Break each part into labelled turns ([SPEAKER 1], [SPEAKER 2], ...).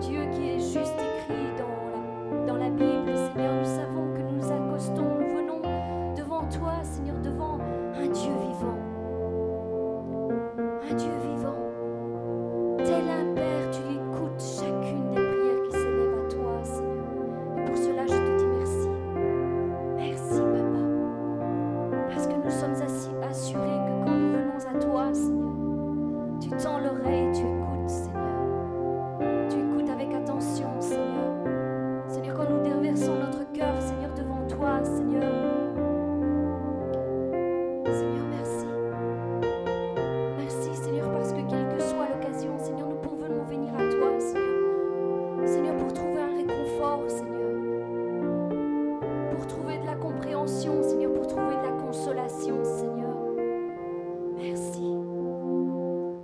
[SPEAKER 1] Dieu qui est juste écrit dans la, dans la Bible, Seigneur, nous savons que nous nous accostons, nous venons devant toi, Seigneur, devant un Dieu vivant. Un Dieu vivant. Tel un Père, tu écoutes chacune des prières qui s'élèvent à toi, Seigneur. Et pour cela, je te dis merci. Merci, Papa. Parce que nous sommes assi- assurés que quand nous venons à toi, Seigneur, tu tends l'oreille, tu écoutes, Seigneur. Tu écoutes avec attention, Seigneur. Seigneur, quand nous déversons notre cœur, Seigneur, devant toi, Seigneur. Seigneur, merci. Merci, Seigneur, parce que quelle que soit l'occasion, Seigneur, nous pouvons venir à toi, Seigneur. Seigneur, pour trouver un réconfort, Seigneur. Pour trouver de la compréhension, Seigneur, pour trouver de la consolation, Seigneur. Merci.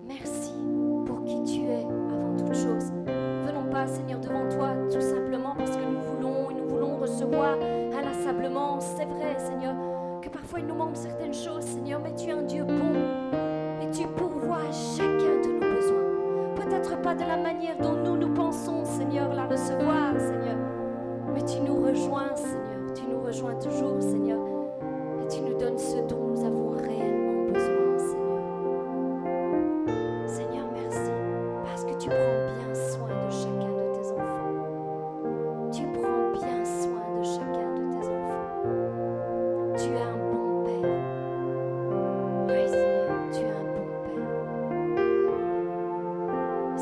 [SPEAKER 1] Merci pour qui tu es avant toute chose. Venons pas, Seigneur, devant toi, tout simplement parce que nous voulons et nous voulons recevoir inlassablement. C'est vrai, Seigneur, que parfois il nous manque certaines choses, Seigneur, mais tu es un Dieu bon et tu pourvois à chacun de nos besoins. Peut-être pas de la manière dont nous nous pensons, Seigneur, la recevoir, Seigneur, mais tu nous rejoins, Seigneur, tu nous rejoins toujours, Seigneur, et tu nous donnes ce dont nous avons réellement besoin, Seigneur. Seigneur, merci parce que tu prends bien soin de chacun de tes enfants. Tu prends bien soin de chacun de tes enfants. Tu es un bon Père. Oui, Seigneur, tu es un bon Père.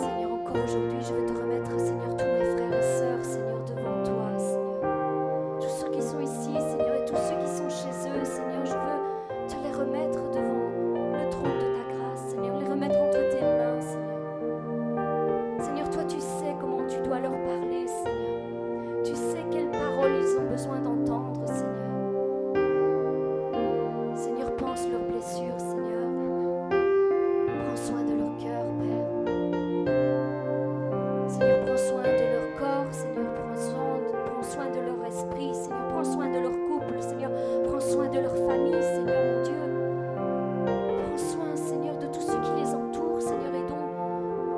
[SPEAKER 1] Seigneur, encore aujourd'hui, je veux te remettre, Seigneur, tous mes frères et sœurs, Seigneur, devant toi, Seigneur. Tous ceux qui sont ici, Seigneur, et tous ceux qui sont chez eux, Seigneur, je veux te les remettre devant le trône de ta grâce, Seigneur, les remettre entre tes mains, Seigneur. Seigneur, toi tu sais comment tu dois leur parler, Seigneur. Tu sais quelles paroles ils ont besoin d'entendre, Seigneur. Seigneur, pense leurs blessures, Seigneur. Prends soin de leur cœur, Père. Seigneur, prends soin de leur corps, Seigneur, prends soin de, prends soin de leur esprit, Seigneur, prends soin de leur couple, Seigneur, prends soin de leur famille, Seigneur, mon Dieu. Prends soin, Seigneur, de tous ceux qui les entourent, Seigneur, et dont,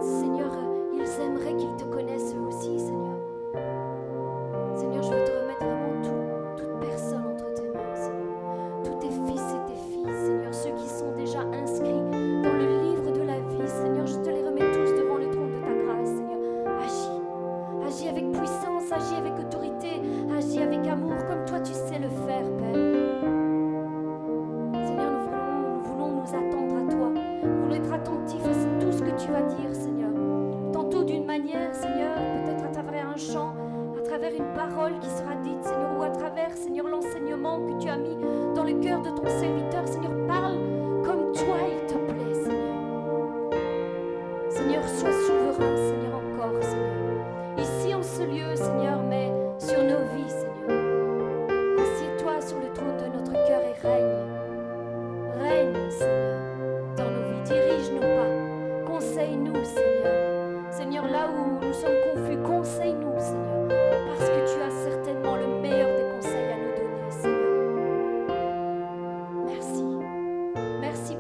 [SPEAKER 1] Seigneur, euh, ils aimeraient qu'ils te connaissent eux aussi, Seigneur. Seigneur, je veux te remettre vraiment tout, toute personne entre tes mains, Seigneur. Tous tes fils et tes filles, Seigneur, ceux qui sont déjà inscrits dans le livre de la vie, Seigneur, je te les remets tous devant le trône de ta grâce, Seigneur. Agis. Agis avec puissance, agis avec autorité, agis avec amour, comme toi tu sais le faire, Père. Seigneur, nous voulons, nous voulons nous attendre à toi. Nous voulons être attentifs à tout ce que tu vas dire, Seigneur. Tantôt d'une manière, Seigneur, peut-être à travers un chant, à travers une parole qui sera dite, Seigneur, ou à travers, Seigneur, l'enseignement que tu as mis dans le cœur de ton serviteur. Seigneur, parle comme toi il te plaît, Seigneur. Seigneur, sois souverain, Seigneur, encore, Seigneur. Ici en ce lieu, Seigneur, mais sur nos vies, Seigneur. Assieds-toi sur le trône de notre cœur et règne. Règne, Seigneur, dans nos vies. Dirige-nous pas. Conseille-nous, Seigneur. Seigneur, là où nous sommes confus, conseille-nous, Seigneur. Parce que tu as certainement le meilleur des conseils à nous donner, Seigneur. Merci.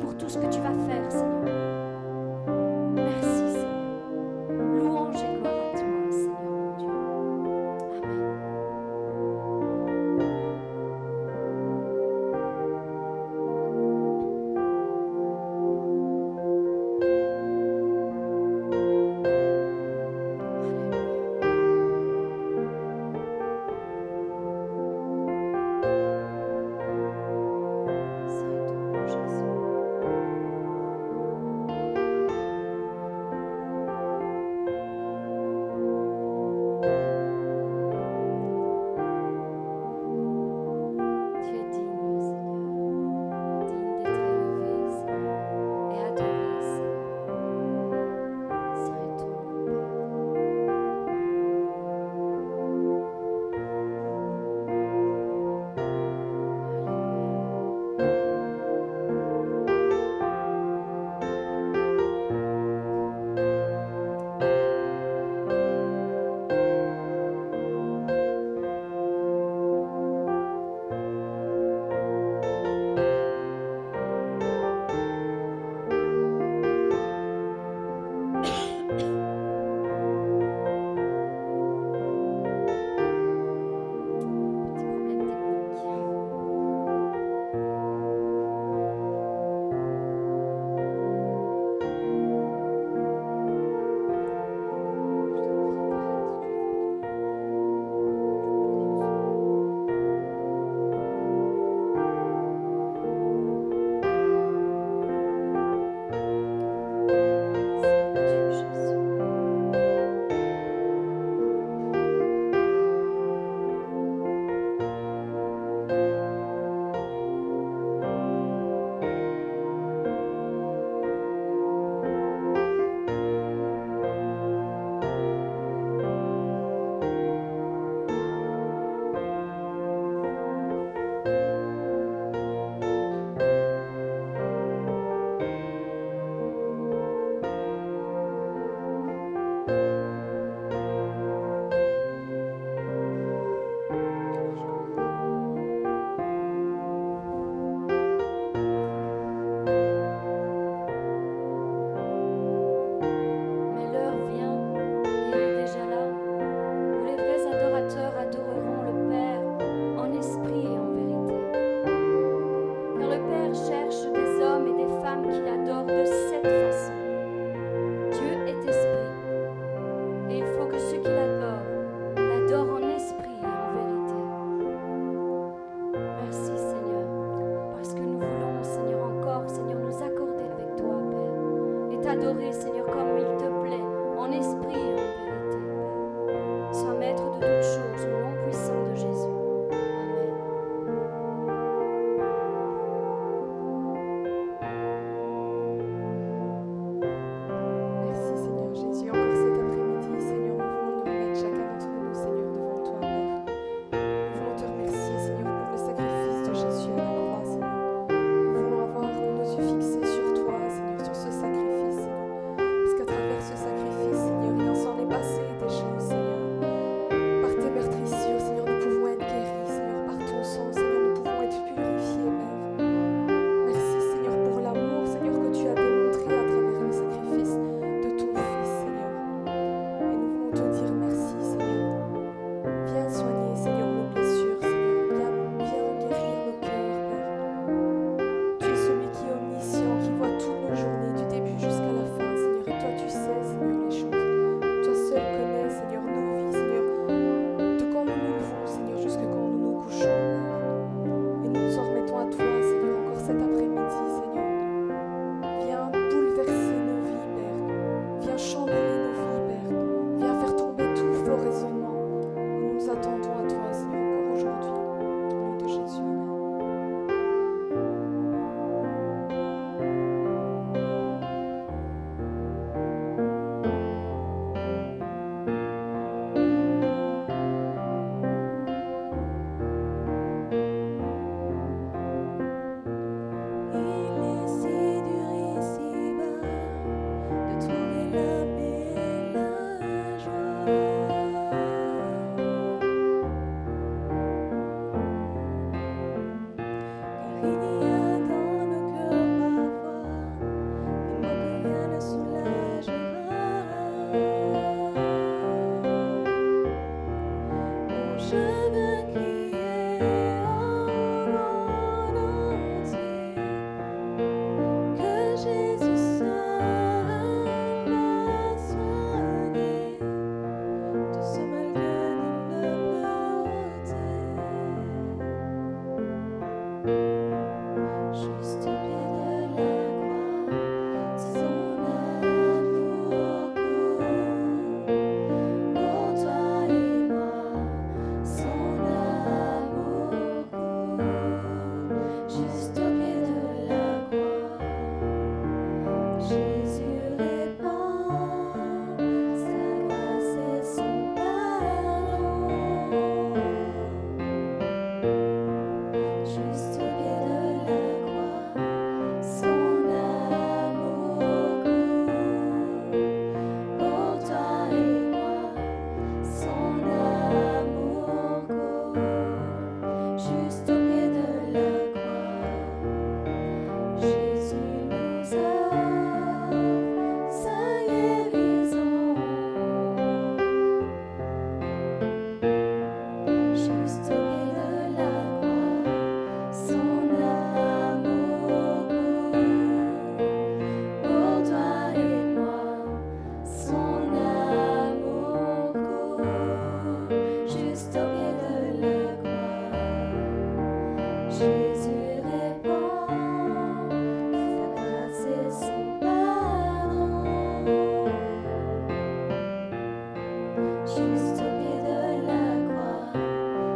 [SPEAKER 1] Juste au pied de la croix,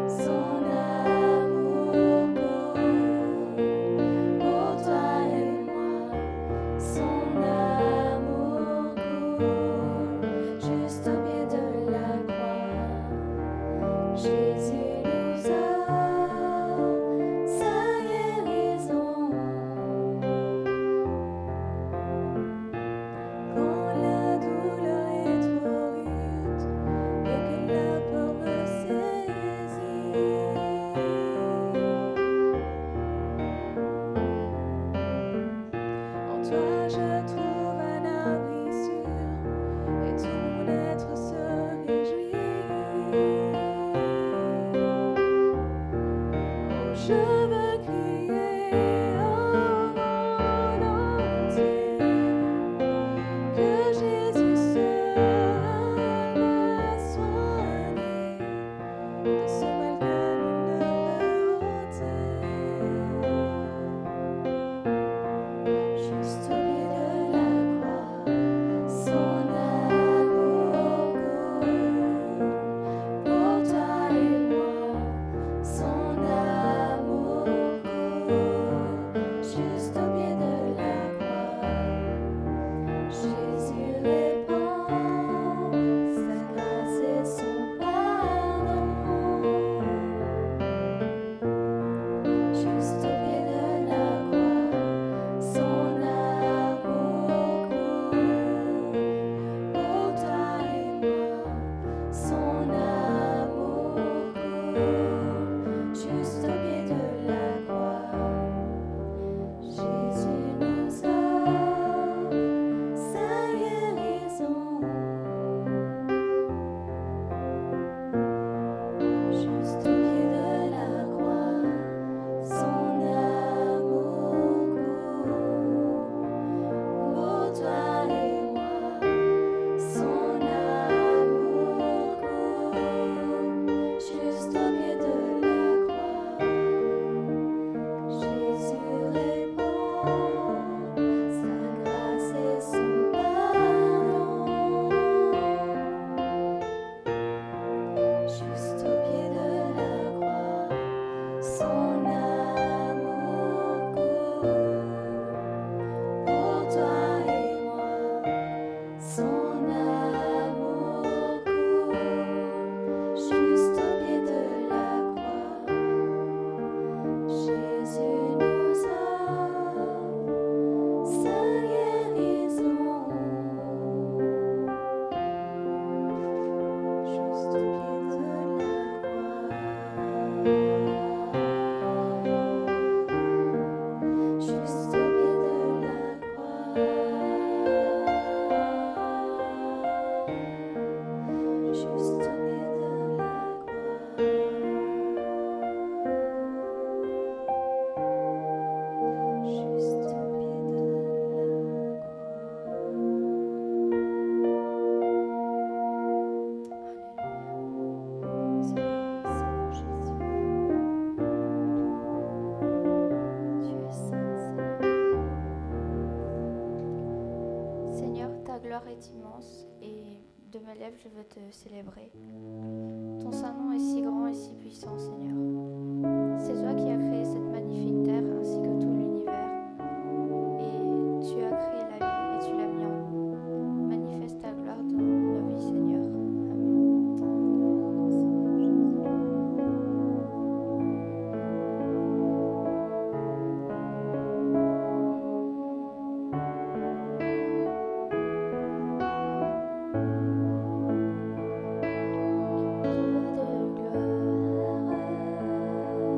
[SPEAKER 1] son amour court pour toi et moi. Son amour court juste au pied de la croix. Jésus nous offre sa guérison. Quand la douleur est trop rude et que la peur me saisit, en toi je trouve un abri sûr et tout mon être se réjouit. Je veux crier au monde entier que Jésus sera soigné de ce mal que nous ne peut Juste au pied de la croix, son amour court pour toi et moi. Son amour court juste au pied de la croix. Jésus répand sa grâce et son pardon. Juste au pied de la croix, son amour court pour toi et moi. Son amour court juste au pied de la croix. Jésus nous offre sa guérison. Juste au pied de la croix, son amour court pour Oh, toi et moi. Son amour court juste au pied de la croix. Jésus répand sa grâce et son pardon. Juste au pied de la croix, son amour court pour toi et moi. Son amour court juste au pied de la croix. Jésus nous offre sa guérison. Juste au pied de la croix. Juste au pied de la croix. Juste au pied de la croix. Juste au pied de la croix. Seigneur Jésus,
[SPEAKER 2] Tu es saint,
[SPEAKER 3] Seigneur. Seigneur, ta gloire est immense et de mes lèvres je veux te célébrer. Ton saint nom est si grand et si puissant, Seigneur. C'est toi qui as créé cette magnifique terre ainsi que tout l'univers. Et tu as créé la vie et tu l'as mis en nous. Manifeste ta gloire dans nos vies, Seigneur. Amen.
[SPEAKER 1] Dieu de gloire.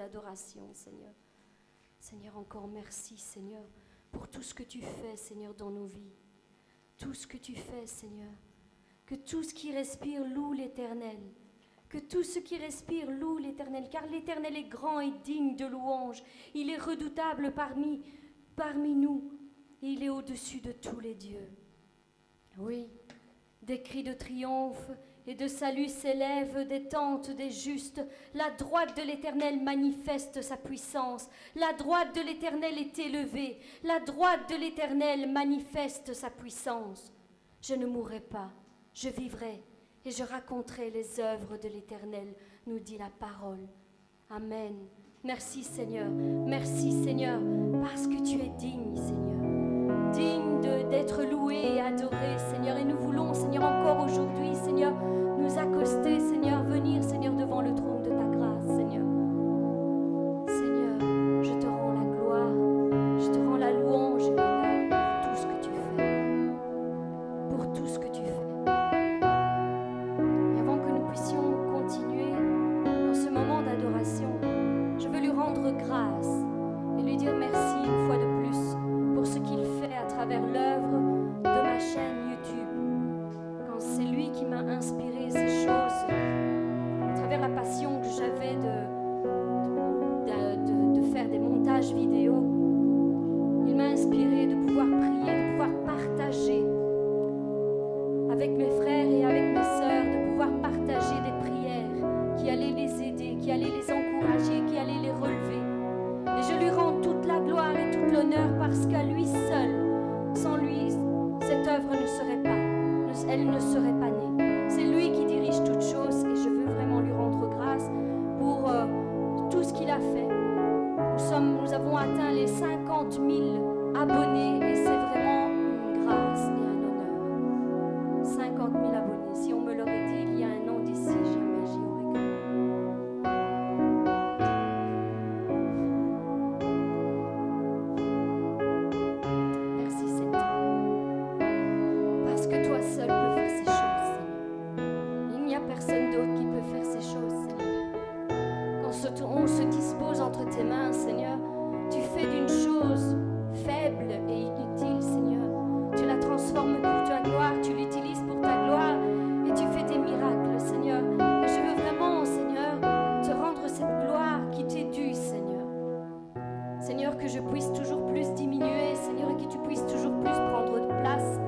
[SPEAKER 1] adoration, Seigneur. Seigneur, encore merci, Seigneur, pour tout ce que tu fais, Seigneur, dans nos vies. Tout ce que tu fais, Seigneur. Que tout ce qui respire loue l'Éternel. Que tout ce qui respire loue l'Éternel, car l'Éternel est grand et digne de louange. Il est redoutable parmi, parmi nous, et il est au-dessus de tous les dieux. Oui, des cris de triomphe et de salut s'élèvent des tentes des justes. La droite de l'Éternel manifeste sa puissance. La droite de l'Éternel est élevée. La droite de l'Éternel manifeste sa puissance. Je ne mourrai pas, je vivrai et je raconterai les œuvres de l'Éternel, nous dit la parole. Amen. Merci Seigneur, merci Seigneur, parce que tu es digne Seigneur, digne de- d'être loué et adoré Seigneur. Et nous voulons Seigneur encore aujourd'hui Seigneur, nous accoster Seigneur, venir Seigneur devant le trône de ta grâce Seigneur. Seigneur, je te rends la gloire, je te rends la louange et l'honneur pour tout ce que tu fais, pour tout ce que tu fais. Et avant que nous puissions continuer dans ce moment d'adoration, je veux lui rendre grâce et lui dire merci une fois de plus pour ce qu'il fait à travers l'œuvre de ma chaîne YouTube. Quand c'est lui qui m'a inspiré ces choses, à travers la passion que j'avais de, de- de- de faire des montages vidéo, il m'a inspiré de pouvoir prier, de pouvoir partager avec mes frères et avec mes sœurs, de pouvoir partager des prières qui allaient les aider, qui allaient les encourager, qui allaient les relever. Et je lui rends toute la gloire et tout l'honneur parce qu'à lui seul, sans lui, cette œuvre ne serait pas, ne- elle ne serait pas née. C'est lui qui dirige toutes choses et je veux vraiment lui rendre grâce pour euh, tout ce qu'il a fait. Nous, sommes, nous avons atteint les 50 000 abonnés et c'est vraiment une grâce et un honneur. 50 000 abonnés. Si on me l'aurait dit il y a un an d'ici, jamais j'y aurais cru. Merci Seigneur. Parce que toi seul peux faire ces choses, Seigneur. Il n'y a personne d'autre qui peut faire ces choses, Seigneur. Quand ce- on se dispose entre tes mains, Seigneur, tu fais d'une chose faible et inutile, Seigneur. Tu la transformes pour ta gloire, tu l'utilises pour ta gloire et tu fais des miracles, Seigneur. Et je veux vraiment, Seigneur, te rendre cette gloire qui t'est due, Seigneur. Seigneur, que je puisse toujours plus diminuer, Seigneur, et que tu puisses toujours plus prendre de place,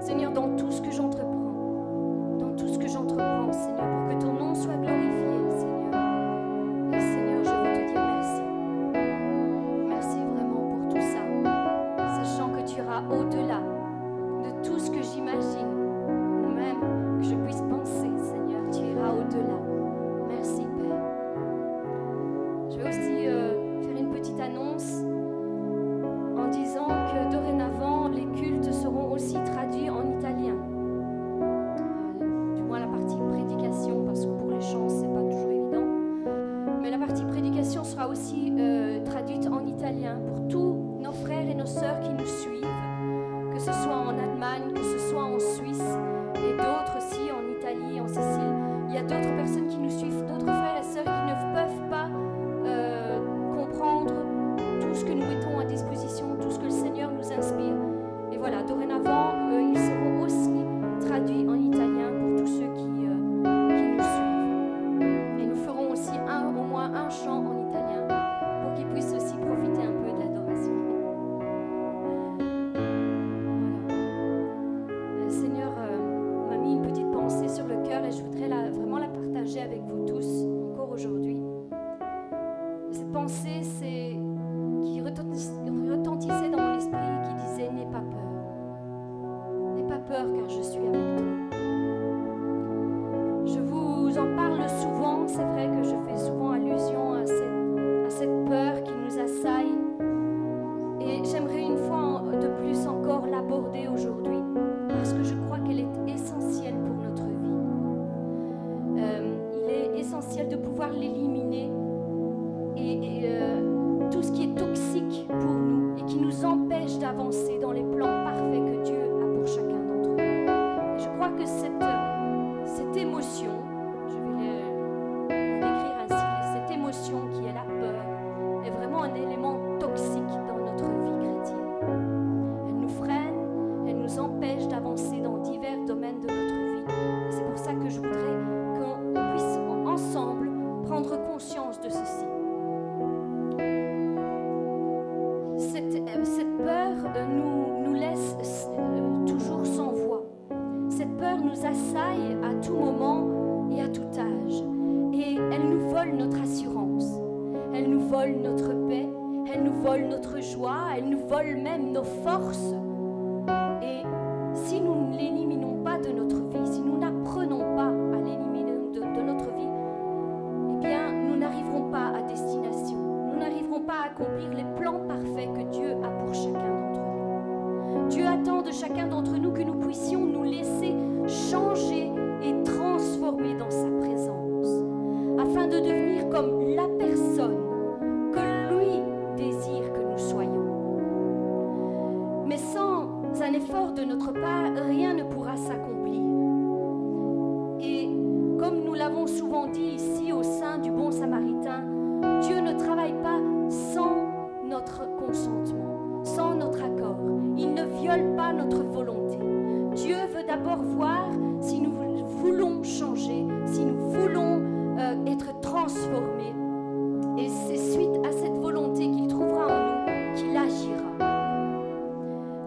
[SPEAKER 1] Seigneur, dans tout ce que j'entreprends. Dans tout ce que j'entreprends, Seigneur, pour que ton nom soit glorifié, Seigneur. Et Seigneur, je veux te dire merci. Merci vraiment pour tout ça, sachant que tu iras au-delà de tout ce que j'imagine, ou même que je puisse penser, Seigneur, tu iras au-delà. Merci, Père. Je vais aussi euh, faire une petite annonce en disant que dorénavant, les cultes seront aussi traduits en italien. Euh, Du moins la partie prédication, parce que pour les chants, c'est pas toujours évident. Mais la partie prédication sera aussi euh, traduite en italien pour tous nos frères et nos sœurs qui nous suivent que ce soit en Allemagne, que ce soit en Suisse et d'autres aussi en Italie, en Sicile. Il y a d'autres personnes qui nous suivent, d'autres frères et sœurs qui ne peuvent pas euh, comprendre tout ce que nous mettons à disposition, tout ce que le Seigneur nous inspire. Et voilà, dorénavant, euh, ils seront aussi traduits en italien pour tous ceux qui, euh, qui nous suivent. Et nous ferons aussi un, au moins un chant en italien pour qu'ils puissent aussi profiter un peu de l'adoration. Voilà. Le Seigneur euh, m'a mis une petite pensée sur le cœur et je voudrais la- vraiment la partager avec vous tous encore aujourd'hui. Et Cette pensée, c'est qui retentis- retentissait dans mon esprit et qui disait N'aie pas peur. N'aie pas peur car je suis avec toi. Je vous en parle souvent, c'est vrai que je fais souvent allusion à cette- à cette peur qui nous assaille. Et j'aimerais une fois en- de plus encore l'aborder aujourd'hui, parce que je crois qu'elle est essentielle pour notre vie. Euh, il est essentiel de pouvoir l'éliminer et, et, euh, tout ce qui est toxique pour nous et qui nous empêche d'avancer dans les plans parfaits que Dieu a pour chacun d'entre nous. Et je crois que cette, euh, cette émotion, je vais le- la décrire ainsi, cette émotion qui est la peur, euh, euh, vole notre joie, elle nous vole même nos forces. Et si nous ne l'éliminons pas de notre vie, si nous n'apprenons pas à l'éliminer de, de notre vie, eh bien, nous n'arriverons pas à destination. Nous n'arriverons pas à accomplir les plans parfaits que Dieu a pour chacun d'entre nous. Dieu attend de chacun d'entre nous que nous puissions nous laisser changer et transformer dans sa présence, afin de devenir comme la personne que lui désire que nous soyons. Mais sans un effort de notre part, rien ne pourra s'accomplir. Et comme nous l'avons souvent dit ici au sein du Bon Samaritain, Dieu ne travaille pas sans notre consentement, sans notre accord. Il ne viole pas notre volonté. Dieu veut d'abord voir si nous voulons changer, si nous voulons euh, être transformés. Et c'est suite à cette volonté qu'il trouvera en nous qu'il agira.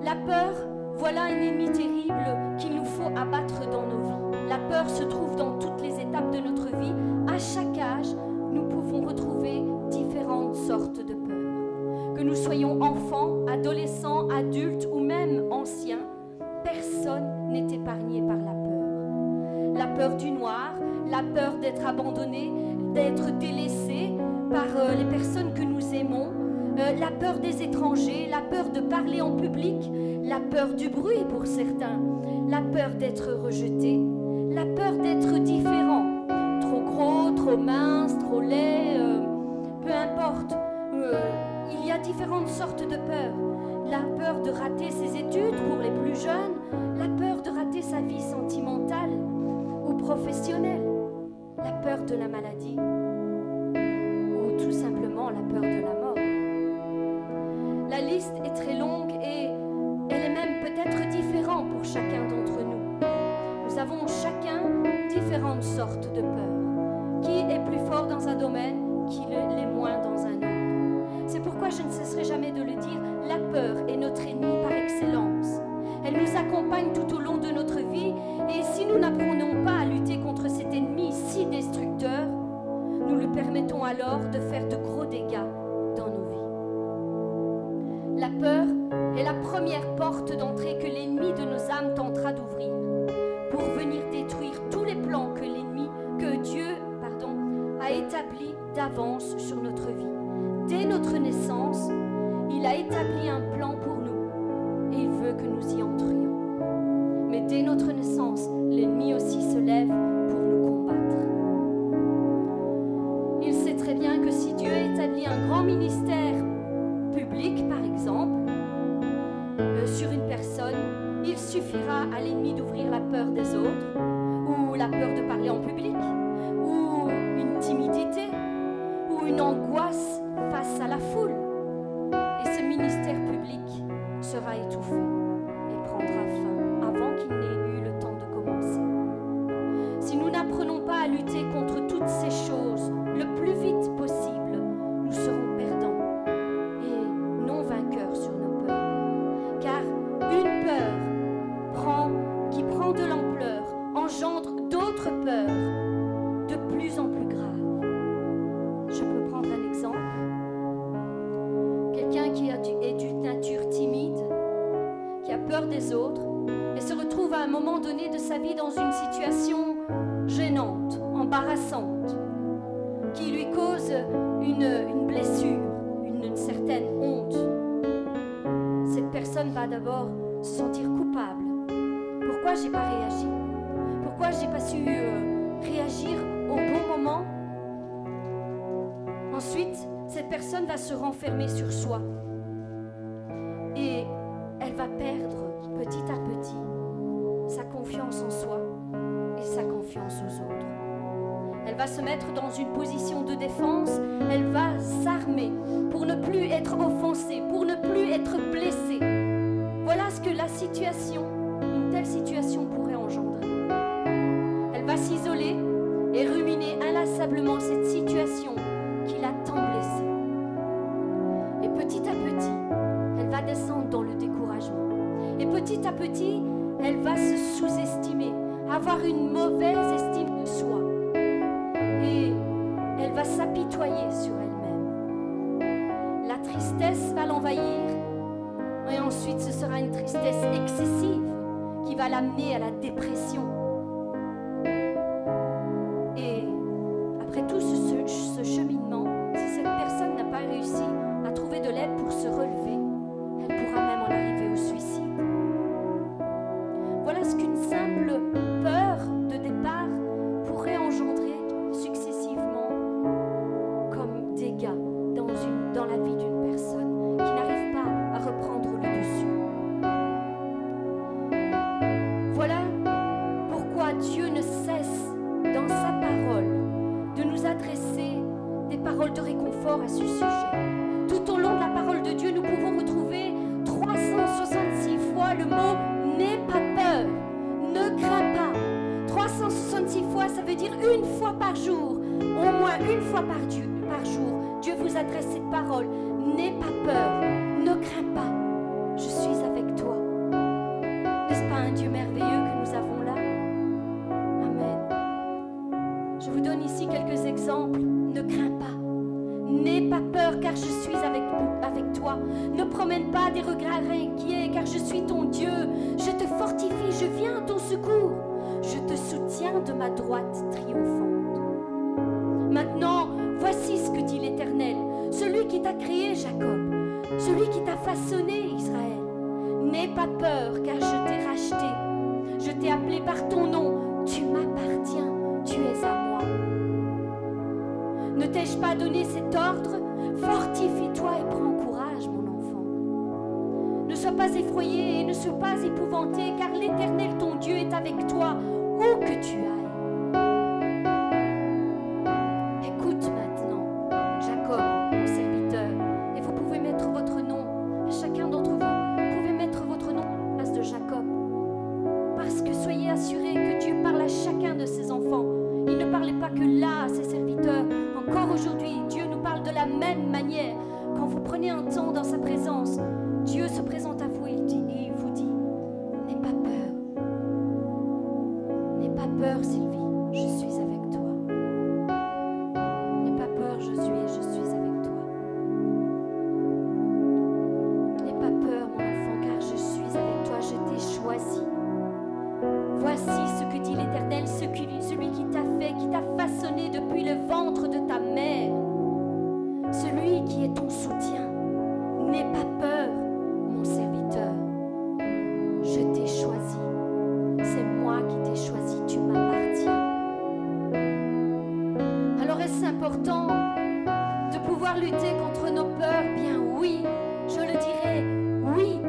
[SPEAKER 1] La peur, voilà un ennemi terrible qu'il nous faut abattre dans nos vies. La peur se trouve dans toutes les étapes de notre vie. À chaque âge, nous pouvons retrouver différentes sortes de peurs. Que nous soyons enfants, adolescents, adultes ou même anciens, personne n'est épargné par la peur. La peur du noir, la peur d'être abandonné, d'être délaissé par euh, les personnes que nous aimons, euh, la peur des étrangers, la peur de parler en public, la peur du bruit pour certains, la peur d'être rejeté, la peur d'être différent, trop gros, trop mince, trop laid, euh, peu importe. Euh, il y a différentes sortes de peurs. La peur de rater ses études pour les plus jeunes, la peur de rater sa vie sentimentale ou professionnelle, la peur de la maladie ou tout simplement la peur de la mort. La liste est très longue et elle est même peut-être différente pour chacun d'entre nous. Nous avons chacun différentes sortes de peurs. Qui est plus fort dans un domaine, qui le- l'est moins dans un autre. C'est pourquoi je ne cesserai jamais de le dire, la peur est notre ennemi par excellence. Elle nous accompagne tout au long de notre vie et si nous n'apprenons pas à lutter contre cet ennemi si destructeur, nous lui permettons alors de faire de gros dégâts dans nos vies. La peur est la première porte d'entrée que l'ennemi de nos âmes tentera d'ouvrir pour venir détruire tous les plans que l'ennemi, que Dieu, pardon, a établis d'avance sur notre vie. Dès notre naissance, il a établi un plan pour nous et il veut que nous y entrions. Mais dès notre naissance, l'ennemi aussi se lève pour nous combattre. Il sait très bien que si Dieu établit un grand ministère public, par exemple, euh, sur une personne, il suffira à l'ennemi d'ouvrir la peur des autres, ou la peur de parler en public, ou une timidité, ou une angoisse face à la foule. Et ce ministère public sera étouffé et prendra fin avant qu'il n'ait eu le temps de commencer. Si nous n'apprenons pas à lutter contre toutes ces choses le plus vite possible, nous serons perdants et non vainqueurs sur nos peurs car une peur prend, qui prend de l'ampleur engendre d'autres peurs de plus en plus graves. Je peux prendre un exemple. Quelqu'un qui a du- est d'une nature timide, qui a peur des autres, et se retrouve à un moment donné de sa vie dans une situation gênante, embarrassante, qui lui cause une, une blessure, une- une certaine honte cette personne va d'abord se sentir coupable. Pourquoi j'ai pas réagi Pourquoi j'ai pas su euh, réagir au bon moment Ensuite, cette personne va se renfermer sur soi et elle va perdre petit à petit sa confiance en soi et sa confiance aux autres. Elle va se mettre dans une position de défense, elle va s'armer pour ne plus être offensée, pour ne plus être blessée. Voilà ce que la situation, une telle situation pourrait engendrer. Elle va s'isoler et ruminer inlassablement cette situation qui l'a tant blessée. Et petit à petit, elle va descendre dans le découragement. Et petit à petit, elle va se sous-estimer, avoir une mauvaise estime de soi. Et elle va s'apitoyer sur elle-même. La tristesse tristesse va l'envahir. Et ensuite, ce sera une tristesse excessive qui va l'amener à la dépression. Et après tout ce, ce- ce cheminement, si cette personne n'a pas réussi à trouver de l'aide pour se relever, elle pourra même en arriver au suicide. Voilà ce qu'une simple peur de départ pourrait engendrer successivement comme dégâts dans, une- dans la vie d'une personne qui n'arrive pas à reprendre le dessus. Voilà pourquoi Dieu ne cesse dans sa parole de nous adresser des paroles de réconfort à ce sujet. Tout au long de la parole de Dieu, nous pouvons retrouver 366 fois le mot n'aie pas peur, ne crains pas. 366 fois, ça veut dire une fois par jour, au moins une fois par, Dieu- par jour. Dieu vous adresse cette parole. N'aie pas peur, ne crains pas, je suis avec toi. N'est-ce pas un Dieu merveilleux que nous avons là Amen. Je vous donne ici quelques exemples. Ne crains pas. N'aie pas peur car je suis avec, avec toi. Ne promène pas des regrets inquiets car je suis ton Dieu. Je te fortifie, je viens à ton secours. Je te soutiens de ma droite triomphante. Maintenant, voici ce que dit l'Éternel, celui qui t'a créé Jacob, celui qui t'a façonné Israël. N'aie pas peur car je t'ai racheté. Je t'ai appelé par ton nom. Tu m'appartiens, tu es à moi. Ne t'ai-je pas donné cet ordre Fortifie-toi et prends courage, mon enfant. Ne sois pas effrayé et ne sois pas épouvanté, car l'Éternel ton Dieu est avec toi, où que tu ailles. Écoute maintenant, Jacob, mon serviteur, et vous pouvez mettre votre nom, chacun d'entre vous, vous pouvez mettre votre nom à la place de Jacob. Parce que soyez assurés que Dieu parle à chacun de ses enfants. Il ne parlait pas que là à ses serviteurs. Encore aujourd'hui, Dieu nous parle de la même manière. Quand vous prenez un temps dans sa présence, Dieu se présente à vous et il dit- et il vous dit, n'aie pas peur. N'aie pas peur, Sylvie, je suis avec toi. N'aie pas peur, Josué, je suis avec toi. N'aie pas peur, mon enfant, car je suis avec toi, je t'ai choisi. Voici ce que dit l'Éternel, ce qui- celui qui t'a fait, qui t'a façonné depuis le ventre de ta mère, celui qui est ton soutien. N'aie pas peur, mon serviteur. Je t'ai choisi. C'est moi qui t'ai choisi. Tu m'appartiens. Alors est-ce important de pouvoir lutter contre nos peurs Bien oui, je le dirais, oui.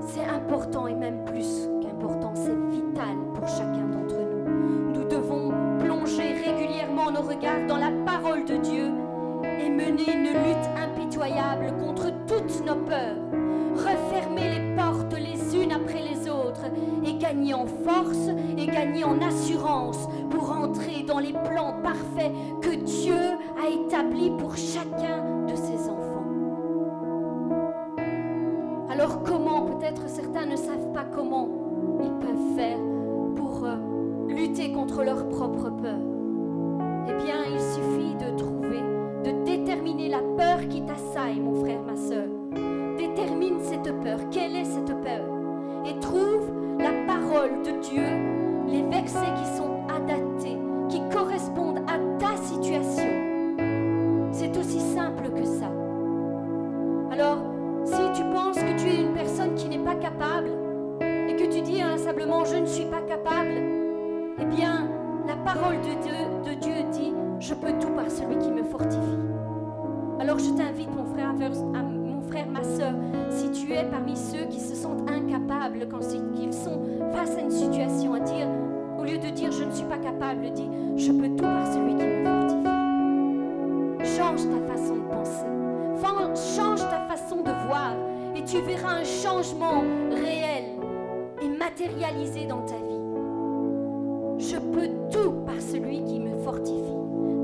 [SPEAKER 1] C'est important et même plus qu'important, c'est vital pour chacun d'entre nous. Nous devons plonger régulièrement nos regards dans la parole de Dieu et mener une lutte impitoyable contre toutes nos peurs, refermer les portes les unes après les autres et gagner en force et gagner en assurance pour entrer dans les plans parfaits que Dieu a établis pour chacun de ses enfants. Alors comment, peut-être certains ne savent pas comment ils peuvent faire pour euh, lutter contre leur propre peur. Eh bien, il suffit de trouver, de déterminer la peur qui t'assaille, mon frère, ma sœur. Détermine cette peur. Quelle est cette peur Et trouve la parole de Dieu, les versets qui sont adaptés, qui correspondent à ta situation. C'est aussi simple que ça. Alors, si tu penses que tu es une personne qui n'est pas capable et que tu dis simplement je ne suis pas capable, eh bien, la parole de Dieu, de Dieu dit je peux tout par celui qui me fortifie. Alors je t'invite, mon frère, à faire- à- mon frère, ma soeur, si tu es parmi ceux qui se sentent incapables quand ils qu'ils sont face à une situation, à dire, au lieu de dire je ne suis pas capable, dis je peux tout par celui qui me fortifie. Change ta façon de penser. Fan- Change ta façon de voir et tu verras un changement réel et matérialisé dans ta vie. Je peux tout par celui qui me fortifie.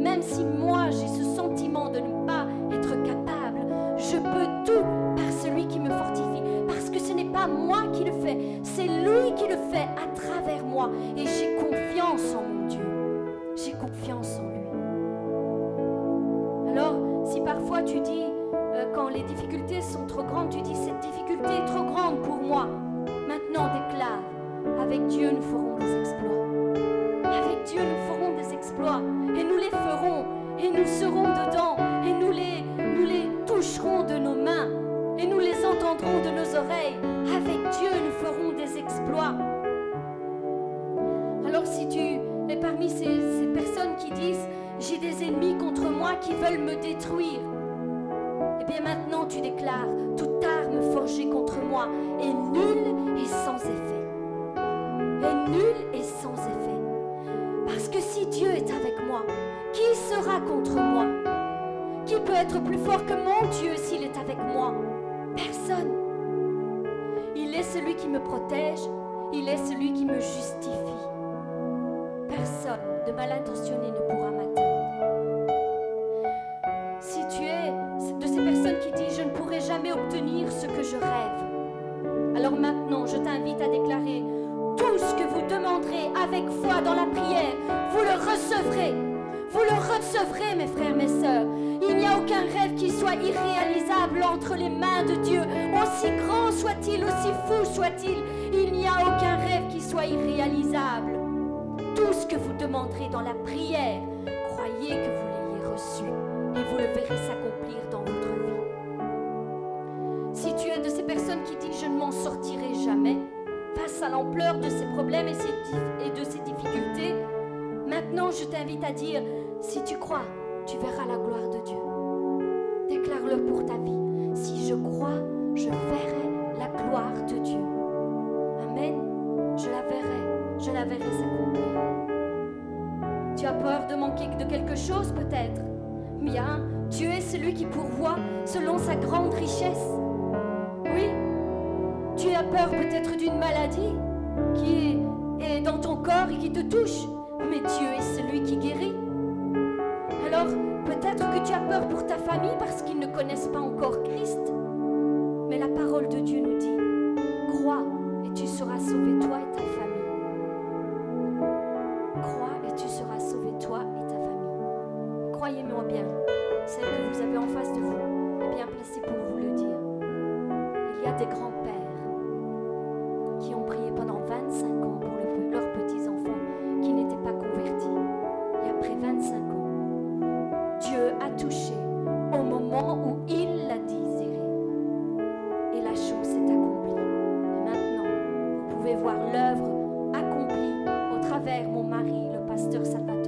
[SPEAKER 1] Même si moi j'ai ce sentiment de ne pas être capable, je peux tout par celui qui me fortifie. Parce que ce n'est pas moi qui le fais, c'est lui qui le fait à travers moi. Et j'ai confiance en mon Dieu. J'ai confiance en lui. Alors, si parfois tu dis, euh, quand les difficultés sont trop grandes, tu dis cette difficulté est trop grande pour moi. Maintenant déclare, avec Dieu nous ferons des exploits. Avec Dieu nous ferons des exploits et nous les ferons et nous serons dedans et nous les, nous les toucherons de nos mains et nous les entendrons de nos oreilles. Avec Dieu nous ferons des exploits. Alors si tu es parmi ces, ces personnes qui disent j'ai des ennemis contre moi qui veulent me détruire, et bien maintenant tu déclares toute arme forgée contre moi est nulle et sans effet. Est nulle et sans effet. Parce que si Dieu est avec moi, qui sera contre moi Qui peut être plus fort que mon Dieu s'il est avec moi Personne. Il est celui qui me protège, il est celui qui me justifie. Personne de mal intentionné ne pourra m'atteindre. Si tu es de ces personnes qui disent je ne pourrai jamais obtenir ce que je rêve, alors maintenant je t'invite à déclarer tout ce que vous demanderez avec foi dans la prière, vous le recevrez. Vous le recevrez, mes frères, mes sœurs. Il n'y a aucun rêve qui soit irréalisable entre les mains de Dieu. Aussi grand soit-il, aussi fou soit-il, il n'y a aucun rêve qui soit irréalisable. Tout ce que vous demanderez dans la prière, croyez que vous l'ayez reçu et vous le verrez s'accomplir dans votre vie. Si tu es de ces personnes qui disent je ne m'en sortirai jamais, face à l'ampleur de ces problèmes et, ces dif- et de ces difficultés, maintenant je t'invite à dire si tu crois, tu verras la gloire de Dieu. Déclare-le pour ta vie. Si je crois, je verrai la gloire de Dieu. Amen. Je la verrai, je la verrai s'accomplir. Tu as peur de manquer de quelque chose peut-être Bien, Dieu est celui qui pourvoit selon sa grande richesse. Oui, tu as peur peut-être d'une maladie qui est, est dans ton corps et qui te touche, mais Dieu est celui qui guérit. Alors, peut-être que tu as peur pour ta famille parce qu'ils ne connaissent pas encore Christ, mais la parole de Dieu nous dit, crois et tu seras sauvé toi et ta famille. Crois et tu seras sauvé toi et ta famille croyez-moi bien, celle que vous avez en face de vous est bien placée pour vous le dire. Il y a des grands-pères qui ont prié pendant 25 ans pour le- leurs petits-enfants qui n'étaient pas convertis. Et après 25 ans, Dieu a touché au moment où il l'a désiré. Et la chose s'est accomplie. Et maintenant, vous pouvez voir l'œuvre accomplie au travers mon mari, le pasteur Salvatore.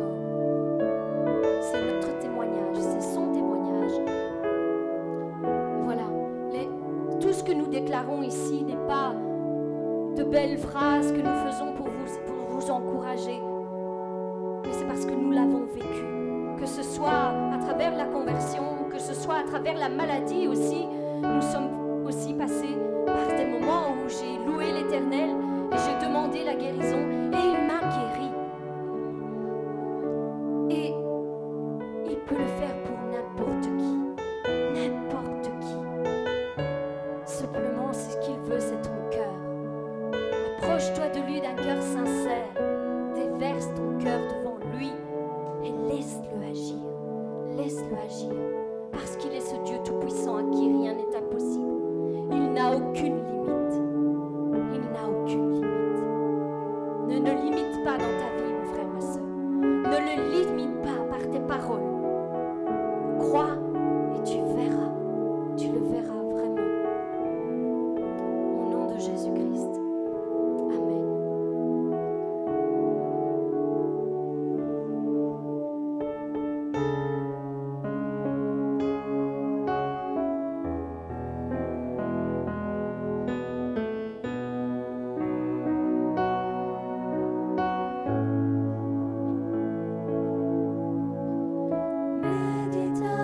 [SPEAKER 1] C'est notre témoignage, c'est son témoignage. Voilà, Les- tout ce que nous déclarons ici n'est pas de belles phrases que nous faisons pour vous, pour vous encourager, mais c'est parce que nous l'avons vécu. Que ce soit à travers la conversion, que ce soit à travers la maladie aussi, nous sommes aussi passés par des moments où j'ai loué l'Éternel et j'ai demandé la guérison et il m'a guéri. Et il peut le faire pour n'importe qui. N'importe qui. Simplement, c'est ce qu'il veut, c'est ton cœur. Approche-toi de lui d'un cœur sincère. Déverse ton cœur devant lui et laisse-le agir. Laisse-le agir. Parce qu'il est ce Dieu tout-puissant à qui rien n'est impossible. Il n'a aucune limite. Il n'a aucune limite. Ne le limite pas dans ta vie, mon frère, ma soeur. Ne le limite pas par tes paroles. Crois et tu verras. Tu le verras vraiment. Au nom de Jésus-Christ. Amen.
[SPEAKER 4] Medita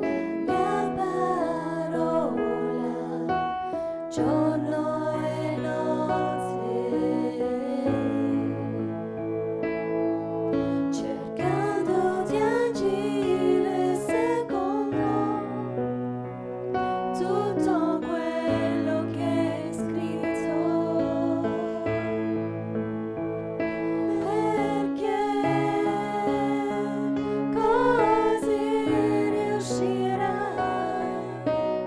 [SPEAKER 4] la mia parola giorno e notte, cercando di agire secondo tutto quello che è scritto. Perché così riuscirà
[SPEAKER 1] e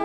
[SPEAKER 1] oh oh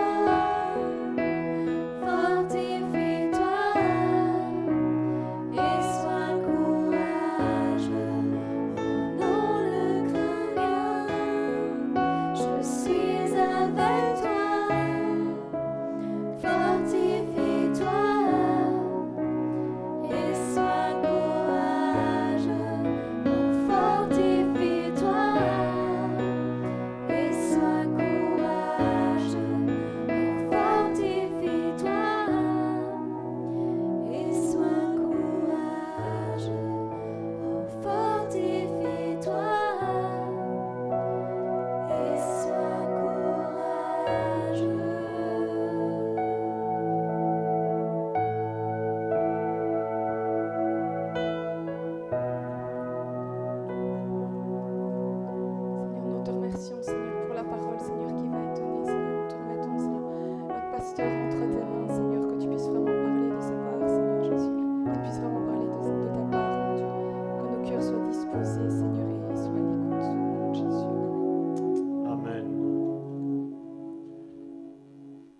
[SPEAKER 4] pasteur entre tes mains, Seigneur, que tu puisses vraiment parler de sa part, Seigneur Jésus, que tu puisses vraiment parler de, de ta part, mon Dieu, que nos cœurs soient disposés, Seigneur, et soient à l'écoute, au nom de Jésus.
[SPEAKER 5] Amen.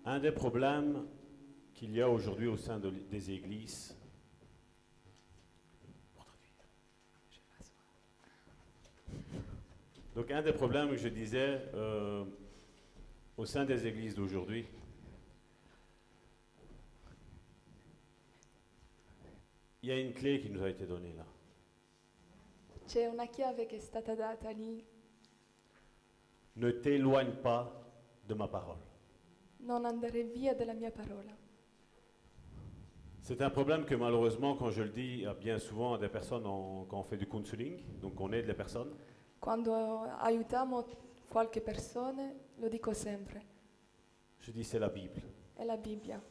[SPEAKER 5] Un des problèmes qu'il y a aujourd'hui au sein de l- des églises, donc un des problèmes que je disais euh, au sein des églises d'aujourd'hui, il y a une clé qui nous a été donnée là.
[SPEAKER 4] C'è una chiave che è stata data lì,
[SPEAKER 5] Ne t'éloigne pas de ma parole.
[SPEAKER 4] non andare via dalla mia parola.
[SPEAKER 5] C'est un problème que malheureusement, quand je le dis euh, bien souvent à des personnes, on- quand on fait du counseling, donc on aide les personnes,
[SPEAKER 4] Quando aiutiamo qualche persona, lo dico sempre,
[SPEAKER 5] je dis c'est la Bible.
[SPEAKER 4] è la Bibbia.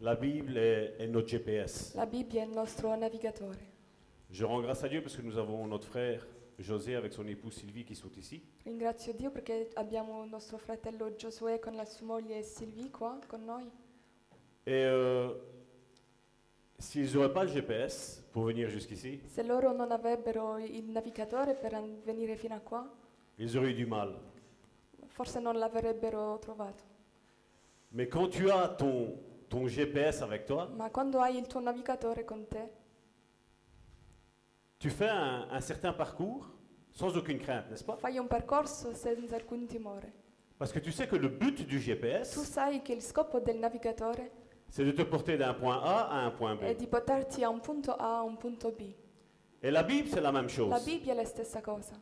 [SPEAKER 5] La Bible est, est notre GPS.
[SPEAKER 4] La Bibbia è il nostro navigatore.
[SPEAKER 5] Je rends grâce à Dieu parce que nous avons notre frère José avec son épouse Sylvie qui sont ici.
[SPEAKER 4] Ringrazio Dio perché abbiamo il nostro fratello Giosuè con la sua moglie Sylvie qua con noi.
[SPEAKER 5] Et euh, s'ils n'auraient pas le GPS pour venir jusqu'ici,
[SPEAKER 4] Se loro non avrebbero il navigatore per an- venire fino a qua,
[SPEAKER 5] ils auraient eu du mal.
[SPEAKER 4] forse non l'avrebbero trovato.
[SPEAKER 5] Mais quand tu as ton, ton GPS avec toi,
[SPEAKER 4] Ma quando hai il tuo navigatore con te,
[SPEAKER 5] tu fais un, un certain parcours sans aucune crainte, n'est-ce pas
[SPEAKER 4] fai un percorso senza alcun timore.
[SPEAKER 5] Parce que tu sais que le but du
[SPEAKER 4] Tu
[SPEAKER 5] GPS,
[SPEAKER 4] sai che il scopo del navigatore
[SPEAKER 5] c'est de te porter d'un point A à un point B.
[SPEAKER 4] è di portarti a un punto A a un punto B.
[SPEAKER 5] Et la Bible, c'est la même
[SPEAKER 4] La
[SPEAKER 5] chose.
[SPEAKER 4] Bibbia è la stessa cosa.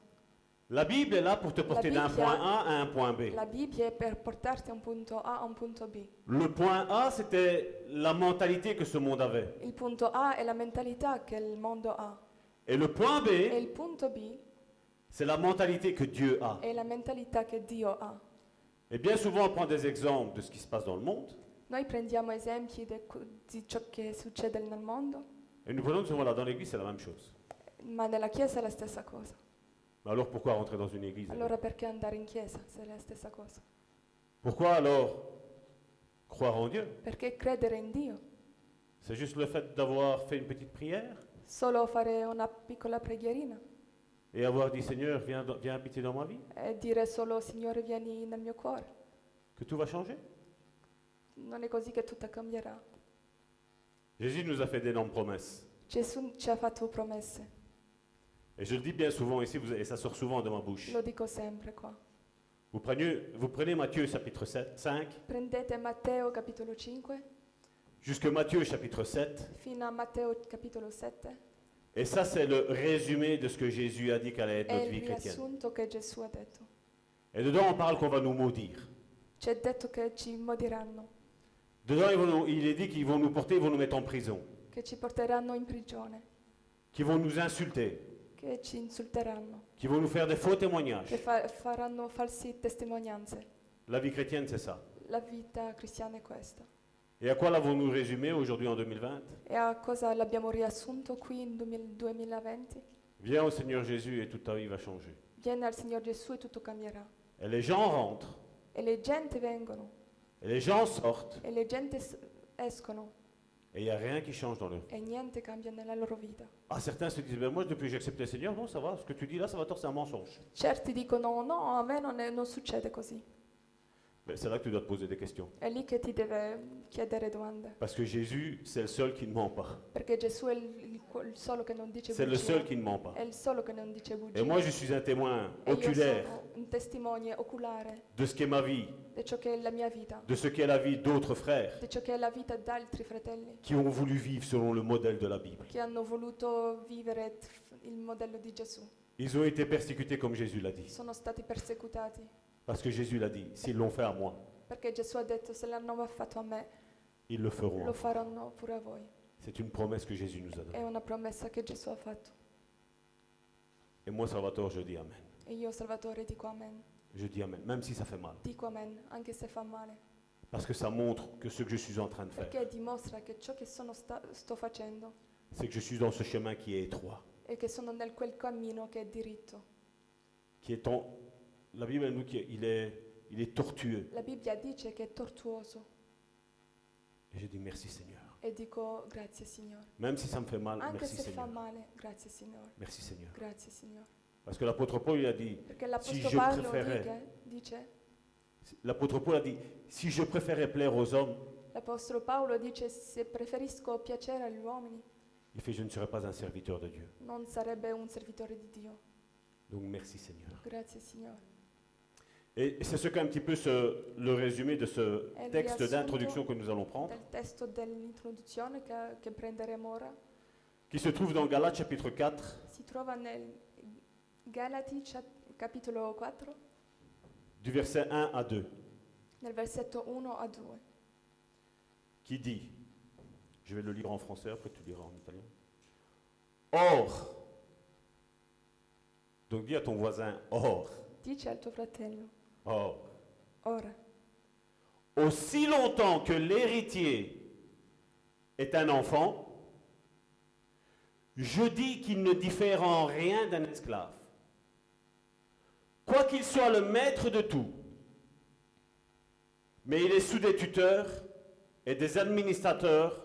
[SPEAKER 5] La Bible est là pour te porter d'un
[SPEAKER 4] Bible, il y
[SPEAKER 5] point
[SPEAKER 4] a-
[SPEAKER 5] A à un point B.
[SPEAKER 4] La Bibbia è per portarti a un punto A a un punto B.
[SPEAKER 5] Le point A, c'était la mentalité que ce monde avait.
[SPEAKER 4] Il punto A è la mentalità che il mondo ha
[SPEAKER 5] Et le point
[SPEAKER 4] e
[SPEAKER 5] B,
[SPEAKER 4] il punto B
[SPEAKER 5] c'est la mentalité que Dieu a.
[SPEAKER 4] è la mentalità che Dio ha.
[SPEAKER 5] Et bien souvent, on prend des exemples de ce qui se passe dans le monde.
[SPEAKER 4] Noi prendiamo esempi de- di ciò che succede nel mondo,
[SPEAKER 5] Et nous prenons souvent là, dans l'église, c'est la même chose.
[SPEAKER 4] ma nella Chiesa è la stessa cosa.
[SPEAKER 5] Mais alors, pourquoi rentrer dans une église alors
[SPEAKER 4] Allora perché andare in Chiesa se è la stessa cosa?
[SPEAKER 5] Pourquoi alors croire en Dieu
[SPEAKER 4] Perché credere in Dio?
[SPEAKER 5] C'est juste le fait d'avoir fait une petite prière
[SPEAKER 4] Solo fare una piccola preghierina
[SPEAKER 5] et avoir dit Seigneur, viens, dans- viens habiter dans ma vie,
[SPEAKER 4] e dire solo Signore vieni nel mio cuore.
[SPEAKER 5] que tout va changer.
[SPEAKER 4] Non è così che tutto cambierà.
[SPEAKER 5] Jésus nous a fait d'énormes promesses.
[SPEAKER 4] Gesù ci ha fatto promesse,
[SPEAKER 5] Et je le dis bien souvent ici, vous- et ça sort souvent de ma bouche.
[SPEAKER 4] lo dico sempre qua.
[SPEAKER 5] Vous prenez, vous prenez Matthieu chapitre 7, 5,
[SPEAKER 4] Prendete Matteo capitolo 5
[SPEAKER 5] jusque Matthieu chapitre 7,
[SPEAKER 4] fino a Matteo capitolo 7
[SPEAKER 5] et ça c'est le résumé de ce que Jésus a dit qu'allait être
[SPEAKER 4] è
[SPEAKER 5] notre vie
[SPEAKER 4] il
[SPEAKER 5] chrétienne.
[SPEAKER 4] riassunto che Gesù ha detto.
[SPEAKER 5] Et dedans on parle qu'on va nous maudire.
[SPEAKER 4] Ci è detto che ci modiranno,
[SPEAKER 5] Dedans ils vont nous- il est dit qu'ils vont nous porter, ils vont nous mettre en prison,
[SPEAKER 4] che ci porteranno in prigione,
[SPEAKER 5] qu'ils vont nous insulter,
[SPEAKER 4] che ci insulteranno,
[SPEAKER 5] qu'ils vont nous faire des faux témoignages.
[SPEAKER 4] che fa- faranno falsi testimonianze.
[SPEAKER 5] La vie chrétienne c'est ça.
[SPEAKER 4] La vita cristiana è questa.
[SPEAKER 5] Et à quoi l'avons-nous résumé aujourd'hui en 2020
[SPEAKER 4] E a cosa l'abbiamo riassunto qui in 2000 2020?
[SPEAKER 5] Viens au Seigneur Jésus et toute ta vie va changer.
[SPEAKER 4] Viene al Signore Gesù e tutto cambierà.
[SPEAKER 5] Et les gens rentrent,
[SPEAKER 4] E le gente vengono,
[SPEAKER 5] et les gens sortent,
[SPEAKER 4] e le gente s- escono,
[SPEAKER 5] et il n'y a rien qui change dans leur vie.
[SPEAKER 4] e niente cambia nella loro vita.
[SPEAKER 5] Ah, certains se disent, ben moi depuis que j'ai accepté le Seigneur, non ça va, ce que tu dis là ça va tort, c'est un mensonge.
[SPEAKER 4] Certi dicono no, a me non, è- non succede così.
[SPEAKER 5] Ben, c'est là que tu dois te poser des questions.
[SPEAKER 4] È lì che ti deve chiedere domande,
[SPEAKER 5] Parce que Jésus, c'est le seul qui ne ment pas.
[SPEAKER 4] perché Gesù è il, il cu- il solo che non dice
[SPEAKER 5] C'est le
[SPEAKER 4] bugie.
[SPEAKER 5] seul qui ne ment pas.
[SPEAKER 4] È il solo che non dice bugie.
[SPEAKER 5] Et moi, je suis un témoin
[SPEAKER 4] E io
[SPEAKER 5] oculaire
[SPEAKER 4] sono un testimone oculare
[SPEAKER 5] de ce qu'est ma vie,
[SPEAKER 4] di ciò che è la mia vita,
[SPEAKER 5] de ce qu'est la vie d'autres frères
[SPEAKER 4] di ciò che è la vita di altri fratelli
[SPEAKER 5] qui ont voulu vivre selon le modèle de la Bible.
[SPEAKER 4] che hanno voluto vivere tr- il modello di Gesù.
[SPEAKER 5] Ils ont été persécutés comme Jésus l'a dit.
[SPEAKER 4] Sono stati persecutati
[SPEAKER 5] Parce que Jésus l'a dit, s'ils l'ont fait à moi,
[SPEAKER 4] perché Gesù ha detto se l'hanno fatto a me
[SPEAKER 5] ils le feront.
[SPEAKER 4] lo faranno pure a voi.
[SPEAKER 5] C'est une promesse que Jésus nous a
[SPEAKER 4] È
[SPEAKER 5] donnée.
[SPEAKER 4] una promessa che Gesù ha fatto.
[SPEAKER 5] Et moi, Salvatore, je dis Amen.
[SPEAKER 4] E io Salvatore dico amen.
[SPEAKER 5] Je dis Amen, même si ça fait mal.
[SPEAKER 4] Dico amen anche se fa male.
[SPEAKER 5] Parce que ça montre que ce que je suis en train de faire,
[SPEAKER 4] Perché dimostra che ciò che sono sta- sto facendo
[SPEAKER 5] c'est que je suis dans ce chemin qui est étroit,
[SPEAKER 4] e che sono nel quel cammino che è diritto.
[SPEAKER 5] qui est en... La Bible elle nous dit qu'il est il est tortueux.
[SPEAKER 4] La Bibbia dice che è tortuoso
[SPEAKER 5] Et je dis merci Seigneur.
[SPEAKER 4] e dico grazie Signore.
[SPEAKER 5] Même si ça me Ah, fait mal,
[SPEAKER 4] Anche
[SPEAKER 5] merci
[SPEAKER 4] se fa
[SPEAKER 5] Seigneur.
[SPEAKER 4] male, grazie Signore,
[SPEAKER 5] Merci Seigneur.
[SPEAKER 4] grazie Signore.
[SPEAKER 5] Parce que l'apôtre Paul, il a dit,
[SPEAKER 4] Perché
[SPEAKER 5] je
[SPEAKER 4] l'Apostolo Paolo
[SPEAKER 5] préférais-
[SPEAKER 4] dice- dice,
[SPEAKER 5] l'apôtre Paul a dit, si je préférais plaire aux hommes,
[SPEAKER 4] l'Apostolo Paolo dice se preferisco piacere agli uomini
[SPEAKER 5] il fait, je ne serais pas un serviteur de Dieu.
[SPEAKER 4] non sarebbe un servitore di Dio.
[SPEAKER 5] Donc merci Seigneur.
[SPEAKER 4] Grazie Signore.
[SPEAKER 5] Et c'est ce qu'est un petit peu ce- le résumé de ce
[SPEAKER 4] Elle
[SPEAKER 5] texte
[SPEAKER 4] riassunto-
[SPEAKER 5] d'introduction que nous allons prendre,
[SPEAKER 4] Dal testo dell'introduzione che, che prenderemo ora
[SPEAKER 5] qui se trouve dans Galates chapitre 4,
[SPEAKER 4] si trova nel Galati chat- capitolo 4
[SPEAKER 5] du verset 1 à 2,
[SPEAKER 4] nel versetto 1 a 2.
[SPEAKER 5] qui dit, je vais le lire en français, après tu liras en italien. Or, donc dis à ton voisin, or,
[SPEAKER 4] Dice al tuo fratello,
[SPEAKER 5] or,
[SPEAKER 4] ora,
[SPEAKER 5] aussi longtemps que l'héritier est un enfant, je dis qu'il ne diffère en rien d'un esclave. Quoi qu'il soit le maître de tout, mais il est sous des tuteurs et des administrateurs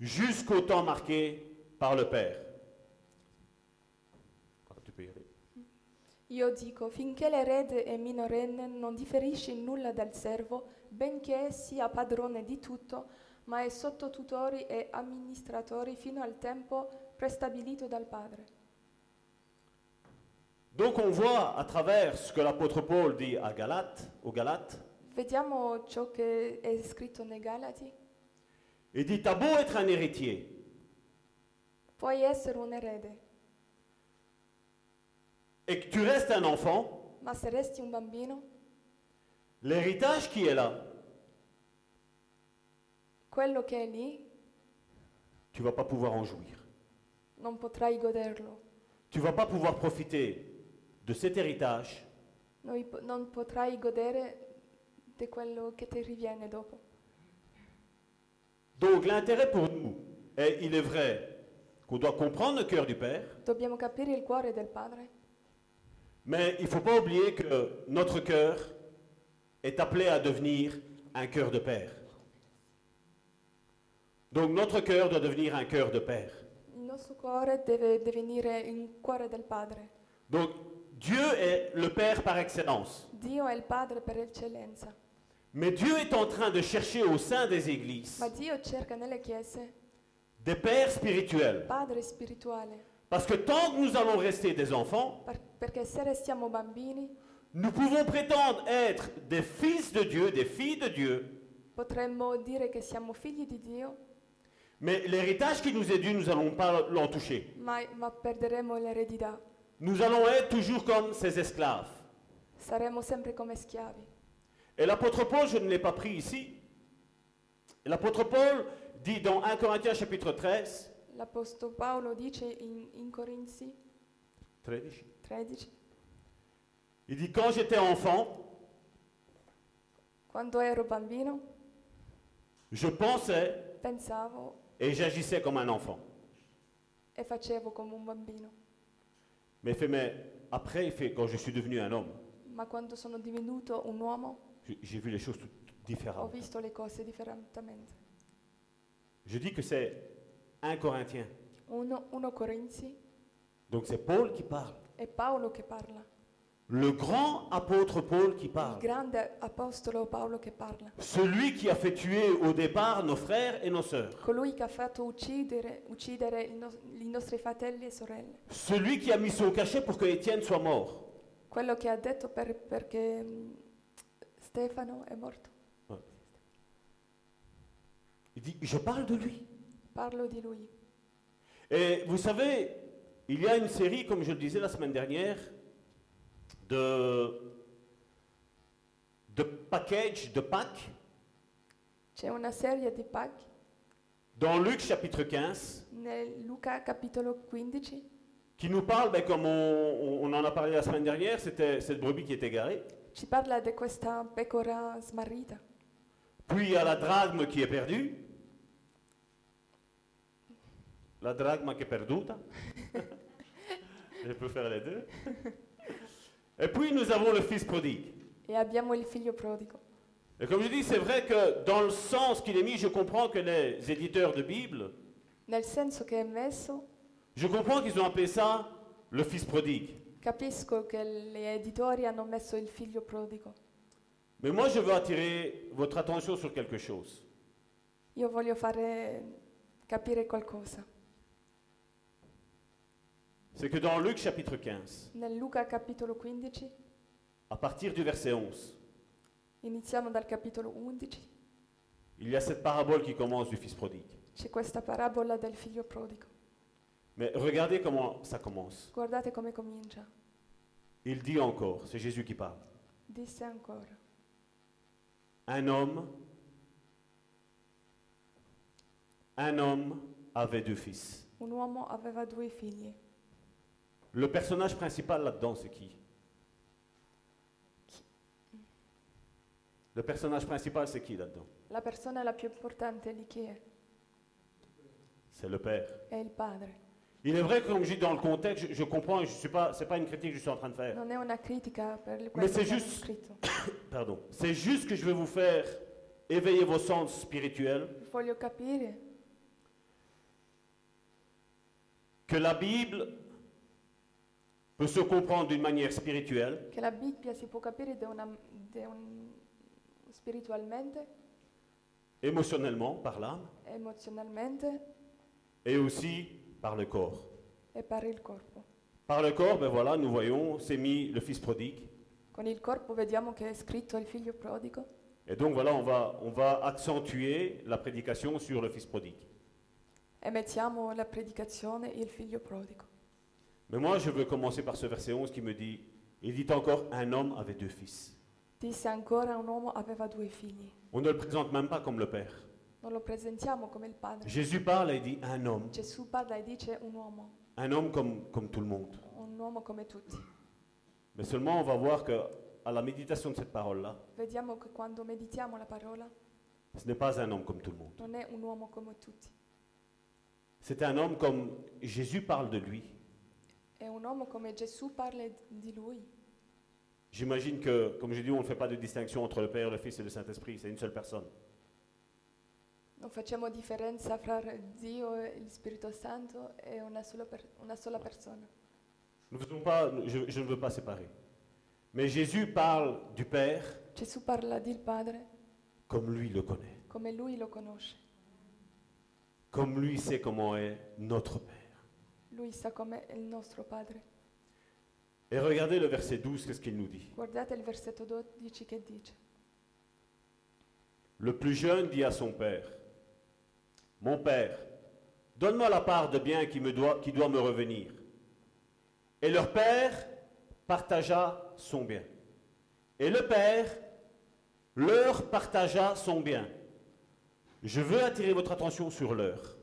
[SPEAKER 5] jusqu'au temps marqué par le Père. Ah, tu peux y aller.
[SPEAKER 4] io dico, finché l'erede è minorenne non differisce in nulla dal servo, benché sia padrone di tutto, ma è sotto tutori e amministratori fino al tempo prestabilito dal padre.
[SPEAKER 5] Donc on voit à travers ce que l'apôtre Paul dit à Galate, aux Galates,
[SPEAKER 4] Vediamo ciò che è scritto nei Galati.
[SPEAKER 5] Il dit, t'as beau être un héritier,
[SPEAKER 4] Puoi essere un erede,
[SPEAKER 5] et que tu restes un enfant,
[SPEAKER 4] ma se resti un bambino,
[SPEAKER 5] l'héritage qui est là,
[SPEAKER 4] quello che è lì
[SPEAKER 5] tu vas pas pouvoir en jouir.
[SPEAKER 4] non potrai goderlo.
[SPEAKER 5] Tu vas pas pouvoir profiter de cet héritage
[SPEAKER 4] Noi po- non potrai godere di quello che ti riviene dopo.
[SPEAKER 5] Donc l'intérêt pour nous, et il est vrai qu'on doit comprendre le cœur du Père,
[SPEAKER 4] Dobbiamo capire il cuore del padre,
[SPEAKER 5] mais il faut pas oublier que notre cœur est appelé à devenir un cœur de Père. Donc notre cœur doit devenir un cœur de Père.
[SPEAKER 4] il nostro cuore deve divenire il cuore del padre.
[SPEAKER 5] Donc Dieu est le Père par excellence.
[SPEAKER 4] Dio è il padre per eccellenza,
[SPEAKER 5] Mais Dieu est en train de chercher au sein des églises
[SPEAKER 4] ma Dio cerca nelle chiese
[SPEAKER 5] des pères spirituels.
[SPEAKER 4] padre spirituale,
[SPEAKER 5] Parce que tant que nous allons rester des enfants,
[SPEAKER 4] per- perché se restiamo bambini
[SPEAKER 5] nous pouvons prétendre être des fils de Dieu, des filles de Dieu.
[SPEAKER 4] potremmo dire che siamo figli di Dio,
[SPEAKER 5] Mais l'héritage qui nous est dû, nous n'allons pas l'en toucher.
[SPEAKER 4] ma, ma perderemo l'eredità.
[SPEAKER 5] Nous allons être toujours comme ces esclaves.
[SPEAKER 4] Saremo sempre come schiavi.
[SPEAKER 5] Et l'apôtre Paul, je ne l'ai pas pris ici. L'apôtre Paul dit dans 1 Corinthiens chapitre 13,
[SPEAKER 4] L'Apostolo Paolo dice in, in Corinzi 13,
[SPEAKER 5] il dit, quand j'étais enfant,
[SPEAKER 4] quando ero bambino
[SPEAKER 5] je pensais
[SPEAKER 4] pensavo
[SPEAKER 5] et j'agissais comme un enfant.
[SPEAKER 4] e facevo come un bambino,
[SPEAKER 5] Mais il fait, mais après, il fait, quand je suis devenu un homme,
[SPEAKER 4] ma quando sono divenuto un uomo
[SPEAKER 5] j'ai- j'ai vu les choses toutes
[SPEAKER 4] ho
[SPEAKER 5] différemment.
[SPEAKER 4] visto le cose differentemente.
[SPEAKER 5] Je dis que c'est un Corinthien.
[SPEAKER 4] 1, 1 Corinzi
[SPEAKER 5] Donc c'est Paul qui parle.
[SPEAKER 4] è Paolo che parla,
[SPEAKER 5] Le grand apôtre Paul qui
[SPEAKER 4] il
[SPEAKER 5] parle.
[SPEAKER 4] grande apostolo Paolo che parla,
[SPEAKER 5] Celui qui a fait tuer au départ nos frères et nos sœurs.
[SPEAKER 4] colui che ha fatto uccidere, uccidere il nos- i nostri fratelli e sorelle,
[SPEAKER 5] Celui qui a mis son cachet pour que Étienne soit mort.
[SPEAKER 4] quello che ha detto per- perché mm, Stefano è morto.
[SPEAKER 5] Il dit, je parle de lui.
[SPEAKER 4] Parlo di lui.
[SPEAKER 5] Et vous savez, il y a une série, comme je le disais la semaine dernière, de, de package, de pack,
[SPEAKER 4] C'è una serie di pacchi
[SPEAKER 5] dans Luc chapitre 15.
[SPEAKER 4] nel Luca capitolo 15
[SPEAKER 5] qui nous parle, ben, comme on, on- on en a parlé la semaine dernière, c'était cette brebis qui était garée.
[SPEAKER 4] ci parla di questa pecora smarrita,
[SPEAKER 5] Puis il y a la drachme qui est perdue. La drachma qui est perduta. Je peux faire les deux. Et puis nous avons le fils prodigue.
[SPEAKER 4] e abbiamo il figlio prodigo.
[SPEAKER 5] Et comme je dis, c'est vrai que dans le sens qu'il est mis, je comprends que les éditeurs de Bible,
[SPEAKER 4] Nel senso che è messo,
[SPEAKER 5] je comprends qu'ils ont appelé ça le fils prodigue.
[SPEAKER 4] capisco che gli editori hanno messo il figlio prodigo.
[SPEAKER 5] Mais moi, je veux attirer votre attention sur quelque chose.
[SPEAKER 4] Io voglio fare capire qualcosa.
[SPEAKER 5] C'est que dans Luc chapitre 15,
[SPEAKER 4] Nel Luca capitolo 15,
[SPEAKER 5] à partir du verset 11,
[SPEAKER 4] iniziamo dal capitolo 11,
[SPEAKER 5] il y a cette parabole qui commence du fils prodigue.
[SPEAKER 4] c'è questa parabola del figlio prodigo.
[SPEAKER 5] Mais regardez comment ça commence.
[SPEAKER 4] Guardate come comincia.
[SPEAKER 5] Il dit encore, c'est Jésus qui parle.
[SPEAKER 4] Disse ancora,
[SPEAKER 5] Un homme, un homme avait deux fils.
[SPEAKER 4] un uomo aveva due figli.
[SPEAKER 5] Le personnage principal là-dedans, c'est qui Le personnage principal, c'est qui là-dedans
[SPEAKER 4] La persona la più importante di chi è?
[SPEAKER 5] C'est le père.
[SPEAKER 4] È il padre.
[SPEAKER 5] Il est vrai que, comme je dis dans le contexte, je, je comprends, je suis pas, c'est pas une critique que je suis en train de faire.
[SPEAKER 4] Non è una critica per quello
[SPEAKER 5] se
[SPEAKER 4] che hanno
[SPEAKER 5] just-
[SPEAKER 4] scritto.
[SPEAKER 5] Pardon. C'est juste que je veux vous faire éveiller vos sens spirituels,
[SPEAKER 4] Voglio capire
[SPEAKER 5] que la Bible peut se comprendre d'une manière spirituelle,
[SPEAKER 4] che la Bibbia si può capire da una- da un- spiritualmente,
[SPEAKER 5] émotionnellement par l'âme
[SPEAKER 4] emozionalmente
[SPEAKER 5] et aussi par le corps.
[SPEAKER 4] e per il corpo.
[SPEAKER 5] Par le corps, ben voilà, nous voyons, c'est mis le fils prodigue.
[SPEAKER 4] Con il corpo vediamo che è scritto il figlio prodigo
[SPEAKER 5] Et donc voilà, on va, on va accentuer la prédication sur le fils prodigue.
[SPEAKER 4] e mettiamo la predicazione il figlio prodigo.
[SPEAKER 5] Mais moi, je veux commencer par ce verset 11 qui me dit, il dit encore, un homme avait deux fils.
[SPEAKER 4] Disse ancora un uomo aveva due figli.
[SPEAKER 5] On ne le présente même pas comme le père.
[SPEAKER 4] Non lo presentiamo come il padre.
[SPEAKER 5] Jésus parle et dit, un homme,
[SPEAKER 4] Gesù parla e dice un uomo,
[SPEAKER 5] un homme comme, comme tout le monde.
[SPEAKER 4] un uomo come tutti.
[SPEAKER 5] Mais seulement, on va voir que à la méditation de cette parole-là,
[SPEAKER 4] Vediamo che quando meditiamo la parola
[SPEAKER 5] ce n'est pas un homme comme tout le monde.
[SPEAKER 4] non è un uomo come tutti,
[SPEAKER 5] C'est un homme comme Jésus parle de lui.
[SPEAKER 4] è un uomo come Gesù parla di lui.
[SPEAKER 5] J'imagine que, comme je dis, on ne fait pas de distinction entre le Père, le Fils et le Saint-Esprit. C'est une seule personne.
[SPEAKER 4] Non facciamo differenza fra Dio e il Spirito Santo, è una sola, per- una sola persona.
[SPEAKER 5] Nous ne faisons pas, je, je ne veux pas séparer. Mais Jésus parle du Père
[SPEAKER 4] Gesù parla del Padre
[SPEAKER 5] comme lui le connaît,
[SPEAKER 4] come lui lo conosce,
[SPEAKER 5] comme lui sait comment est notre Père.
[SPEAKER 4] lui sa com'è il nostro Padre.
[SPEAKER 5] Et regardez le verset 12, qu'est-ce qu'il nous dit.
[SPEAKER 4] Guardate il versetto 12 che dice,
[SPEAKER 5] Le plus jeune dit à son Père, Mon Père, donne-moi la part de bien qui, me doit, qui doit me revenir. Et leur Père partagea son bien. Et le Père leur partagea son bien. Je veux attirer votre attention sur l'heure.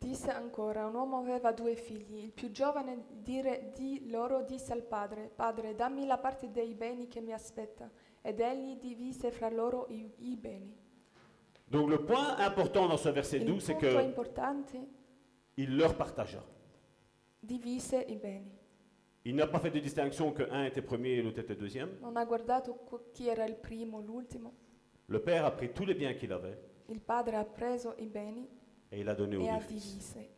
[SPEAKER 4] disse ancora, un uomo aveva due figli, il più giovane dire di loro disse al padre, padre dammi la parte dei beni che mi aspetta, ed egli divise fra loro i, i beni.
[SPEAKER 5] Donc le point important dans ce verset
[SPEAKER 4] Il
[SPEAKER 5] 12, c'est
[SPEAKER 4] punto
[SPEAKER 5] que
[SPEAKER 4] importante,
[SPEAKER 5] il leur partagea.
[SPEAKER 4] divise i beni.
[SPEAKER 5] Il n'a pas fait de distinction que un était premier et l'autre était deuxième.
[SPEAKER 4] Non ha guardato qu- chi era il primo, l'ultimo.
[SPEAKER 5] Le père a pris tous les biens qu'il avait
[SPEAKER 4] Il padre ha preso i beni
[SPEAKER 5] et il a donné aux
[SPEAKER 4] e ha
[SPEAKER 5] deux fils.
[SPEAKER 4] divise.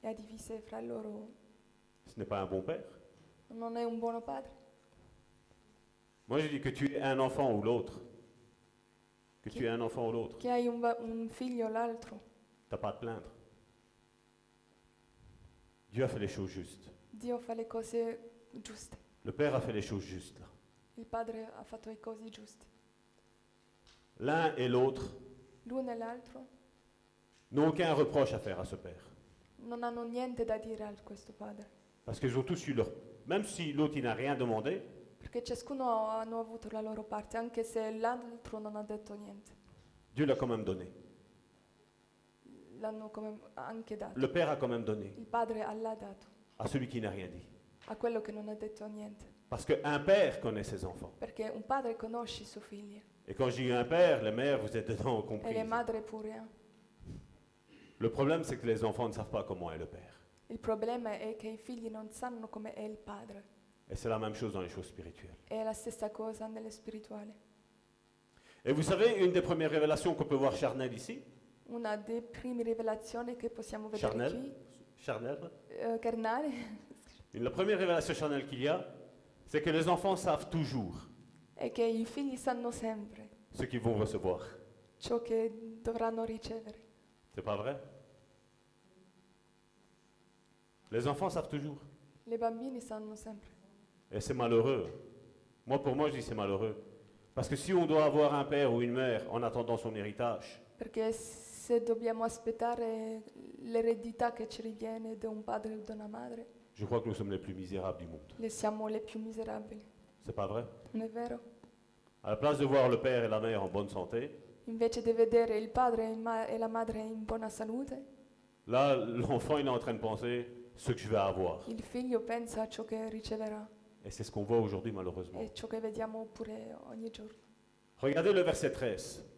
[SPEAKER 4] E ha divise fra loro.
[SPEAKER 5] Ce n'est pas un bon père.
[SPEAKER 4] Non è un buono padre.
[SPEAKER 5] Moi, je dis que tu es un enfant ou l'autre. Que tu es un enfant ou l'autre.
[SPEAKER 4] Che hai un, va- un figlio o l'altro.
[SPEAKER 5] T'as pas à te plaindre. Dieu a fait les choses justes.
[SPEAKER 4] Dio fa le cose giuste.
[SPEAKER 5] Le père a fait les choses justes. là.
[SPEAKER 4] Il padre ha fatto le cose giuste.
[SPEAKER 5] L'un et l'autre
[SPEAKER 4] L'uno e l'altro
[SPEAKER 5] n'ont aucun reproche à faire à ce père.
[SPEAKER 4] non hanno niente da dire a questo padre.
[SPEAKER 5] Parce qu'ils ont tous eu leur... Même si l'autre, il n'a rien demandé,
[SPEAKER 4] Perché ciascuno ha- hanno avuto la loro parte, anche se l'altro non ha detto niente.
[SPEAKER 5] Dieu l'a quand même donné.
[SPEAKER 4] L'hanno come anche dato.
[SPEAKER 5] Le père a quand même donné
[SPEAKER 4] Il padre l'ha dato
[SPEAKER 5] à celui qui n'a rien dit.
[SPEAKER 4] a quello che non ha detto niente.
[SPEAKER 5] Parce qu'un père connaît ses enfants.
[SPEAKER 4] Perché un padre conosce i suoi figli
[SPEAKER 5] Et quand je dis un père, les mères, vous êtes dedans
[SPEAKER 4] e le
[SPEAKER 5] compris.
[SPEAKER 4] madri pure. eh.
[SPEAKER 5] Le problème, c'est que les enfants ne savent pas comment est le père.
[SPEAKER 4] Il problema è che i figli non sanno come è il padre.
[SPEAKER 5] Et c'est la même chose dans les choses spirituelles.
[SPEAKER 4] È la stessa cosa nelle spirituali.
[SPEAKER 5] Et vous savez, une des premières révélations qu'on peut voir charnelle ici,
[SPEAKER 4] Una delle prime rivelazioni che possiamo vedere
[SPEAKER 5] Charnel.
[SPEAKER 4] qui,
[SPEAKER 5] charnelle,
[SPEAKER 4] eh, carnale,
[SPEAKER 5] une, la première révélation charnelle qu'il y a, c'est que les enfants savent toujours
[SPEAKER 4] è che i figli sanno sempre
[SPEAKER 5] ce qu'ils vont recevoir.
[SPEAKER 4] ciò che dovranno ricevere.
[SPEAKER 5] C'est pas vrai Les enfants savent toujours.
[SPEAKER 4] Le bambini sanno sempre.
[SPEAKER 5] Et c'est malheureux. Moi, pour moi, je dis c'est malheureux. Parce que si on doit avoir un père ou une mère en attendant son héritage,
[SPEAKER 4] Perché se dobbiamo aspettare l'eredità che ci riviene da un padre o da una madre,
[SPEAKER 5] je crois que nous sommes les plus misérables du monde.
[SPEAKER 4] le siamo le più miserabili,
[SPEAKER 5] C'est pas vrai
[SPEAKER 4] non è vero?
[SPEAKER 5] À la place de voir le père et la mère en bonne santé,
[SPEAKER 4] Invece di vedere il padre e il ma- e la madre in buona salute,
[SPEAKER 5] là, l'enfant, il est en train de penser ce que je vais avoir.
[SPEAKER 4] il figlio pensa a ciò che riceverà
[SPEAKER 5] Et c'est ce qu'on voit aujourd'hui, malheureusement.
[SPEAKER 4] e ciò che vediamo pure ogni giorno.
[SPEAKER 5] Regardez le verset 13.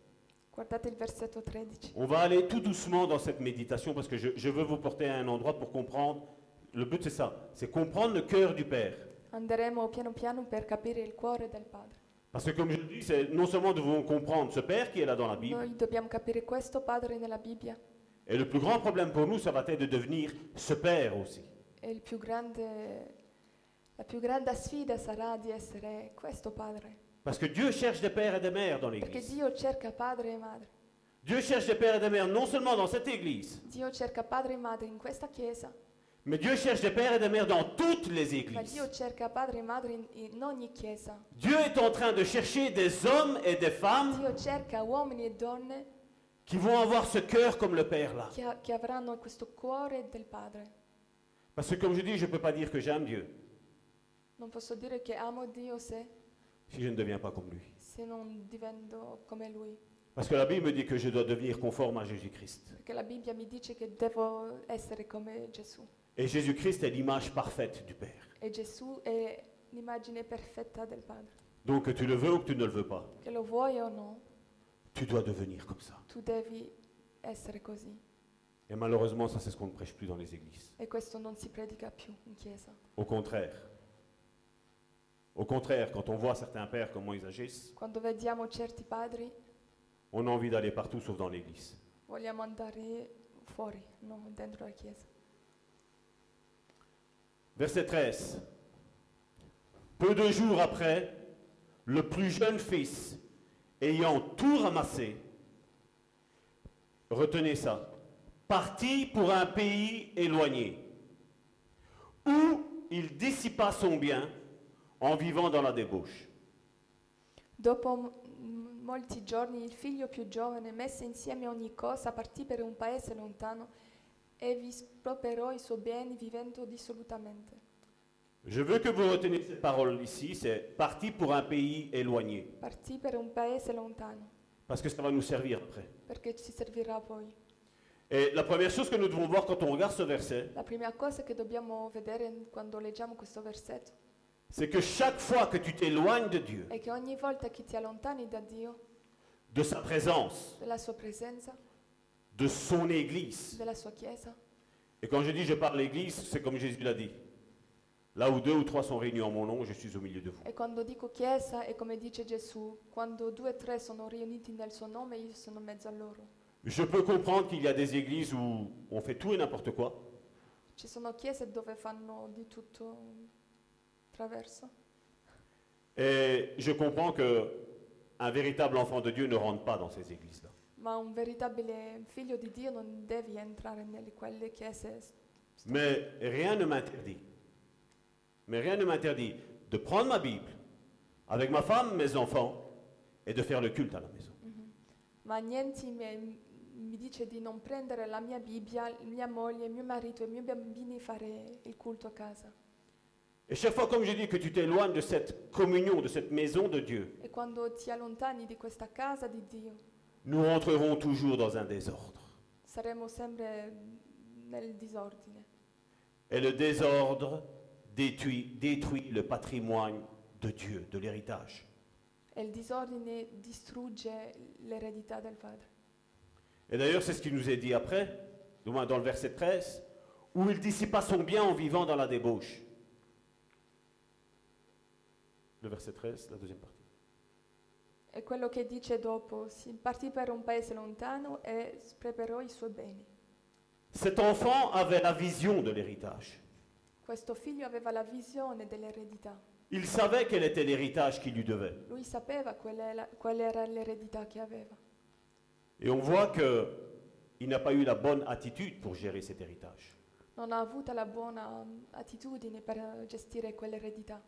[SPEAKER 4] Guardate il versetto 13.
[SPEAKER 5] On va aller tout doucement dans cette méditation parce que je, je veux vous porter à un endroit pour comprendre. Le but, c'est ça c'est comprendre le cœur du père.
[SPEAKER 4] Andremo piano piano per capire il cuore del padre.
[SPEAKER 5] Parce que, comme je le dis, c'est non seulement devons comprendre ce père qui est là dans la Bible,
[SPEAKER 4] Noi dobbiamo capire questo padre nella Bibbia
[SPEAKER 5] Et le plus grand problème pour nous, ça va être de devenir ce père aussi.
[SPEAKER 4] e il più grande, la più grande sfida sarà di essere questo padre.
[SPEAKER 5] Parce que Dieu cherche des pères et des mères dans
[SPEAKER 4] Perché
[SPEAKER 5] l'Église.
[SPEAKER 4] Dio cerca padre e madre.
[SPEAKER 5] Dieu cherche des pères et des mères non seulement dans cette Église,
[SPEAKER 4] Dio cerca padre e madre in questa chiesa,
[SPEAKER 5] mais Dieu cherche des pères et des mères dans toutes les
[SPEAKER 4] ma
[SPEAKER 5] églises.
[SPEAKER 4] Dio cerca padre e madre in, in ogni chiesa.
[SPEAKER 5] Dieu est en train de chercher des hommes et des femmes
[SPEAKER 4] Dio cerca uomini e donne
[SPEAKER 5] qui vont avoir ce cœur comme le père là.
[SPEAKER 4] che, ha- che avranno questo cuore del padre.
[SPEAKER 5] Parce que comme je dis, je ne peux pas dire que j'aime Dieu
[SPEAKER 4] Non posso dire che amo Dio se,
[SPEAKER 5] si je ne deviens pas comme lui.
[SPEAKER 4] se non divento come Lui,
[SPEAKER 5] Parce que la Bible me dit que je dois devenir conforme à Jésus-Christ.
[SPEAKER 4] perché la Bibbia mi dice che devo essere come Gesù.
[SPEAKER 5] Et Jésus-Christ est l'image parfaite du Père.
[SPEAKER 4] E Gesù è l'immagine perfetta del Padre.
[SPEAKER 5] Donc que tu le veux ou que tu ne le veux pas,
[SPEAKER 4] Che lo vuoi o no,
[SPEAKER 5] tu dois devenir comme ça.
[SPEAKER 4] tu devi essere così.
[SPEAKER 5] Et malheureusement, ça c'est ce qu'on ne prêche plus dans les églises.
[SPEAKER 4] E questo non si predica più in chiesa.
[SPEAKER 5] Au contraire. Au contraire, quand on voit certains pères comment ils agissent,
[SPEAKER 4] Quando vediamo certi padri,
[SPEAKER 5] on a envie d'aller partout sauf dans l'église.
[SPEAKER 4] vogliamo andare fuori, non dentro la chiesa.
[SPEAKER 5] Verset 13. Peu de jours après, le plus jeune fils, ayant tout ramassé, retenez ça, partit pour un pays éloigné, où il dissipa son bien en vivant dans la débauche.
[SPEAKER 4] Dopo m- molti giorni il figlio più giovane, messe insieme ogni cosa, partì per un paese lontano e vi sproperò i suoi beni vivendo dissolutamente.
[SPEAKER 5] Je veux que vous reteniez cette parole ici, c'est parti pour un pays éloigné,
[SPEAKER 4] Partì per un paese lontano,
[SPEAKER 5] parce que ça va nous servir après.
[SPEAKER 4] perché ci servirà poi.
[SPEAKER 5] Et la première chose que nous devons voir quand on regarde ce verset,
[SPEAKER 4] La prima cosa che dobbiamo vedere quando leggiamo questo versetto
[SPEAKER 5] c'est que chaque fois que tu t'éloignes de Dieu,
[SPEAKER 4] è che ogni volta che ti allontani da Dio,
[SPEAKER 5] de sa présence,
[SPEAKER 4] della sua presenza,
[SPEAKER 5] de son Église,
[SPEAKER 4] della sua Chiesa,
[SPEAKER 5] et quand je dis je parle l'Église, c'est comme Jésus l'a dit. Là où deux ou trois sont réunis en mon nom, je suis au milieu de vous.
[SPEAKER 4] e quando dico Chiesa è come dice Gesù, quando due o tre sono riuniti nel suo nome io sono in mezzo a loro.
[SPEAKER 5] Je peux comprendre qu'il y a des églises où on fait tout et n'importe quoi,
[SPEAKER 4] Ci sono chiese dove fanno di tutto attraverso
[SPEAKER 5] et je comprends que un véritable enfant de Dieu ne rentre pas dans ces églises-là.
[SPEAKER 4] ma un veritabile figlio di Dio non devi entrare nelle quelle chiese.
[SPEAKER 5] Mais rien ne m'interdit. Mais rien ne m'interdit de prendre ma Bible avec ma femme, mes enfants et de faire le culte à la maison.
[SPEAKER 4] Ma niente mi, mi dice di non prendere la mia Bibbia, mia moglie, mio marito e i miei bambini e fare il culto a casa.
[SPEAKER 5] Et chaque fois, comme je dis, que tu t'éloignes de cette communion, de cette maison de Dieu,
[SPEAKER 4] E quando ti allontani di questa casa di Dio,
[SPEAKER 5] nous rentrerons toujours dans un désordre.
[SPEAKER 4] saremo sempre nel disordine.
[SPEAKER 5] Et le désordre détruit, détruit le patrimoine de Dieu, de l'héritage.
[SPEAKER 4] E il disordine distrugge l'eredità del Padre.
[SPEAKER 5] Et d'ailleurs, c'est ce qui nous est dit après, du moins dans le verset 13, où il dissipa son bien en vivant dans la débauche. le verset 13, la deuxième partie.
[SPEAKER 4] E quello che dice dopo, si partì per un paese lontano e spreperò i suoi beni.
[SPEAKER 5] Cet enfant avait la vision de l'héritage.
[SPEAKER 4] Questo figlio aveva la visione dell'eredità.
[SPEAKER 5] Il savait quel était l'héritage qui lui devait.
[SPEAKER 4] Lui sapeva qual era, qual era l'eredità che aveva.
[SPEAKER 5] Et on voit que il n'a pas eu la bonne attitude pour gérer cet héritage.
[SPEAKER 4] Non ha avuto la buona mm, attitudine per eh, gestire quell'eredità.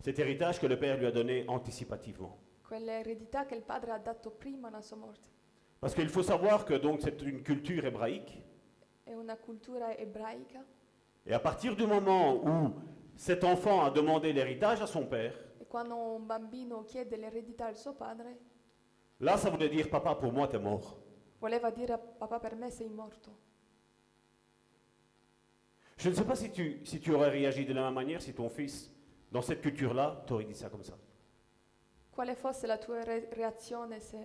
[SPEAKER 5] Cet héritage que le Père lui a donné anticipativement.
[SPEAKER 4] Quell'eredità che il padre ha dato prima alla sua morte.
[SPEAKER 5] Parce qu'il faut savoir que donc c'est une culture hébraïque.
[SPEAKER 4] È una cultura ebraica
[SPEAKER 5] Et à partir du moment où cet enfant a demandé l'héritage à son père,
[SPEAKER 4] e quando un bambino chiede l'eredità al suo padre,
[SPEAKER 5] là ça voulait dire papa pour moi t'es mort.
[SPEAKER 4] voleva dire a papà per me sei morto.
[SPEAKER 5] Je ne sais pas si tu, si tu aurais réagi de la même manière si ton fils, dans cette culture-là, t'aurait dit ça comme ça.
[SPEAKER 4] Quale fosse la tua re- reazione se,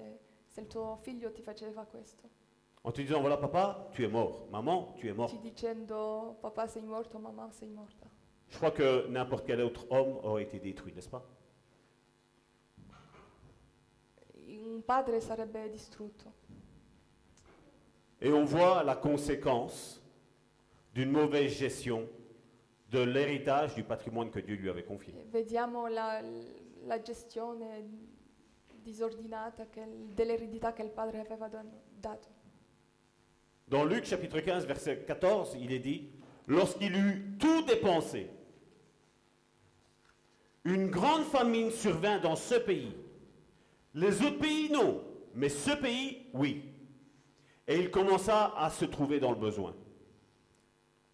[SPEAKER 4] se il tuo figlio ti faceva questo?
[SPEAKER 5] En te disant, voilà papa, tu es mort. Maman, tu es mort.
[SPEAKER 4] Ti dicendo papà sei morto, mamma sei morta.
[SPEAKER 5] Je crois que n'importe quel autre homme aurait été détruit, n'est-ce pas
[SPEAKER 4] Un padre sarebbe distrutto.
[SPEAKER 5] Et on voit la conséquence d'une mauvaise gestion de l'héritage du patrimoine que Dieu lui avait confié.
[SPEAKER 4] E Vediamo la, la gestione disordinata che il- dell'eredità che il padre aveva don- dato.
[SPEAKER 5] Dans Luc chapitre 15, verset 14, il est dit, lorsqu'il eut tout dépensé, une grande famine survint dans ce pays. Les autres pays, non, mais ce pays, oui. Et il commença à se trouver dans le besoin.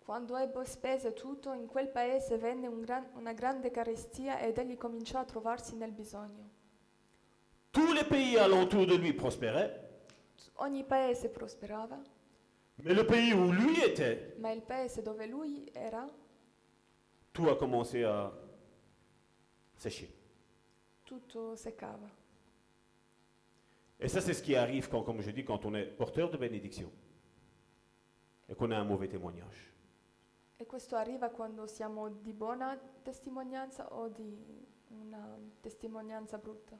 [SPEAKER 4] Quando ebbe spese tutto, in quel paese venne un gran- una grande carestia ed egli cominciò a trovarsi nel bisogno.
[SPEAKER 5] Tous les pays alentour de lui prospéraient,
[SPEAKER 4] Ogni paese prosperava,
[SPEAKER 5] mais le pays où lui était,
[SPEAKER 4] ma il paese dove lui era,
[SPEAKER 5] tout a commencé à sécher.
[SPEAKER 4] tutto seccava.
[SPEAKER 5] Et ça, c'est ce qui arrive quand, comme je dis, quand on est porteur de bénédiction et qu'on a un mauvais témoignage.
[SPEAKER 4] E questo arriva quando siamo di buona testimonianza o di una testimonianza brutta.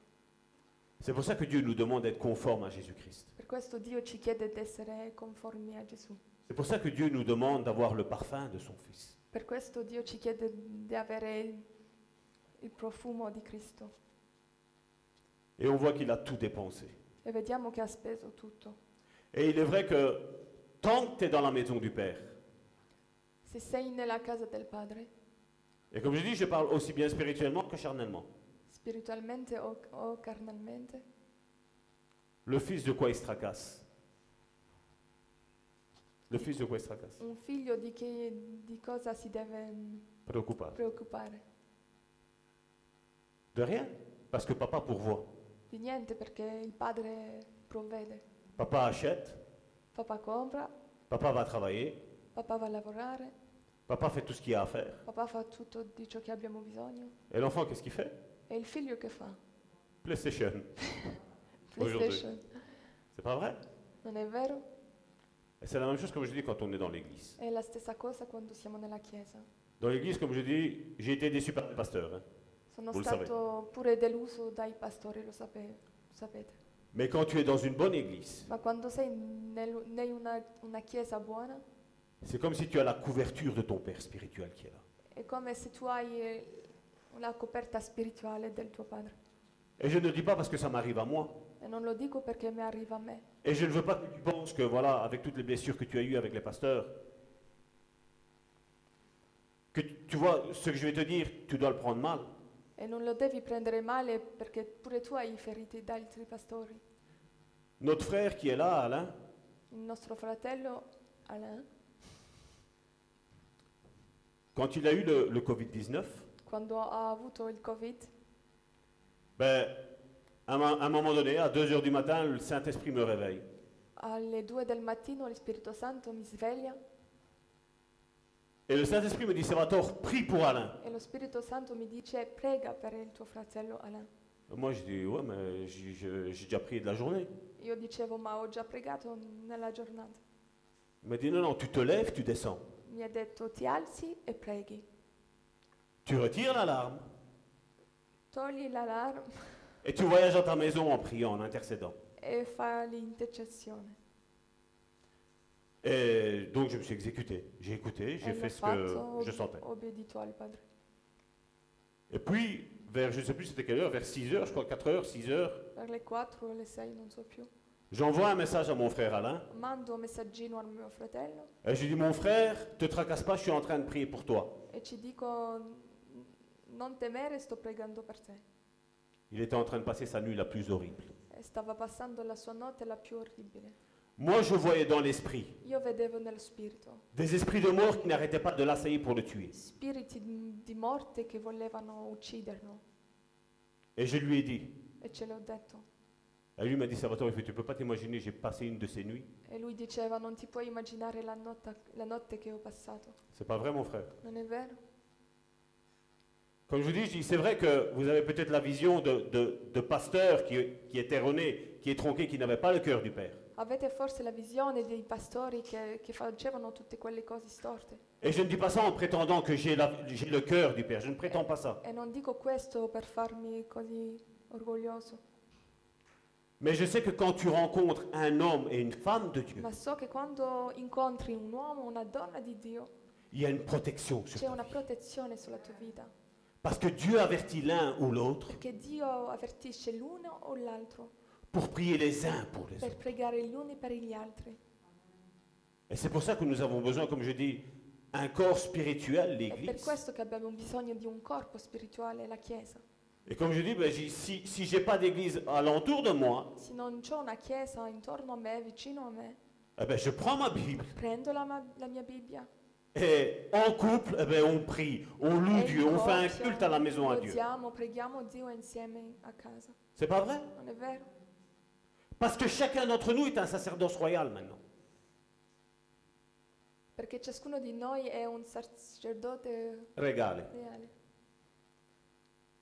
[SPEAKER 5] C'est pour ça que Dieu nous demande d'être conformes à Jésus-Christ.
[SPEAKER 4] Per questo Dio ci chiede di essere conformi a Gesù.
[SPEAKER 5] C'est pour ça que Dieu nous demande d'avoir le parfum de son Fils.
[SPEAKER 4] Per questo Dio ci chiede di avere il, il profumo di Cristo.
[SPEAKER 5] Et on voit qu'il a tout dépensé.
[SPEAKER 4] E vediamo che ha speso tutto.
[SPEAKER 5] Et il est vrai que tant que tu es dans la maison du Père,
[SPEAKER 4] Se sei nella casa del Padre,
[SPEAKER 5] et comme je dis, je parle aussi bien spirituellement que charnellement,
[SPEAKER 4] spiritualmente o, o carnalmente,
[SPEAKER 5] le Fils de quoi il se tracasse Le Fils de quoi il se tracasse
[SPEAKER 4] un figlio di, che, di cosa si deve mm,
[SPEAKER 5] Préoccupable.
[SPEAKER 4] preoccupare?
[SPEAKER 5] De rien, parce que papa pourvoit.
[SPEAKER 4] Di niente perché il Padre provvede.
[SPEAKER 5] Papa achète,
[SPEAKER 4] Papà compra,
[SPEAKER 5] papa va travailler,
[SPEAKER 4] papà va a lavorare,
[SPEAKER 5] papa fait tout ce qu'il y a à faire.
[SPEAKER 4] papà fa tutto di ciò che abbiamo bisogno.
[SPEAKER 5] Et l'enfant, qu'est-ce qu'il fait
[SPEAKER 4] E il figlio che fa?
[SPEAKER 5] PlayStation. Aujourd'hui.
[SPEAKER 4] PlayStation.
[SPEAKER 5] C'est pas vrai
[SPEAKER 4] Non è vero?
[SPEAKER 5] Et c'est la même chose, comme je dis, quand on est dans l'église.
[SPEAKER 4] È la stessa cosa quando siamo nella chiesa.
[SPEAKER 5] Dans l'église, comme je dis, j'ai été déçu par le pasteur. hein.
[SPEAKER 4] Sono
[SPEAKER 5] Voi lo
[SPEAKER 4] stato pure deluso dai pastori, lo, sape- lo sapete.
[SPEAKER 5] Mais quand tu es dans une bonne église,
[SPEAKER 4] Ma quando sei nel- in una, una chiesa buona,
[SPEAKER 5] c'est comme si tu as la couverture de ton Père spirituel qui est là.
[SPEAKER 4] è come se tu hai eh, la coperta spirituale del tuo padre.
[SPEAKER 5] Et je ne dis pas parce que ça m'arrive à moi.
[SPEAKER 4] E non lo dico perché mi arriva a me.
[SPEAKER 5] Et je ne veux pas que tu penses que, voilà, avec toutes les blessures que tu as eues avec les pasteurs, que tu tu vois, ce que je vais te dire, tu dois le prendre mal.
[SPEAKER 4] E non lo devi prendere male perché pure tu hai feriti da altri pastori.
[SPEAKER 5] Notre frère qui est là, Alain,
[SPEAKER 4] Il nostro fratello Alain,
[SPEAKER 5] quand il a eu le, le Covid-19,
[SPEAKER 4] quando ha avuto il Covid,
[SPEAKER 5] ben, à un, mo- à un moment donné, à 2 heures du matin, le Saint-Esprit me réveille.
[SPEAKER 4] alle 2 del mattino lo Spirito Santo mi sveglia
[SPEAKER 5] Et le Saint-Esprit me dit, Salvatore, prie pour Alain.
[SPEAKER 4] e lo Spirito Santo mi dice prega per il tuo fratello Alain.
[SPEAKER 5] Moi, je dis, ouais, mais j'ai je- j'ai déjà prié de la journée.
[SPEAKER 4] Io dicevo ma ho già pregato nella giornata.
[SPEAKER 5] Il m'a dit, non, non, tu te lèves, tu descends.
[SPEAKER 4] Mi ha detto ti alzi e preghi,
[SPEAKER 5] Tu retires l'alarme.
[SPEAKER 4] Togli l'allarme
[SPEAKER 5] Et tu voyages à ta maison en priant, en intercédant.
[SPEAKER 4] e fa l'intercessione.
[SPEAKER 5] Et donc je me suis exécuté. J'ai écouté,
[SPEAKER 4] E
[SPEAKER 5] j'ai
[SPEAKER 4] l'ho
[SPEAKER 5] fait ce que
[SPEAKER 4] fatto,
[SPEAKER 5] je
[SPEAKER 4] ob-
[SPEAKER 5] sentais.
[SPEAKER 4] obbedito al padre.
[SPEAKER 5] Et puis, vers, je ne sais plus c'était quelle heure, vers 6 heures, je crois 4 heures, 6 heures,
[SPEAKER 4] Per le 4 o le 6, non so più.
[SPEAKER 5] j'envoie un message à mon frère Alain.
[SPEAKER 4] Mando un messaggino al mio fratello
[SPEAKER 5] Et je lui dis, mon frère, te tracasse pas, je suis en train de prier pour toi.
[SPEAKER 4] e ci dico non temere, sto pregando per te.
[SPEAKER 5] Il était en train de passer sa nuit la plus horrible.
[SPEAKER 4] E stava passando la sua notte la più orribile.
[SPEAKER 5] Moi, je voyais dans l'esprit
[SPEAKER 4] Io vedevo nello spirito
[SPEAKER 5] des esprits de mort qui n'arrêtaient pas de l'assaillir pour le tuer.
[SPEAKER 4] spiriti di di morte che volevano ucciderlo
[SPEAKER 5] Et je lui ai dit,
[SPEAKER 4] e ce l'ho detto.
[SPEAKER 5] et lui m'a dit, Salvatore, il fait, tu peux pas t'imaginer, j'ai passé une de ces nuits.
[SPEAKER 4] E lui diceva non ti puoi immaginare la notte, la notte che ho passato.
[SPEAKER 5] C'est pas vrai, mon frère.
[SPEAKER 4] Non è vero?
[SPEAKER 5] Comme je vous dis, je dis, c'est vrai que vous avez peut-être la vision de, de, de pasteur qui, qui est erroné, qui est tronqué, qui n'avait pas le cœur du Père.
[SPEAKER 4] Avete forse la visione dei pastori che, che facevano tutte quelle cose storte?
[SPEAKER 5] Et je ne dis pas ça en prétendant que j'ai la- j'ai le cœur du Père. Je ne prétends pas ça.
[SPEAKER 4] E non dico questo per farmi così orgoglioso,
[SPEAKER 5] Mais je sais que quand tu rencontres un homme et une femme de Dieu,
[SPEAKER 4] ma so che quando incontri un uomo, una donna di Dio,
[SPEAKER 5] il y a une protection sur
[SPEAKER 4] c'è
[SPEAKER 5] toi.
[SPEAKER 4] una protezione sulla tua vita,
[SPEAKER 5] Parce que Dieu avertit l'un ou l'autre
[SPEAKER 4] perché Dio avvertisce l'uno o l'altro
[SPEAKER 5] pour prier les uns pour les
[SPEAKER 4] per
[SPEAKER 5] autres.
[SPEAKER 4] pregare gli uni per gli altri.
[SPEAKER 5] Et c'est pour ça que nous avons besoin, comme je dis, un corps spirituel,
[SPEAKER 4] È per
[SPEAKER 5] l'Église.
[SPEAKER 4] questo che abbiamo bisogno di un corpo spirituale, la Chiesa.
[SPEAKER 5] Et comme je dis, ben, j'ai- si, si je n'ai pas d'église alentour de moi,
[SPEAKER 4] Se non c'è una Chiesa intorno a me, vicino a me,
[SPEAKER 5] eh ben, je prends ma Bible.
[SPEAKER 4] prendo la, ma- la mia Bibbia
[SPEAKER 5] Et en couple, eh ben, on prie, on loue
[SPEAKER 4] e
[SPEAKER 5] Dieu, on fait un
[SPEAKER 4] coppia,
[SPEAKER 5] culte à la maison à Dieu.
[SPEAKER 4] lodiamo, preghiamo Dio insieme a casa.
[SPEAKER 5] C'est pas vrai
[SPEAKER 4] Non è vero?
[SPEAKER 5] Parce que chacun d'entre nous est un sacerdoce royal maintenant.
[SPEAKER 4] Perché ciascuno di noi è un sacerdote
[SPEAKER 5] Régale.
[SPEAKER 4] reale.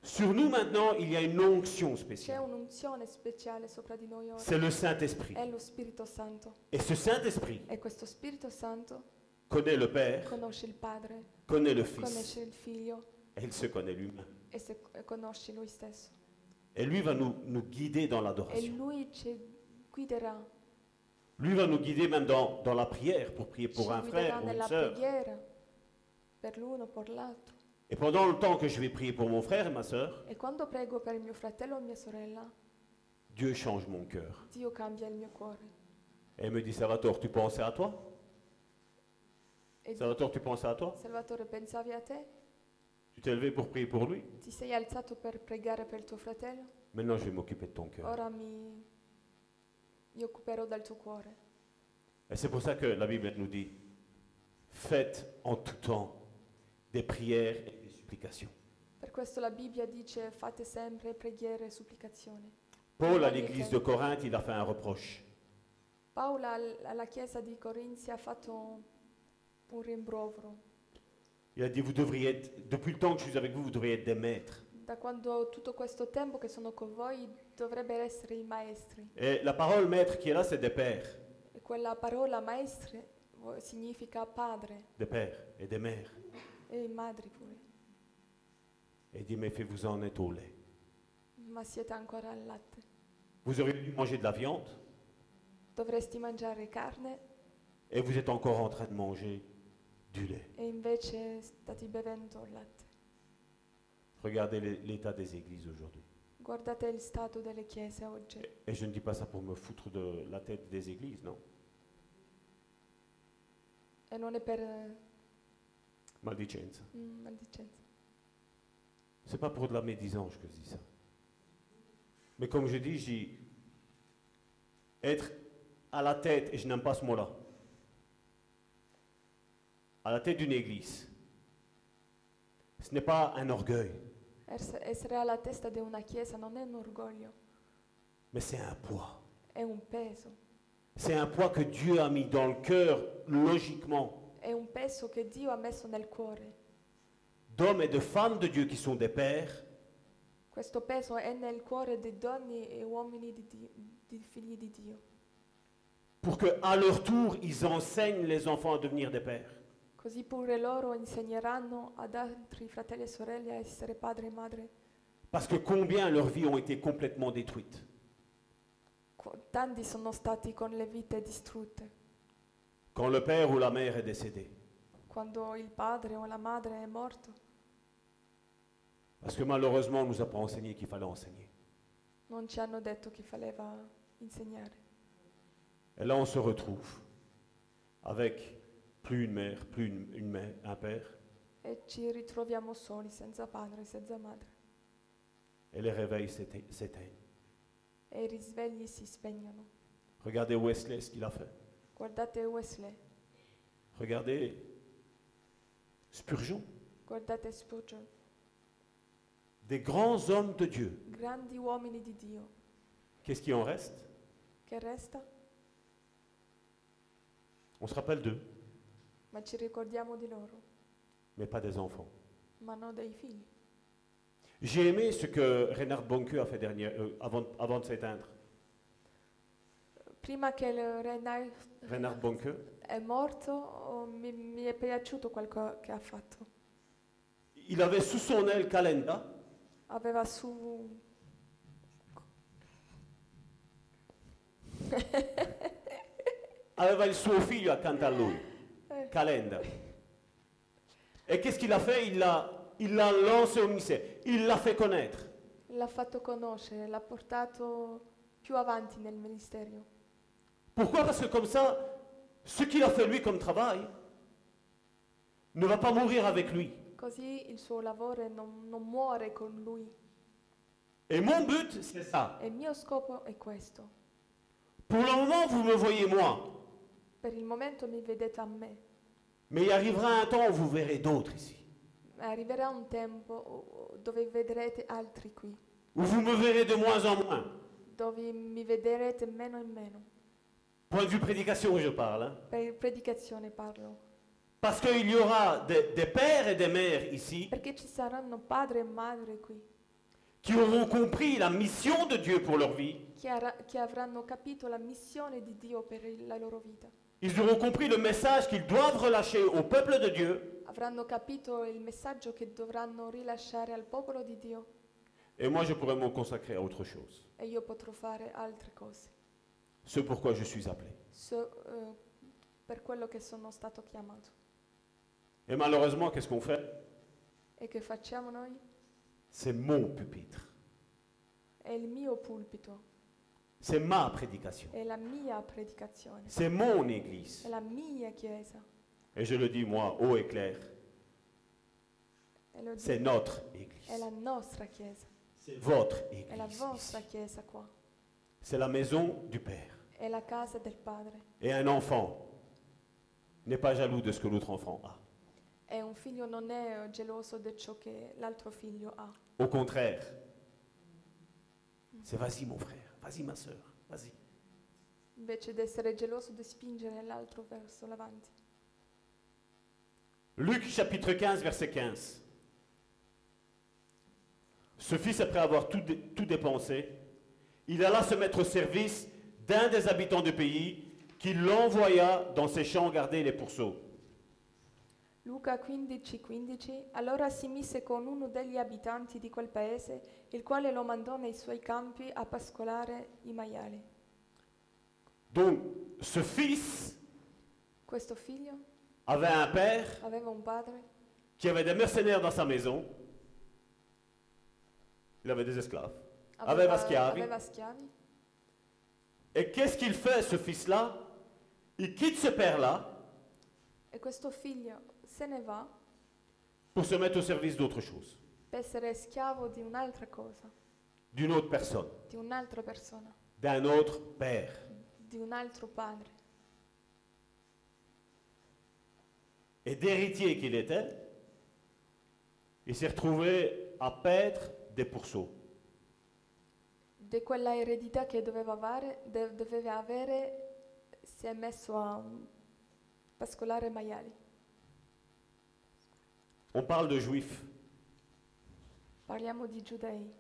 [SPEAKER 5] Sur nous maintenant, il y a une onction
[SPEAKER 4] C'è
[SPEAKER 5] spéciale.
[SPEAKER 4] un'unzione speciale sopra di noi ora.
[SPEAKER 5] C'est le Saint-Esprit.
[SPEAKER 4] È lo Spirito Santo.
[SPEAKER 5] Et ce Saint-Esprit
[SPEAKER 4] E questo Spirito Santo
[SPEAKER 5] connaît le Père,
[SPEAKER 4] conosce il Padre,
[SPEAKER 5] connaît le Fils,
[SPEAKER 4] conosce il Figlio
[SPEAKER 5] et il se connaît lui-même.
[SPEAKER 4] e se- e conosce Lui stesso.
[SPEAKER 5] Et lui va nous, nous guider dans
[SPEAKER 4] E
[SPEAKER 5] l'adoration.
[SPEAKER 4] Lui ci guiderà,
[SPEAKER 5] Lui va nous guider même dans, dans la prière, pour prier
[SPEAKER 4] ci
[SPEAKER 5] pour un
[SPEAKER 4] guiderà
[SPEAKER 5] frère ou une
[SPEAKER 4] nella
[SPEAKER 5] sœur.
[SPEAKER 4] preghiera per l'uno, per l'altro.
[SPEAKER 5] Et pendant le temps que je vais prier pour mon frère et ma sœur,
[SPEAKER 4] E quando prego per mio fratello o mia sorella,
[SPEAKER 5] Dieu change mon cœur.
[SPEAKER 4] Dio cambia il mio cuore.
[SPEAKER 5] Et il me dit, Salvatore, tu pensais à toi
[SPEAKER 4] E
[SPEAKER 5] Salvatore, tu pensais à toi
[SPEAKER 4] Salvatore, pensavi a te?
[SPEAKER 5] Tu t'es levé pour prier pour lui
[SPEAKER 4] Ti sei alzato per pregare per tuo fratello?
[SPEAKER 5] Maintenant, je vais m'occuper de ton cœur.
[SPEAKER 4] Ora mi, mi occuperò del tuo cuore.
[SPEAKER 5] Et c'est pour ça que la Bible elle nous dit, faites en tout temps des prières et des supplications.
[SPEAKER 4] Per questo la Bibbia dice fate sempre preghiere e supplicazioni.
[SPEAKER 5] Paul, à l'église de Corinthe, il a fait un reproche.
[SPEAKER 4] Paola al- alla chiesa di Corinzi ha fatto un rimprovero.
[SPEAKER 5] Il a dit, vous devriez être, depuis le temps que je suis avec vous, vous devriez être des maîtres.
[SPEAKER 4] Da quando tutto questo tempo che sono con voi dovrebbero essere i maestri.
[SPEAKER 5] Et la parole maître qui est là, c'est des pères,
[SPEAKER 4] E quella parola maestri vo- significa padre
[SPEAKER 5] des pères et des mères.
[SPEAKER 4] e madri pure,
[SPEAKER 5] Et il dit, mais faites-vous en être au lait.
[SPEAKER 4] ma siete ancora al latte.
[SPEAKER 5] Vous auriez dû manger de la viande
[SPEAKER 4] Dovresti mangiare carne
[SPEAKER 5] et vous êtes encore en train de manger du lait.
[SPEAKER 4] e invece state bevendo il latte.
[SPEAKER 5] Regardez l'é- l'état des églises aujourd'hui.
[SPEAKER 4] Guardate il stato delle chiese oggi.
[SPEAKER 5] Et- Et je ne dis pas ça pour me foutre de la tête des églises, non.
[SPEAKER 4] E non è per eh,
[SPEAKER 5] Maldicenza.
[SPEAKER 4] mm, maldicenza.
[SPEAKER 5] C'est pas pour de la médisance que je dis ça. Mais comme je dis, j'y être à la tête, et je n'aime pas ce mot-là, à la tête d'une église, ce n'est pas un orgueil,
[SPEAKER 4] Ess- Essere alla testa di una chiesa non è un orgoglio,
[SPEAKER 5] mais c'est un poids.
[SPEAKER 4] è un peso.
[SPEAKER 5] C'est un poids que Dieu a mis dans le cœur, logiquement,
[SPEAKER 4] È un peso che Dio ha messo nel cuore.
[SPEAKER 5] d'hommes et de femmes de Dieu qui sont des pères,
[SPEAKER 4] Questo peso è nel cuore di donne e uomini di, Dio- di figli di Dio.
[SPEAKER 5] pour que à leur tour, ils enseignent les enfants à devenir des pères.
[SPEAKER 4] Così pure loro insegneranno ad altri fratelli e sorelle a essere padre e madre.
[SPEAKER 5] Parce que combien leurs vies ont été complètement détruites.
[SPEAKER 4] Qu- Tanti sono stati con le vite distrutte.
[SPEAKER 5] Quand le père ou la mère est décédé.
[SPEAKER 4] Quando il padre o la madre è morto,
[SPEAKER 5] Parce que malheureusement, on ne nous a pas enseigné qu'il fallait enseigner.
[SPEAKER 4] non ci hanno detto che faleva insegnare.
[SPEAKER 5] Et là, on se retrouve avec plus une mère, plus une, une mère, un père,
[SPEAKER 4] E ci ritroviamo soli, senza padre, senza madre.
[SPEAKER 5] et les réveils s'éte- s'éteignent.
[SPEAKER 4] E i risvegli si spegnono.
[SPEAKER 5] Regardez Wesley ce qu'il a fait.
[SPEAKER 4] Guardate Wesley,
[SPEAKER 5] Regardez Spurgeon,
[SPEAKER 4] guardate Spurgeon,
[SPEAKER 5] des grands hommes de Dieu.
[SPEAKER 4] grandi uomini di Dio.
[SPEAKER 5] Qu'est-ce qui en reste
[SPEAKER 4] Che resta?
[SPEAKER 5] On se rappelle d'eux,
[SPEAKER 4] Ma ci ricordiamo di loro,
[SPEAKER 5] mais pas des enfants.
[SPEAKER 4] ma non dei figli.
[SPEAKER 5] J'ai aimé ce que Reinhard Bonke a fait dernière, euh, avant, avant de s'éteindre.
[SPEAKER 4] Prima che il Reinhard
[SPEAKER 5] Reinhard Bonke,
[SPEAKER 4] è morto, oh, mi, mi è piaciuto quello che ha fatto.
[SPEAKER 5] il avait sous son aile Calenda,
[SPEAKER 4] Aveva su...
[SPEAKER 5] aveva il suo figlio accanto a lui, Calenda. E qu'est-ce qu'il a fait Il l'a il l'a lancé au ministère, il l'a fait connaître.
[SPEAKER 4] L'ha fatto conoscere, l'ha portato più avanti nel ministero.
[SPEAKER 5] Pourquoi Parce que comme ça, ce qu'il a fait lui comme travail ne va pas mourir avec lui.
[SPEAKER 4] Così il suo lavoro non, non muore con lui.
[SPEAKER 5] Et mon but, c'est ça.
[SPEAKER 4] E il mio scopo è questo.
[SPEAKER 5] Pour le moment, vous me voyez moi,
[SPEAKER 4] Per il momento mi vedete a me.
[SPEAKER 5] mais il arrivera un temps où vous verrez d'autres ici.
[SPEAKER 4] Arriverà un tempo oh, dove vedrete altri qui,
[SPEAKER 5] Où vous me verrez de moins en moins.
[SPEAKER 4] dove mi vedrete meno e meno.
[SPEAKER 5] Point de vue prédication, je parle. hein.
[SPEAKER 4] Per predicazione parlo.
[SPEAKER 5] Parce qu'il y aura des, des pères et des mères ici
[SPEAKER 4] Perché ci saranno padre e madre qui
[SPEAKER 5] qui auront compris la mission de Dieu pour leur vie.
[SPEAKER 4] che, ara- che avranno capito la missione di Dio per il- la loro vita.
[SPEAKER 5] Ils auront compris le message qu'ils doivent relâcher au peuple de Dieu.
[SPEAKER 4] Avranno capito il messaggio che dovranno rilasciare al popolo di Dio
[SPEAKER 5] Et moi, je pourrais me consacrer à autre chose.
[SPEAKER 4] e io potrò fare altre cose.
[SPEAKER 5] Ce pourquoi je suis appelé.
[SPEAKER 4] So, eh, per quello che sono stato chiamato.
[SPEAKER 5] Et malheureusement, qu'est-ce qu'on fait
[SPEAKER 4] E che facciamo noi?
[SPEAKER 5] C'est mon pupitre.
[SPEAKER 4] È il mio pulpito,
[SPEAKER 5] C'est ma prédication.
[SPEAKER 4] è la mia predicazione,
[SPEAKER 5] C'est mon
[SPEAKER 4] è
[SPEAKER 5] église.
[SPEAKER 4] la mia chiesa.
[SPEAKER 5] Et je le dis, moi, haut et clair,
[SPEAKER 4] E lo dico,
[SPEAKER 5] c'est notre
[SPEAKER 4] è
[SPEAKER 5] église.
[SPEAKER 4] la nostra chiesa,
[SPEAKER 5] C'est votre
[SPEAKER 4] è la
[SPEAKER 5] église.
[SPEAKER 4] vostra chiesa qua,
[SPEAKER 5] C'est la maison du Père.
[SPEAKER 4] è la casa del Padre.
[SPEAKER 5] Et un enfant n'est pas jaloux de ce que l'autre enfant a.
[SPEAKER 4] E un figlio non è geloso di ciò che l'altro figlio ha.
[SPEAKER 5] Au contraire, c'est vas-y mon frère, vas-y ma soeur, vas-y.
[SPEAKER 4] Invece di essere geloso di spingere l'altro verso l'avanti.
[SPEAKER 5] Luc chapitre 15, verset 15. Ce fils, après avoir tout, dé- tout dépensé, il alla se mettre au service d'un des habitants du pays qui l'envoya dans ses champs garder les pourceaux.
[SPEAKER 4] Luca 15, 15 Allora si mise con uno degli abitanti di quel paese, il quale lo mandò nei suoi campi a pascolare i maiali.
[SPEAKER 5] Donc, ce fils
[SPEAKER 4] Questo figlio
[SPEAKER 5] avait un père
[SPEAKER 4] aveva un padre
[SPEAKER 5] qui avait des mercenaires dans sa maison. Il avait des esclaves.
[SPEAKER 4] Ah, ben,
[SPEAKER 5] Aveva schiavi.
[SPEAKER 4] aveva schiavi.
[SPEAKER 5] Et qu'est-ce qu'il fait, ce fils-là Il quitte ce père-là
[SPEAKER 4] E questo figlio se ne va
[SPEAKER 5] pour se mettre au service d'autre chose,
[SPEAKER 4] per essere schiavo di un'altra cosa,
[SPEAKER 5] d'une autre personne,
[SPEAKER 4] di un'altra persona,
[SPEAKER 5] d'un autre père.
[SPEAKER 4] di un altro padre.
[SPEAKER 5] Et d'héritier qu'il était, il s'est retrouvé à paître des pourceaux.
[SPEAKER 4] Di quella eredità che doveva avere, de- doveva avere si è messo a mm, pascolare maiali.
[SPEAKER 5] On parle de juifs.
[SPEAKER 4] Parliamo di giudei.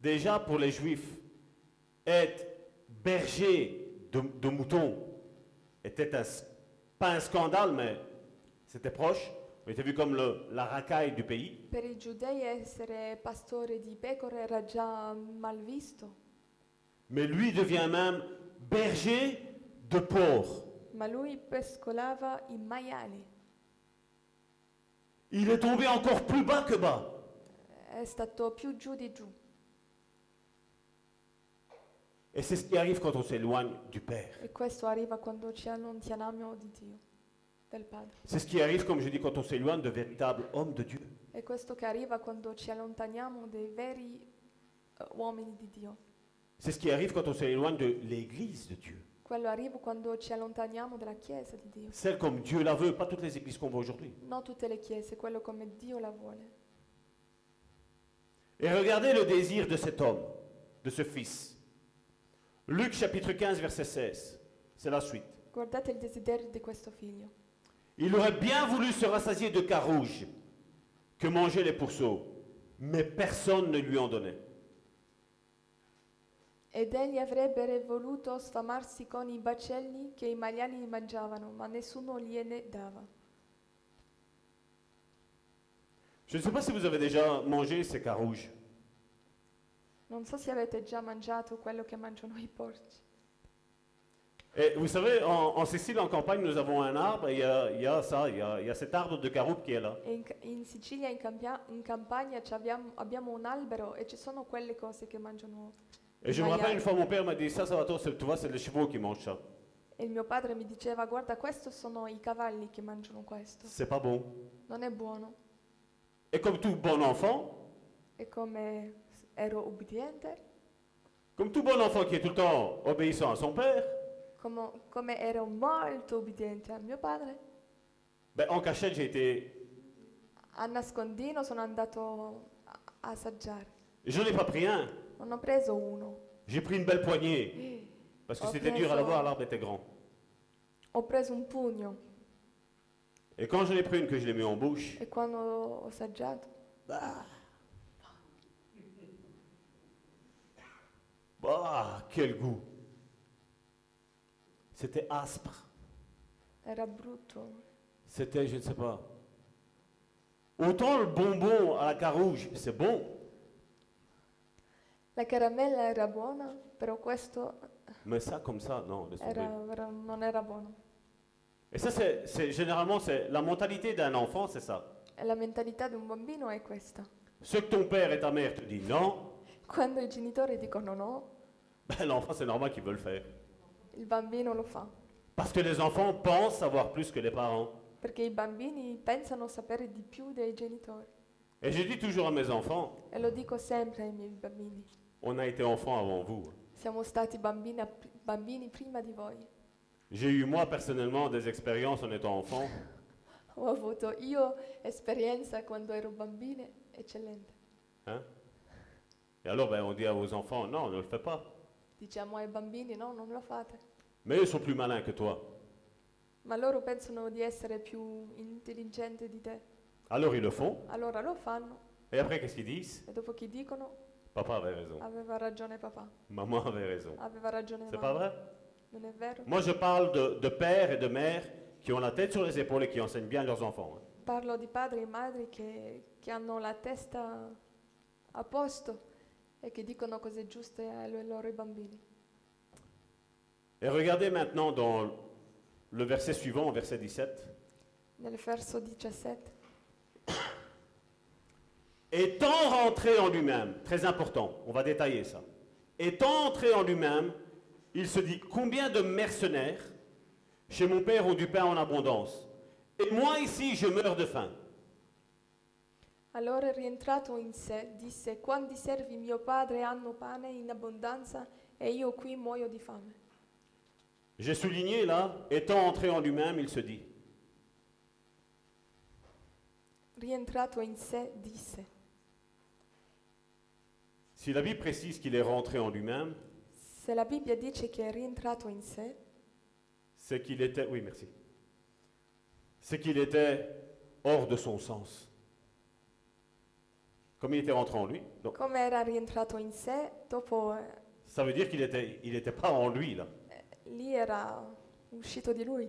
[SPEAKER 5] Déjà, pour les juifs, être berger de, de moutons était un, s- pas un scandale, mais c'était proche. Mais t'as vu comme le- la racaille du pays
[SPEAKER 4] Per i giudei essere pastore di pecore era già mal visto,
[SPEAKER 5] Mais lui devient même berger de porcs.
[SPEAKER 4] ma lui pescolava i maiali.
[SPEAKER 5] Il est tombé encore plus bas que bas.
[SPEAKER 4] È stato più giù di giù
[SPEAKER 5] Et c'est ce qui arrive quand on s'éloigne du Père.
[SPEAKER 4] e questo arriva quando ci allontaniamo di Dio, del Padre.
[SPEAKER 5] C'est ce qui arrive, comme je dis, quand on s'éloigne de véritables hommes de Dieu.
[SPEAKER 4] È questo che arriva quando ci allontaniamo dai veri eh, uomini di Dio.
[SPEAKER 5] C'est ce qui arrive quand on s'éloigne de l'Église de Dieu.
[SPEAKER 4] Quello arriva quando ci allontaniamo dalla Chiesa di Dio.
[SPEAKER 5] Celle comme Dieu la veut, pas toutes les églises qu'on voit aujourd'hui.
[SPEAKER 4] Non tutte le chiese, quello come Dio la vuole.
[SPEAKER 5] Et regardez le désir de cet homme, de ce fils. Luc chapitre 15, verset 16. C'est la suite.
[SPEAKER 4] Guardate il desiderio di questo figlio.
[SPEAKER 5] Il aurait bien voulu se rassasier de cas rouges que mangeaient les pourceaux, mais personne ne lui en donnait.
[SPEAKER 4] Ed egli avrebbe voluto sfamarsi con i bacelli che i maiali mangiavano, ma nessuno gliene dava.
[SPEAKER 5] Je ne sais pas si vous avez déjà mangé ces cas rouges.
[SPEAKER 4] Non so se avete già mangiato quello che mangiano i porci.
[SPEAKER 5] Et vous savez, en, en Sicile, en campagne, nous avons un arbre, et il y a, il y a ça, il y a, il y a cet arbre de caroupe qui est là.
[SPEAKER 4] E in, Ca- in Sicilia, in, campia- in campagna, ci abbiamo, abbiamo un albero e ci sono quelle cose che mangiano.
[SPEAKER 5] Et je me
[SPEAKER 4] Maillard.
[SPEAKER 5] rappelle une fois, mon père m'a dit, ça, ça va, toi, c'est- tu vois, c'est les chevaux qui mangent ça.
[SPEAKER 4] E il mio padre mi diceva, guarda, questo sono i cavalli che mangiano questo.
[SPEAKER 5] C'est pas bon.
[SPEAKER 4] Non è buono.
[SPEAKER 5] Et comme tout bon enfant,
[SPEAKER 4] E come s- ero ubbidiente,
[SPEAKER 5] comme tout bon enfant qui est tout le temps obéissant à son père,
[SPEAKER 4] come, come ero molto ubbidiente a mio padre,
[SPEAKER 5] ben, en cachette, j'ai été...
[SPEAKER 4] a nascondino sono andato a a assaggiare.
[SPEAKER 5] Je n'ai pas pris un,
[SPEAKER 4] Non ho preso uno,
[SPEAKER 5] j'ai pris une belle poignée. Parce que
[SPEAKER 4] Oh,
[SPEAKER 5] c'était
[SPEAKER 4] bien
[SPEAKER 5] dur
[SPEAKER 4] sûr.
[SPEAKER 5] à l'avoir, l'arbre était grand.
[SPEAKER 4] ho preso un pugno
[SPEAKER 5] Et quand je l'ai pris une, que je l'ai mis en bouche,
[SPEAKER 4] e quando ho assaggiato,
[SPEAKER 5] bah, quel goût. C'était aspre.
[SPEAKER 4] era brutto.
[SPEAKER 5] C'était, je ne sais pas. Autant le bonbon à la carouge, c'est bon,
[SPEAKER 4] La caramella era buona, però questo
[SPEAKER 5] mais ça comme ça, non, laisse tomber.
[SPEAKER 4] era- era- non era buono.
[SPEAKER 5] Et ça, c'est, c'est- généralement, c'est la mentalité d'un enfant, c'est ça.
[SPEAKER 4] E la mentalità di un bambino è questa.
[SPEAKER 5] Ce que ton père et ta mère te disent non,
[SPEAKER 4] Quando i genitori dicono no,
[SPEAKER 5] ben, l'enfant, c'est normal qu'il veut le faire.
[SPEAKER 4] il bambino lo fa,
[SPEAKER 5] Parce que les enfants pensent savoir plus que les parents.
[SPEAKER 4] perché i bambini pensano sapere di più dei genitori.
[SPEAKER 5] Et je dis toujours à mes enfants,
[SPEAKER 4] E lo dico sempre ai miei bambini.
[SPEAKER 5] on a été enfants avant vous.
[SPEAKER 4] Siamo stati bambini, a- bambini prima di voi.
[SPEAKER 5] J'ai eu, moi, personnellement, des expériences en étant enfant.
[SPEAKER 4] Ho avuto io esperienza quando ero bambina, eccellente.
[SPEAKER 5] hein. Et alors, ben, on dit à vos enfants, non, ne le fais pas.
[SPEAKER 4] Diciamo ai bambini no, non lo fate.
[SPEAKER 5] Mais ils sont plus malins que toi.
[SPEAKER 4] Ma loro pensano di essere più intelligenti di te.
[SPEAKER 5] Alors, ils le font.
[SPEAKER 4] Allora lo fanno
[SPEAKER 5] Et après, qu'est-ce qu'ils disent
[SPEAKER 4] e dopo chi dicono
[SPEAKER 5] Papa avait raison.
[SPEAKER 4] aveva ragione papà,
[SPEAKER 5] Maman avait raison.
[SPEAKER 4] aveva ragione
[SPEAKER 5] C'est pas
[SPEAKER 4] mamma.
[SPEAKER 5] vrai
[SPEAKER 4] Non è vero?
[SPEAKER 5] Moi, je parle de, de pères et de mères qui ont la tête sur les épaules et qui enseignent bien leurs enfants. hein.
[SPEAKER 4] Parlo di padri e madri che, che hanno la testa a posto e che dicono cose giuste ai loro bambini.
[SPEAKER 5] Et regardez maintenant dans le verset suivant, verset 17.
[SPEAKER 4] Nel verso 17.
[SPEAKER 5] Étant rentré en lui-même, très important, on va détailler ça. Étant entré en lui-même, il se dit Combien de mercenaires chez mon père ont du pain en abondance Et moi ici, je meurs de faim.
[SPEAKER 4] Allora rientrato in sé disse, quanti servi mio padre hanno pane in abbondanza e io qui muoio di fame.
[SPEAKER 5] J'ai souligné là, étant entré en lui-même, il se dit
[SPEAKER 4] Rientrato in sé disse,
[SPEAKER 5] Si la Bible précise qu'il est rentré en lui-même,
[SPEAKER 4] se la Bibbia dice che è rientrato in sé,
[SPEAKER 5] c'est qu'il était, oui merci, c'est qu'il était hors de son sens. Comme il était rentré en lui, donc
[SPEAKER 4] come era rientrato in sé, dopo eh,
[SPEAKER 5] ça veut dire qu'il était, il n'était pas en lui là.
[SPEAKER 4] lì era uscito di lui.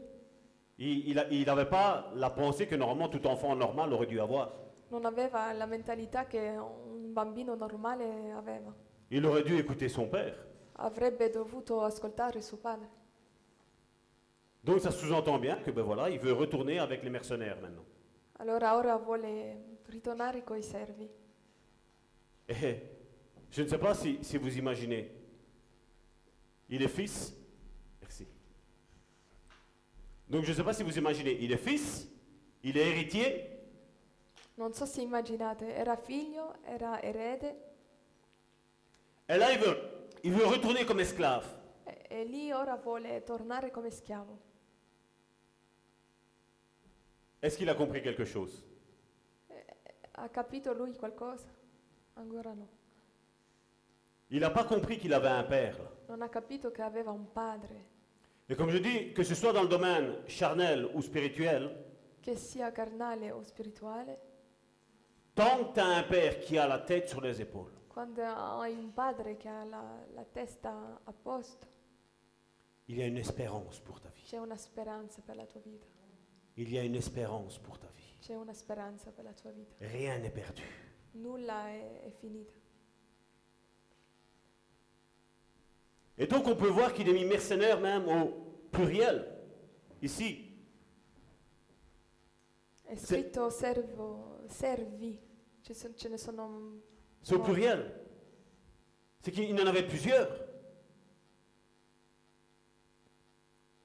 [SPEAKER 5] Il n'avait pas la pensée que normalement tout enfant normal aurait dû avoir.
[SPEAKER 4] Non aveva la mentalità che un bambino normale aveva.
[SPEAKER 5] Il aurait dû écouter son père.
[SPEAKER 4] Avrebbe dovuto ascoltare suo padre.
[SPEAKER 5] Donc ça sous-entend bien que ben voilà, il veut retourner avec les mercenaires maintenant.
[SPEAKER 4] Allora ora vuole ritornare coi servi.
[SPEAKER 5] Et Eh, je ne sais pas si, si vous imaginez. Il est fils. Merci. Donc je ne sais pas si vous imaginez. Il est fils, il est héritier,
[SPEAKER 4] Non so se immaginate, era figlio, era erede
[SPEAKER 5] et là il veut, il veut retourner comme esclave.
[SPEAKER 4] e, e lì ora vuole tornare come schiavo.
[SPEAKER 5] Est-ce qu'il a compris quelque chose
[SPEAKER 4] Ha capito lui qualcosa? Ancora no.
[SPEAKER 5] Il n'a pas compris qu'il avait un père. là.
[SPEAKER 4] Non ha capito che aveva un padre,
[SPEAKER 5] Et comme je dis, que ce soit dans le domaine charnel ou spirituel,
[SPEAKER 4] che sia carnale o spirituale.
[SPEAKER 5] tant que tu as un père qui a la tête sur les épaules,
[SPEAKER 4] Quando hai un padre che ha la, la testa a posto,
[SPEAKER 5] il y a une espérance pour ta vie.
[SPEAKER 4] c'è una speranza per la tua vita.
[SPEAKER 5] Il y a une espérance pour ta vie.
[SPEAKER 4] C'è una speranza per la tua vita.
[SPEAKER 5] Rien n'est perdu.
[SPEAKER 4] Nulla è, è finita.
[SPEAKER 5] Et donc on peut voir qu'il est mis mercenaire même au pluriel. Ici,
[SPEAKER 4] È scritto servo, servi, Ci son- ce ne sono
[SPEAKER 5] c'est au pluriel. C'est qu'il il en avait plusieurs.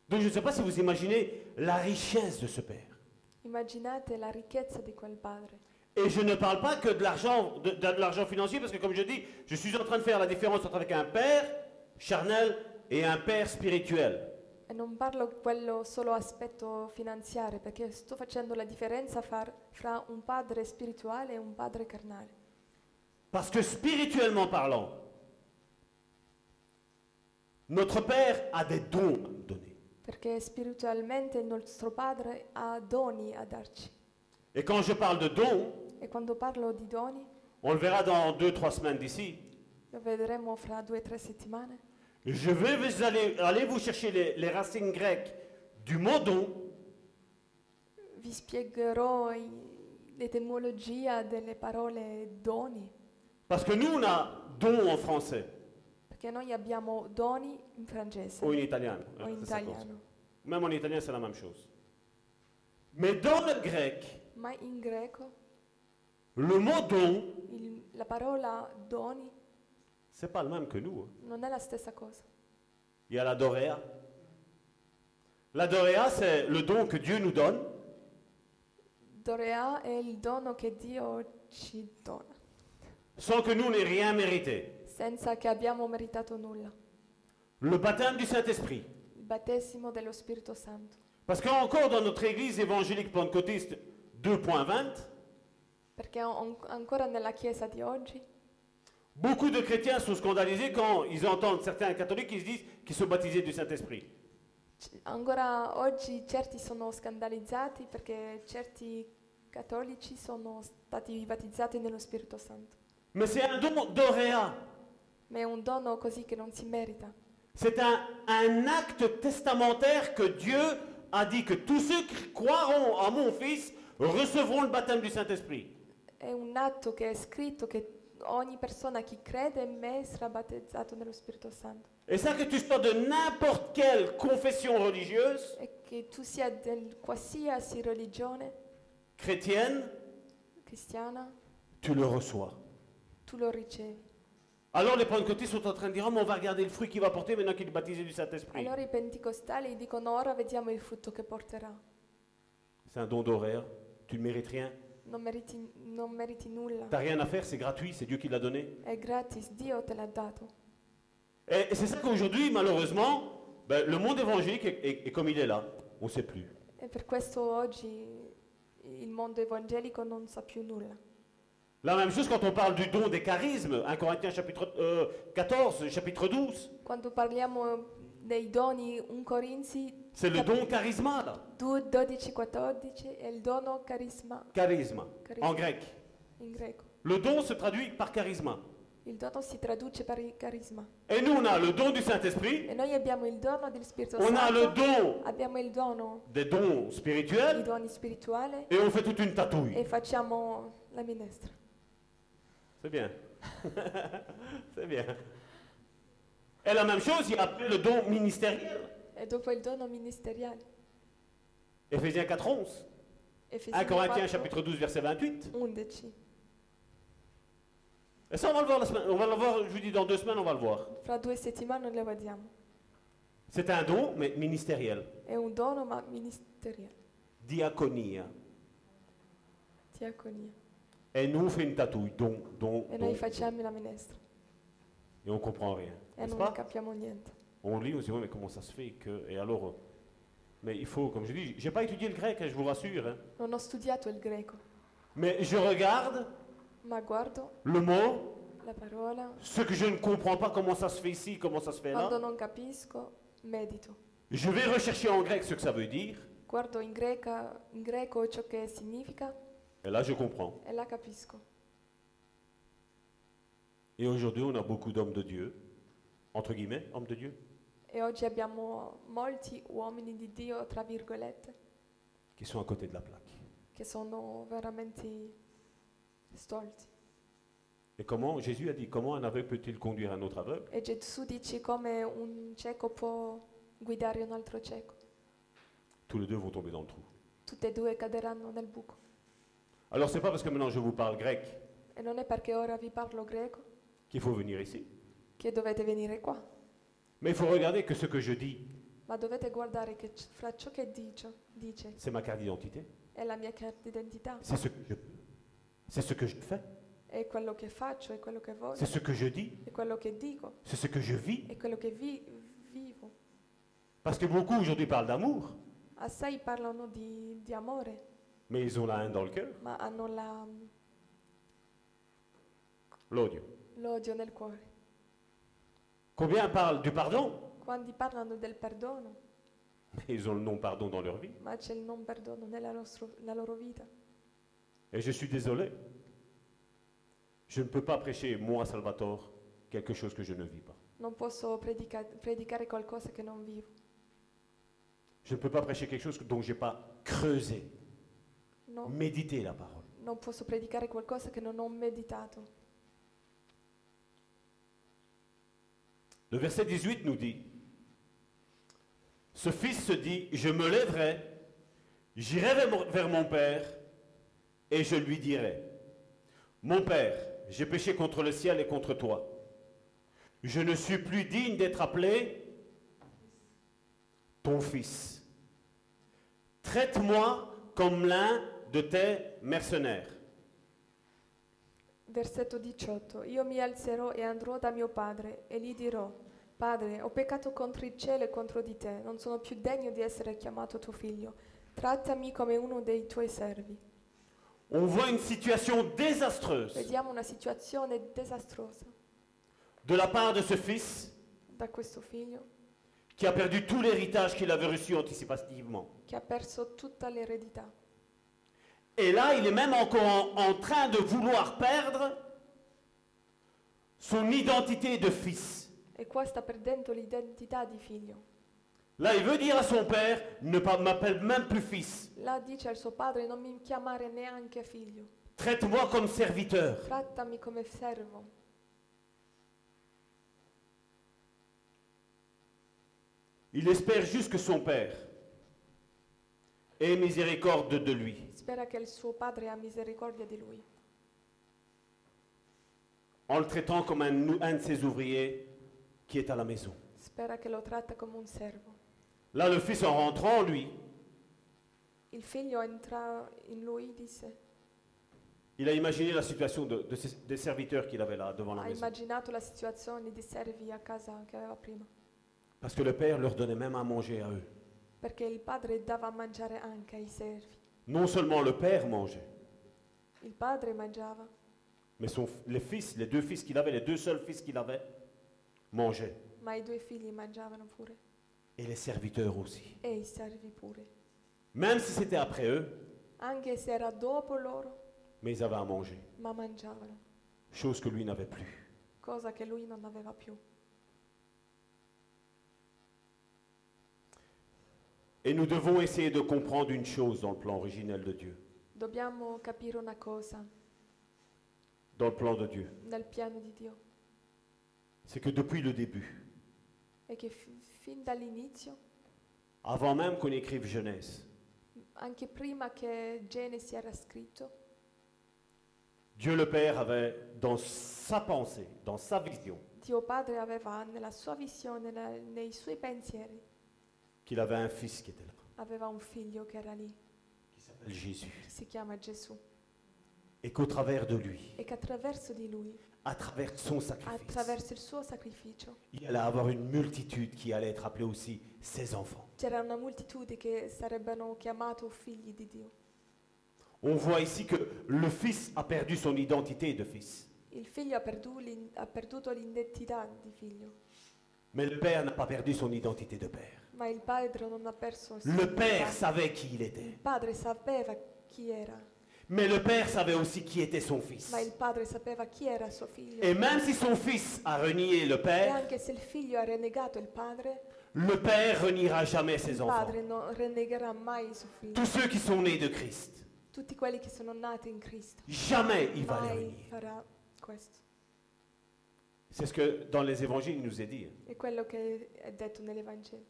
[SPEAKER 5] Donc je ne sais pas si vous imaginez la richesse de ce père.
[SPEAKER 4] Immaginate la ricchezza di quel padre.
[SPEAKER 5] Et je ne parle pas que de l'argent, de, de- de l'argent financier, parce que comme je dis, je suis en train de faire la différence entre avec un père charnel et un père spirituel.
[SPEAKER 4] E non parlo quello solo aspetto finanziario, perché sto facendo la differenza far- fra un padre spirituale e un padre carnale.
[SPEAKER 5] Parce que spirituellement parlant, notre père a des dons à nous donner.
[SPEAKER 4] Perché spiritualmente il nostro padre ha doni a darci.
[SPEAKER 5] Et quand je parle de dons,
[SPEAKER 4] E quando parlo di doni,
[SPEAKER 5] on le verra dans deux, trois semaines d'ici,
[SPEAKER 4] lo vedremo fra due o tre settimane.
[SPEAKER 5] je vais vous aller, aller vous chercher les, les racines grecques du mot don
[SPEAKER 4] Vi spiegherò i- l'etimologia delle parole doni,
[SPEAKER 5] parce que nous on a don en français
[SPEAKER 4] perché noi abbiamo doni in francese
[SPEAKER 5] ou en italien.
[SPEAKER 4] o in italiano,
[SPEAKER 5] Même en italien, c'est la même chose. Mais dans le grec,
[SPEAKER 4] ma in greco
[SPEAKER 5] le mot don,
[SPEAKER 4] il- la parola doni
[SPEAKER 5] c'est pas le même que nous. hein.
[SPEAKER 4] non è la stessa cosa.
[SPEAKER 5] Il y a la doréa. La doréa, c'est le don que Dieu nous donne.
[SPEAKER 4] Dorea è il dono che Dio ci dona,
[SPEAKER 5] sans que nous n'ayons rien mérité.
[SPEAKER 4] senza che abbiamo meritato nulla.
[SPEAKER 5] Le baptême du Saint-Esprit.
[SPEAKER 4] Il battesimo dello Spirito Santo.
[SPEAKER 5] Parce qu'encore dans notre église évangélique pentecôtiste 2.20,
[SPEAKER 4] Perché an- ancora nella Chiesa di oggi
[SPEAKER 5] beaucoup de chrétiens sont scandalisés quand ils entendent certains catholiques qui se disent qu'ils sont baptisés du Saint-Esprit.
[SPEAKER 4] c- ancora oggi certi sono scandalizzati perché certi cattolici sono stati battezzati nello Spirito Santo.
[SPEAKER 5] Mais c'est un don d'oréa.
[SPEAKER 4] Ma è un dono così che non si merita.
[SPEAKER 5] C'est un, un acte testamentaire que Dieu a dit que tous ceux qui croiront à mon Fils recevront le baptême du Saint-Esprit.
[SPEAKER 4] È un atto che è scritto che ogni persona che crede in me sarà battezzato nello Spirito Santo.
[SPEAKER 5] Et ça, que tu sois de n'importe quelle confession religieuse,
[SPEAKER 4] E che tu sia di qualsiasi religione
[SPEAKER 5] chrétienne,
[SPEAKER 4] cristiana,
[SPEAKER 5] tu le reçois.
[SPEAKER 4] tu lo ricevi.
[SPEAKER 5] Alors les pentecôtistes sont en train de dire, Ah, mais on va regarder le fruit qu'il va porter maintenant qu'il est baptisé du Saint-Esprit.
[SPEAKER 4] Allora i pentecostali dicono ora vediamo il frutto che porterà.
[SPEAKER 5] C'est un don d'horaire, tu ne mérites rien.
[SPEAKER 4] Non meriti, non meriti nulla,
[SPEAKER 5] T'as rien à faire, c'est gratuit, c'est Dieu qui l'a donné.
[SPEAKER 4] è gratis, Dio te l'ha dato.
[SPEAKER 5] Et, et c'est ça qu'aujourd'hui, malheureusement, ben, le monde évangélique est, est- est comme il est là. On ne sait plus.
[SPEAKER 4] E per questo oggi il mondo evangelico non sa più nulla.
[SPEAKER 5] La même chose quand on parle du don des charismes, 1 Corinthiens chapitre euh, 14, chapitre 12.
[SPEAKER 4] Quando parliamo dei doni 1 Corinzi
[SPEAKER 5] C'est le don charisma, là.
[SPEAKER 4] 12-14 è il dono carisma
[SPEAKER 5] Charisme,
[SPEAKER 4] Charisme.
[SPEAKER 5] en grec.
[SPEAKER 4] in greco.
[SPEAKER 5] Le don se traduit par charisma.
[SPEAKER 4] Il dono si traduce per il carisma.
[SPEAKER 5] Et nous, on a le don du Saint-Esprit,
[SPEAKER 4] E noi abbiamo il dono dello Spirito
[SPEAKER 5] on a le
[SPEAKER 4] Santo,
[SPEAKER 5] don
[SPEAKER 4] abbiamo il dono
[SPEAKER 5] des dons
[SPEAKER 4] dei
[SPEAKER 5] spirituels,
[SPEAKER 4] doni spirituali
[SPEAKER 5] et on fait toute une tatouille.
[SPEAKER 4] e facciamo la minestra.
[SPEAKER 5] C'est bien. C'est bien. Et la même chose, il y a appelé le don ministériel.
[SPEAKER 4] E dopo il dono ministeriale.
[SPEAKER 5] Éphésiens 4.11. 1
[SPEAKER 4] Efesini
[SPEAKER 5] Corinthiens
[SPEAKER 4] 4,
[SPEAKER 5] chapitre 12, verset 28.
[SPEAKER 4] 11.
[SPEAKER 5] Et ça, on va le voir la semaine. On va le voir, je vous dis, dans deux semaines, on va le voir.
[SPEAKER 4] Fra due settimane le guardiamo.
[SPEAKER 5] C'est un don, mais ministériel.
[SPEAKER 4] È un dono ma ministeriale.
[SPEAKER 5] Diaconia.
[SPEAKER 4] Diaconia.
[SPEAKER 5] Et nous, on fait une tatouille. Don, don,
[SPEAKER 4] E
[SPEAKER 5] don.
[SPEAKER 4] noi facciamo la minestra.
[SPEAKER 5] Et on comprend rien.
[SPEAKER 4] E
[SPEAKER 5] n'est-ce
[SPEAKER 4] non
[SPEAKER 5] pas
[SPEAKER 4] capiamo niente.
[SPEAKER 5] On lit, on se dit, oui, mais comment ça se fait que... Et alors... euh, Mais il faut, comme je dis, j'ai pas étudié le grec, hein, je vous rassure. hein.
[SPEAKER 4] Non ho studiato il greco,
[SPEAKER 5] Mais je regarde
[SPEAKER 4] ma guardo
[SPEAKER 5] le mot,
[SPEAKER 4] la parola.
[SPEAKER 5] ce que je ne comprends pas, comment ça se fait ici, comment ça se fait là.
[SPEAKER 4] Quando non capisco, medito.
[SPEAKER 5] Je vais rechercher en grec ce que ça veut dire.
[SPEAKER 4] Guardo in, greca- in greco ciò che significa
[SPEAKER 5] Et là, je comprends.
[SPEAKER 4] e la capisco.
[SPEAKER 5] Et aujourd'hui, on a beaucoup d'hommes de Dieu, entre guillemets, hommes de Dieu,
[SPEAKER 4] E oggi abbiamo molti uomini di Dio, tra virgolette,
[SPEAKER 5] qui sont à côté de la plaque.
[SPEAKER 4] che sono veramente stolti.
[SPEAKER 5] Et comment, Jésus a dit, comment un aveugle peut-il conduire un autre aveugle
[SPEAKER 4] E Gesù dice come un cieco può guidare un altro cieco.
[SPEAKER 5] Tous les deux vont tomber dans le trou.
[SPEAKER 4] Tutte e due caderanno nel buco.
[SPEAKER 5] Alors, c'est pas parce que maintenant je vous parle grec
[SPEAKER 4] E non è perché ora vi parlo greco
[SPEAKER 5] qu'il faut venir ici.
[SPEAKER 4] che dovete venire qua,
[SPEAKER 5] Mais il faut regarder que ce que je dis,
[SPEAKER 4] ma dovete guardare che c- fra ciò che dice, dice
[SPEAKER 5] c'est ma carte d'identité,
[SPEAKER 4] è la mia carta d'identità,
[SPEAKER 5] c'est ce que je c'est ce que je fais,
[SPEAKER 4] è quello che faccio, è quello che voglio,
[SPEAKER 5] c'est ce que je dis,
[SPEAKER 4] è quello che dico,
[SPEAKER 5] c'est ce que je vis.
[SPEAKER 4] è quello che vi- vivo.
[SPEAKER 5] Parce que beaucoup aujourd'hui parlent d'amour,
[SPEAKER 4] Assai parlano di, di amore,
[SPEAKER 5] mais ils ont la haine dans le cœur,
[SPEAKER 4] ma hanno la-
[SPEAKER 5] l'odio.
[SPEAKER 4] l'odio nel cuore.
[SPEAKER 5] Combien parlent du pardon,
[SPEAKER 4] Quando parlano del perdono,
[SPEAKER 5] mais ils ont le non-pardon dans leur vie.
[SPEAKER 4] ma c'è il non perdono nella, nostro- nella loro vita.
[SPEAKER 5] Et je suis désolé. Je ne peux pas prêcher, moi, Salvatore, quelque chose que je ne vis pas.
[SPEAKER 4] Non posso predica- predicare qualcosa che non vivo.
[SPEAKER 5] Je ne peux pas prêcher quelque chose dont je n'ai pas creusé, Mm.
[SPEAKER 4] No,
[SPEAKER 5] médité la parole.
[SPEAKER 4] non posso predicare qualcosa che non ho meditato.
[SPEAKER 5] Le verset 18 nous dit, ce fils se dit, je me lèverai, j'irai vers mon- vers mon père, et je lui dirai, mon père, j'ai péché contre le ciel et contre toi. Je ne suis plus digne d'être appelé ton fils. Traite-moi comme l'un de tes mercenaires.
[SPEAKER 4] Versetto 18. Io mi alzerò e andrò da mio padre e gli dirò, Padre, ho peccato contro il cielo e contro di te, non sono più degno di essere chiamato tuo figlio. Trattami come uno dei tuoi servi.
[SPEAKER 5] On voit une situation désastreuse
[SPEAKER 4] Vediamo una situazione disastrosa
[SPEAKER 5] de la part de ce fils
[SPEAKER 4] da questo figlio
[SPEAKER 5] qui a perdu tout l'héritage qu'il avait reçu anticipativement.
[SPEAKER 4] che ha perso tutta l'eredità
[SPEAKER 5] Et là, il est même encore en, en train de vouloir perdre son identité de fils.
[SPEAKER 4] e qua sta perdendo l'identità di figlio.
[SPEAKER 5] Là, il veut dire à son père, ne pas- m'appelle même plus fils,
[SPEAKER 4] Là dice al suo padre non mi chiamare neanche figlio,
[SPEAKER 5] traite-moi comme serviteur.
[SPEAKER 4] trattami come servo.
[SPEAKER 5] Il espère juste que son père ait miséricorde de lui.
[SPEAKER 4] Spera che il suo padre ha misericordia di lui,
[SPEAKER 5] en le traitant comme un, ou- un de ses ouvriers qui est à la maison.
[SPEAKER 4] spera che lo tratta come un servo.
[SPEAKER 5] Là, le fils, en rentrant, lui,
[SPEAKER 4] Il figlio entra in lui, disse,
[SPEAKER 5] il a imaginé la situation de, de ses- des serviteurs qu'il avait là devant la
[SPEAKER 4] ha
[SPEAKER 5] maison.
[SPEAKER 4] immaginato la situazione di servi a casa che aveva prima,
[SPEAKER 5] Parce que le père leur donnait même à manger à eux.
[SPEAKER 4] perché il padre dava a mangiare anche ai servi.
[SPEAKER 5] Non seulement le père mangeait,
[SPEAKER 4] Il padre mangiava,
[SPEAKER 5] mais son, les fils, les deux fils qu'il avait, les deux seuls fils qu'il avait, mangeaient.
[SPEAKER 4] ma i due figli mangiavano pure
[SPEAKER 5] Et les serviteurs aussi.
[SPEAKER 4] e i servi pure.
[SPEAKER 5] Même si c'était après eux,
[SPEAKER 4] Anche se era dopo loro,
[SPEAKER 5] mais ils avaient à manger.
[SPEAKER 4] ma mangiavano,
[SPEAKER 5] Chose que lui n'avait plus.
[SPEAKER 4] cosa che lui non aveva più.
[SPEAKER 5] Et nous devons essayer de comprendre une chose dans le plan originel de Dieu,
[SPEAKER 4] Dobbiamo capire una cosa
[SPEAKER 5] dans le plan de Dieu.
[SPEAKER 4] nel piano di Dio,
[SPEAKER 5] C'est que depuis le début,
[SPEAKER 4] è che fi- fin dall'inizio,
[SPEAKER 5] avant même qu'on écrive Genèse,
[SPEAKER 4] anche prima che Genesi era scritto,
[SPEAKER 5] Dieu le Père avait dans sa pensée, dans sa vision,
[SPEAKER 4] Dio Padre aveva nella sua visione, ne- nei suoi pensieri,
[SPEAKER 5] qu'il avait un fils qui était là,
[SPEAKER 4] aveva un figlio che era lì,
[SPEAKER 5] qui s'appelle Jésus.
[SPEAKER 4] che si chiama Gesù,
[SPEAKER 5] Et qu'au travers de lui,
[SPEAKER 4] e che attraverso di lui,
[SPEAKER 5] à travers son sacrifice,
[SPEAKER 4] attraverso il suo sacrificio,
[SPEAKER 5] il allait avoir une multitude qui allait être appelée aussi ses enfants.
[SPEAKER 4] c'era una moltitudine che sarebbero chiamati figli di Dio.
[SPEAKER 5] On voit ici que le fils a perdu son identité de fils,
[SPEAKER 4] Il figlio ha, perdu- l'in- ha perduto l'identità di figlio,
[SPEAKER 5] mais le Père n'a pas perdu son identité de Père.
[SPEAKER 4] ma il padre non ha perso il suo
[SPEAKER 5] Le Père
[SPEAKER 4] identità.
[SPEAKER 5] savait qui il était,
[SPEAKER 4] Il padre sapeva chi era,
[SPEAKER 5] mais le Père savait aussi qui était son fils.
[SPEAKER 4] ma il padre sapeva chi era suo figlio.
[SPEAKER 5] Et même si son fils a renié le
[SPEAKER 4] E
[SPEAKER 5] Père,
[SPEAKER 4] anche se il figlio ha renegato il padre,
[SPEAKER 5] le Père reniera jamais
[SPEAKER 4] il
[SPEAKER 5] ses enfants.
[SPEAKER 4] padre non renegherà mai il suo figlio.
[SPEAKER 5] Tous ceux qui sont nés de Christ,
[SPEAKER 4] Tutti quelli che sono nati in Cristo,
[SPEAKER 5] jamais il va les
[SPEAKER 4] mai
[SPEAKER 5] renier.
[SPEAKER 4] farà questo.
[SPEAKER 5] C'est ce que dans les évangiles il nous est dit.
[SPEAKER 4] È quello che è detto nell'Evangelo.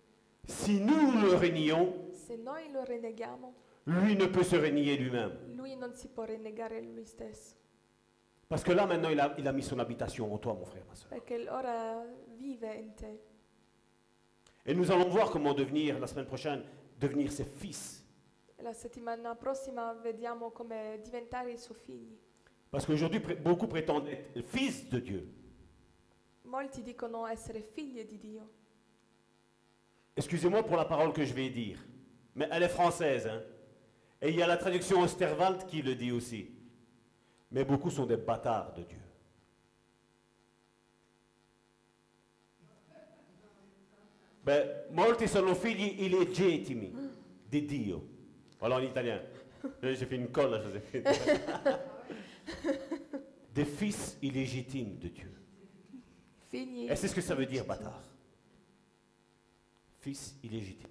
[SPEAKER 5] Si nous le renions,
[SPEAKER 4] Se noi lo reneghiamo,
[SPEAKER 5] lui ne peut se renier lui-même.
[SPEAKER 4] lui non si può renegare lui stesso,
[SPEAKER 5] Parce que là maintenant il a, il a mis son habitation en toi, mon frère, ma soeur.
[SPEAKER 4] perché ora vive in te.
[SPEAKER 5] Et nous allons voir comment devenir, la semaine prochaine, devenir ses fils.
[SPEAKER 4] La settimana prossima vediamo come diventare i suoi figli.
[SPEAKER 5] Parce qu'aujourd'hui, pré- beaucoup prétendent être fils de Dieu.
[SPEAKER 4] Molti dicono essere figli di Dio.
[SPEAKER 5] Excusez-moi pour la parole que je vais dire, mais elle est française. hein. Et il y a la traduction Osterwald qui le dit aussi. Mais beaucoup sont des bâtards de Dieu. Beh, Ben, molti sono figli illegittimi di Dio. Voilà en italien. Eh, J'ai fait une colle à Joséphine. des fils illégitimes de Dieu.
[SPEAKER 4] Figli
[SPEAKER 5] Et c'est ce que ça veut dire, bâtard. Fils illégitime.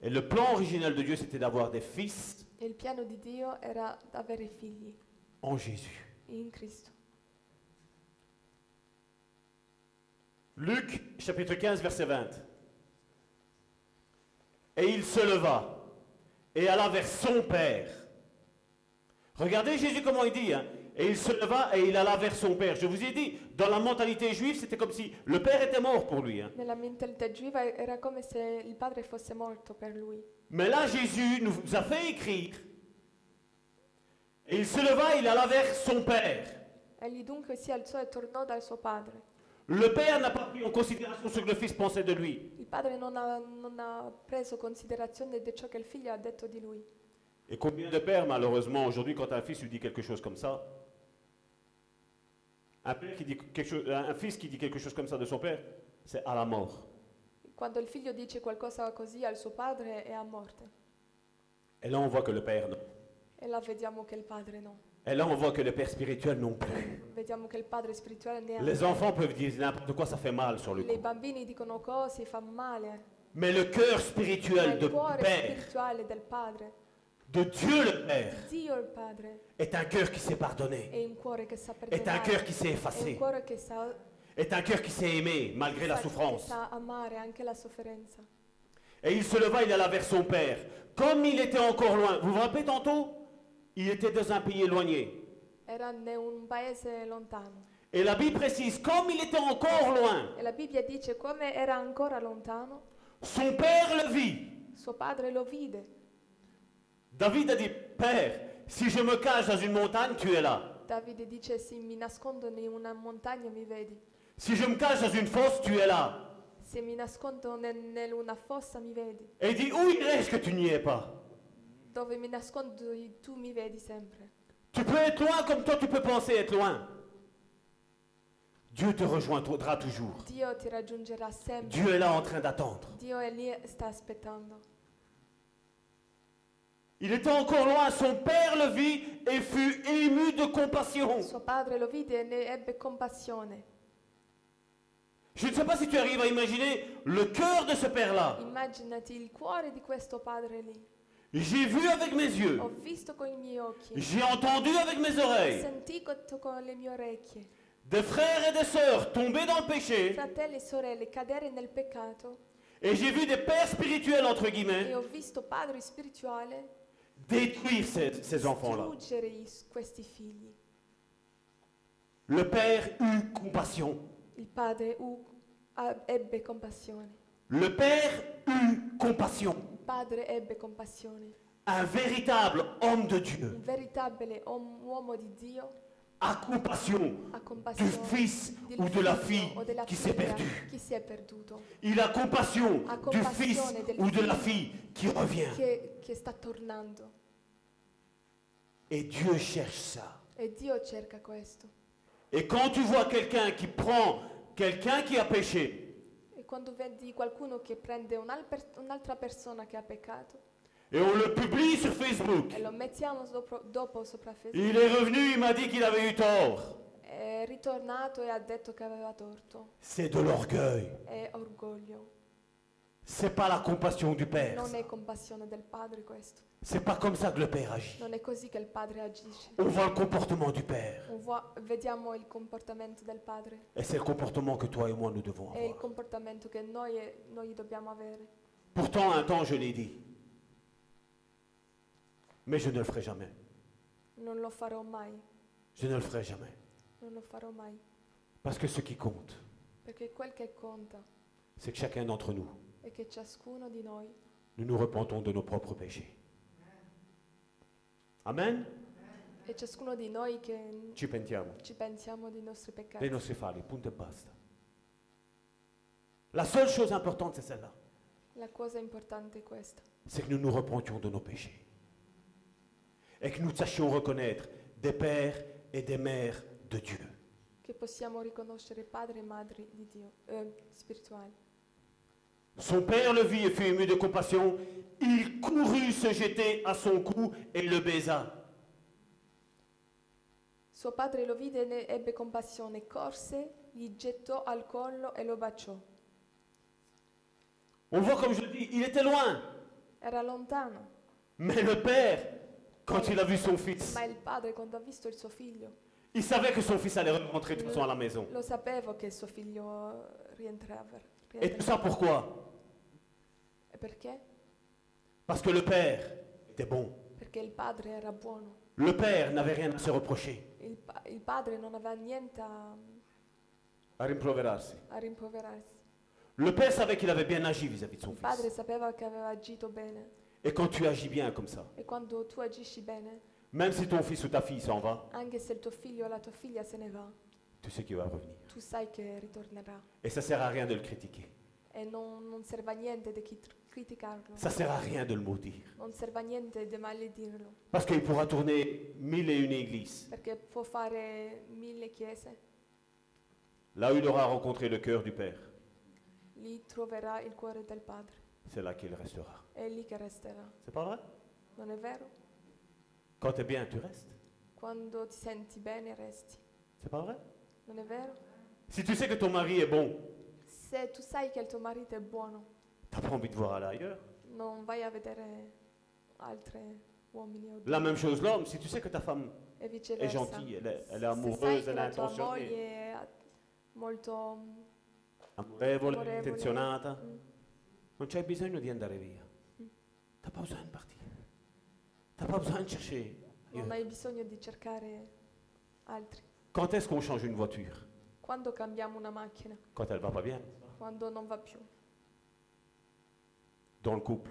[SPEAKER 5] Et le plan original de Dieu, c'était d'avoir des fils
[SPEAKER 4] E Il piano di Dio era avere figli
[SPEAKER 5] en Jésus.
[SPEAKER 4] in Cristo.
[SPEAKER 5] Luc, chapitre 15, verset 20. Et il se leva et alla vers son père. Regardez Jésus comment il dit. hein. Et il se leva et il alla vers son père. Je vous ai dit, dans la mentalité juive, c'était comme si le père était mort pour lui. hein.
[SPEAKER 4] Nella mentalità giuiva era come se il padre fosse morto per lui.
[SPEAKER 5] Mais là, Jésus nous a fait écrire. Et il se leva, il alla vers son père.
[SPEAKER 4] Egli dunque si alzò e tornò dal suo padre.
[SPEAKER 5] Le père n'a pas pris en considération ce que le fils pensait de lui.
[SPEAKER 4] Il padre non ha, non ha preso considerazione di ciò che il figlio ha detto di lui.
[SPEAKER 5] Et combien de pères, malheureusement, aujourd'hui, quand un fils lui dit quelque chose comme ça, un, père qui dit quelque chose- un fils qui dit quelque chose comme ça de son père, c'est à la mort.
[SPEAKER 4] Quando il figlio dice qualcosa così al suo padre è a morte.
[SPEAKER 5] Et là, on voit que le père non.
[SPEAKER 4] E là vediamo che il padre no.
[SPEAKER 5] Et là, on voit que le père spirituel non plus.
[SPEAKER 4] Vediamo che il padre spirituale ne ha.
[SPEAKER 5] Les enfants peuvent dire n'importe quoi, ça fait mal sur le
[SPEAKER 4] I
[SPEAKER 5] coup.
[SPEAKER 4] bambini dicono cose, fa male.
[SPEAKER 5] Mais le cœur
[SPEAKER 4] Ma
[SPEAKER 5] spirituel de
[SPEAKER 4] il cuore
[SPEAKER 5] père,
[SPEAKER 4] spirituale del padre,
[SPEAKER 5] de Dieu le père,
[SPEAKER 4] Dio il padre,
[SPEAKER 5] est un cœur qui s'est pardonné,
[SPEAKER 4] è un cuore che sa
[SPEAKER 5] est un
[SPEAKER 4] perdonare.
[SPEAKER 5] cœur qui s'est
[SPEAKER 4] È un
[SPEAKER 5] effacé,
[SPEAKER 4] cuore che sa,
[SPEAKER 5] est un cœur qui s'est aimé malgré la
[SPEAKER 4] sa-
[SPEAKER 5] souffrance.
[SPEAKER 4] sa amare anche la sofferenza.
[SPEAKER 5] Et il se leva, il alla vers son père. Comme il était encore loin, vous vous rappelez tantôt Il était dans un pays éloigné.
[SPEAKER 4] Era in un paese lontano
[SPEAKER 5] Et la Bible précise, comme il était encore loin,
[SPEAKER 4] e la Bibbia dice come era ancora lontano,
[SPEAKER 5] son père le vit.
[SPEAKER 4] suo padre lo vide.
[SPEAKER 5] David a dit, Père, si je me cache dans une montagne, tu es là.
[SPEAKER 4] Davide dice sì, mi nascondo in una montagna mi vedi,
[SPEAKER 5] Si je me cache dans une fosse, tu es là.
[SPEAKER 4] se mi nascondo ne- in una fossa mi vedi,
[SPEAKER 5] Et il dit, où il est-ce que tu n'y es pas
[SPEAKER 4] dove mi nascondo i- tu mi vedi sempre.
[SPEAKER 5] Tu peux être loin comme toi, tu peux penser être loin. Dieu te rejoindra toujours.
[SPEAKER 4] Dio ti raggiungerà sempre,
[SPEAKER 5] Dieu est là en train d'attendre.
[SPEAKER 4] Dio è lì e sta aspettando.
[SPEAKER 5] Il était encore loin, son père le vit et fut ému de compassion.
[SPEAKER 4] Suo padre lo vide e ne ebbe compassione.
[SPEAKER 5] Je ne sais pas si tu arrives à imaginer le cœur de ce père-là.
[SPEAKER 4] Immaginati il cuore di questo padre lì.
[SPEAKER 5] J'ai vu avec mes yeux,
[SPEAKER 4] Ho visto con i miei occhi,
[SPEAKER 5] j'ai entendu avec mes oreilles
[SPEAKER 4] sentì cotto con le mie orecchie.
[SPEAKER 5] des frères et des sœurs tomber dans le péché
[SPEAKER 4] Fratelli e sorelle cadere nel peccato
[SPEAKER 5] et j'ai vu des pères spirituels, entre
[SPEAKER 4] e
[SPEAKER 5] guillemets,
[SPEAKER 4] ho visto padre spirituale
[SPEAKER 5] détruire ces, ces enfants-là.
[SPEAKER 4] distruggere i- questi figli.
[SPEAKER 5] Le père eut compassion.
[SPEAKER 4] Il padre u- a- ebbe compassione.
[SPEAKER 5] Le père eut compassion.
[SPEAKER 4] Il padre ebbe compassione.
[SPEAKER 5] Un véritable homme de Dieu
[SPEAKER 4] Un veritabile om- uomo di Dio
[SPEAKER 5] a compassion
[SPEAKER 4] ha
[SPEAKER 5] du
[SPEAKER 4] compassione.
[SPEAKER 5] fils
[SPEAKER 4] del
[SPEAKER 5] ou de la
[SPEAKER 4] figlio
[SPEAKER 5] fille
[SPEAKER 4] o della
[SPEAKER 5] qui s'est
[SPEAKER 4] figlia
[SPEAKER 5] perdue.
[SPEAKER 4] chi si è perduto,
[SPEAKER 5] Il a compassion
[SPEAKER 4] A
[SPEAKER 5] du
[SPEAKER 4] compassione
[SPEAKER 5] fils
[SPEAKER 4] del
[SPEAKER 5] ou de la
[SPEAKER 4] figlio.
[SPEAKER 5] fille qui revient.
[SPEAKER 4] che, che sta tornando.
[SPEAKER 5] Et Dieu cherche ça.
[SPEAKER 4] E Dio cerca questo.
[SPEAKER 5] Et quand tu vois quelqu'un qui prend quelqu'un qui a péché
[SPEAKER 4] E quando vedi qualcuno che prende un'al- per- un'altra persona che ha peccato
[SPEAKER 5] et on le publie sur Facebook,
[SPEAKER 4] e lo mettiamo sopra- dopo sopra Facebook,
[SPEAKER 5] il est revenu, il m'a dit qu'il avait eu tort.
[SPEAKER 4] è ritornato e ha detto che aveva torto.
[SPEAKER 5] C'est de l'orgueil.
[SPEAKER 4] È orgoglio.
[SPEAKER 5] C'est pas la compassion du père.
[SPEAKER 4] Non è compassione del padre questo.
[SPEAKER 5] C'est pas comme ça que le père agit.
[SPEAKER 4] Non è così che il padre agisce.
[SPEAKER 5] On voit le comportement du père.
[SPEAKER 4] On voit- vediamo il comportamento del padre
[SPEAKER 5] Et c'est le comportement que toi et moi nous devons
[SPEAKER 4] e il
[SPEAKER 5] avoir.
[SPEAKER 4] comportamento che noi, e- noi dobbiamo avere.
[SPEAKER 5] Pourtant, un temps, je l'ai dit. Mais je ne le ferai jamais.
[SPEAKER 4] Non lo farò mai,
[SPEAKER 5] Je ne le ferai jamais.
[SPEAKER 4] non lo farò mai,
[SPEAKER 5] Parce que ce qui compte,
[SPEAKER 4] perché quel che conta
[SPEAKER 5] c'est que chacun d'entre nous,
[SPEAKER 4] è che ciascuno di noi
[SPEAKER 5] nous nous repentons de nos propres péchés. Amen.
[SPEAKER 4] e ciascuno di noi che
[SPEAKER 5] Ci pentiamo.
[SPEAKER 4] ci pensiamo dei nostri peccati.
[SPEAKER 5] Dei nostri falli, punto e basta. La seule chose importante, c'est celle-là.
[SPEAKER 4] La cosa importante è questa,
[SPEAKER 5] C'est que nous nous repentions de nos péchés. Et que nous sachions reconnaître des pères et des mères de Dieu.
[SPEAKER 4] che possiamo riconoscere padre e madre di Dio, eh, spirituali.
[SPEAKER 5] Son père le vit et fut ému de compassion. Il courut se jeter à son cou et le baisa.
[SPEAKER 4] Suo padre lo vide e ne ebbe compassione, corse, gli gettò al collo e lo baciò.
[SPEAKER 5] On voit comme je le dis, il était loin.
[SPEAKER 4] Era lontano.
[SPEAKER 5] Mais le père, quand il a vu son fils,
[SPEAKER 4] Ma il padre, quando ha visto il suo figlio,
[SPEAKER 5] il savait que son fils allait rentrer de toute façon à la maison.
[SPEAKER 4] lo sapevo che il suo figlio eh, rientrava.
[SPEAKER 5] Et tout
[SPEAKER 4] rientrava.
[SPEAKER 5] ça pourquoi
[SPEAKER 4] E Perché?
[SPEAKER 5] Parce que le père était bon.
[SPEAKER 4] Perché il padre era buono.
[SPEAKER 5] Le père n'avait rien à se reprocher.
[SPEAKER 4] Il, pa- il padre non aveva niente a,
[SPEAKER 5] À rimproverarsi.
[SPEAKER 4] a rimproverarsi.
[SPEAKER 5] Le père savait qu'il avait bien agi vis-à-vis de son
[SPEAKER 4] Il padre
[SPEAKER 5] fils.
[SPEAKER 4] sapeva che aveva agito bene.
[SPEAKER 5] Et quand tu agis bien comme ça,
[SPEAKER 4] E quando tu agisci bene,
[SPEAKER 5] même si ton fils ou ta fille s'en va,
[SPEAKER 4] anche se il tuo figlio o la tua figlia se ne va,
[SPEAKER 5] tu sais qu'il va revenir.
[SPEAKER 4] tu sai che ritornerà.
[SPEAKER 5] Et ça sert à rien de le critiquer.
[SPEAKER 4] E non, non serve a niente di chi- criticarlo.
[SPEAKER 5] Ça sert à rien de le maudire.
[SPEAKER 4] Non serve a niente di maledirlo.
[SPEAKER 5] Parce qu'il pourra tourner mille et une églises.
[SPEAKER 4] Perché può fare mille chiese,
[SPEAKER 5] Là où il aura rencontré le cœur du père,
[SPEAKER 4] lì troverà il cuore del padre.
[SPEAKER 5] c'est là qu'il restera.
[SPEAKER 4] È lì che resterà,
[SPEAKER 5] C'est pas vrai
[SPEAKER 4] non è vero?
[SPEAKER 5] Quand t'es bien, tu restes.
[SPEAKER 4] Quando ti senti bene resti,
[SPEAKER 5] C'est pas vrai
[SPEAKER 4] non è vero?
[SPEAKER 5] Si tu sais que ton mari est bon,
[SPEAKER 4] Se tu sai che il tuo marito è buono,
[SPEAKER 5] t'as pas envie de voir aller ailleurs.
[SPEAKER 4] non vai a vedere altri uomini o
[SPEAKER 5] La
[SPEAKER 4] donne
[SPEAKER 5] même chose l'homme, si tu sais que ta femme
[SPEAKER 4] e
[SPEAKER 5] est
[SPEAKER 4] viceversa.
[SPEAKER 5] gentille, elle est, elle est
[SPEAKER 4] Se sai
[SPEAKER 5] amoureuse,
[SPEAKER 4] che
[SPEAKER 5] elle est
[SPEAKER 4] la tua
[SPEAKER 5] intentionnée.
[SPEAKER 4] moglie è att- molto... mm,
[SPEAKER 5] amorevole,
[SPEAKER 4] Amorevole.
[SPEAKER 5] intenzionata,
[SPEAKER 4] Mm.
[SPEAKER 5] non c'è bisogno di andare via. T'as pas besoin de partir. T'as pas besoin de chercher.
[SPEAKER 4] non
[SPEAKER 5] ailleurs.
[SPEAKER 4] hai bisogno di cercare altri.
[SPEAKER 5] Quand est-ce qu'on change une voiture
[SPEAKER 4] Quando cambiamo una macchina,
[SPEAKER 5] Quand elle va pas bien.
[SPEAKER 4] quando non va più,
[SPEAKER 5] Dans le couple,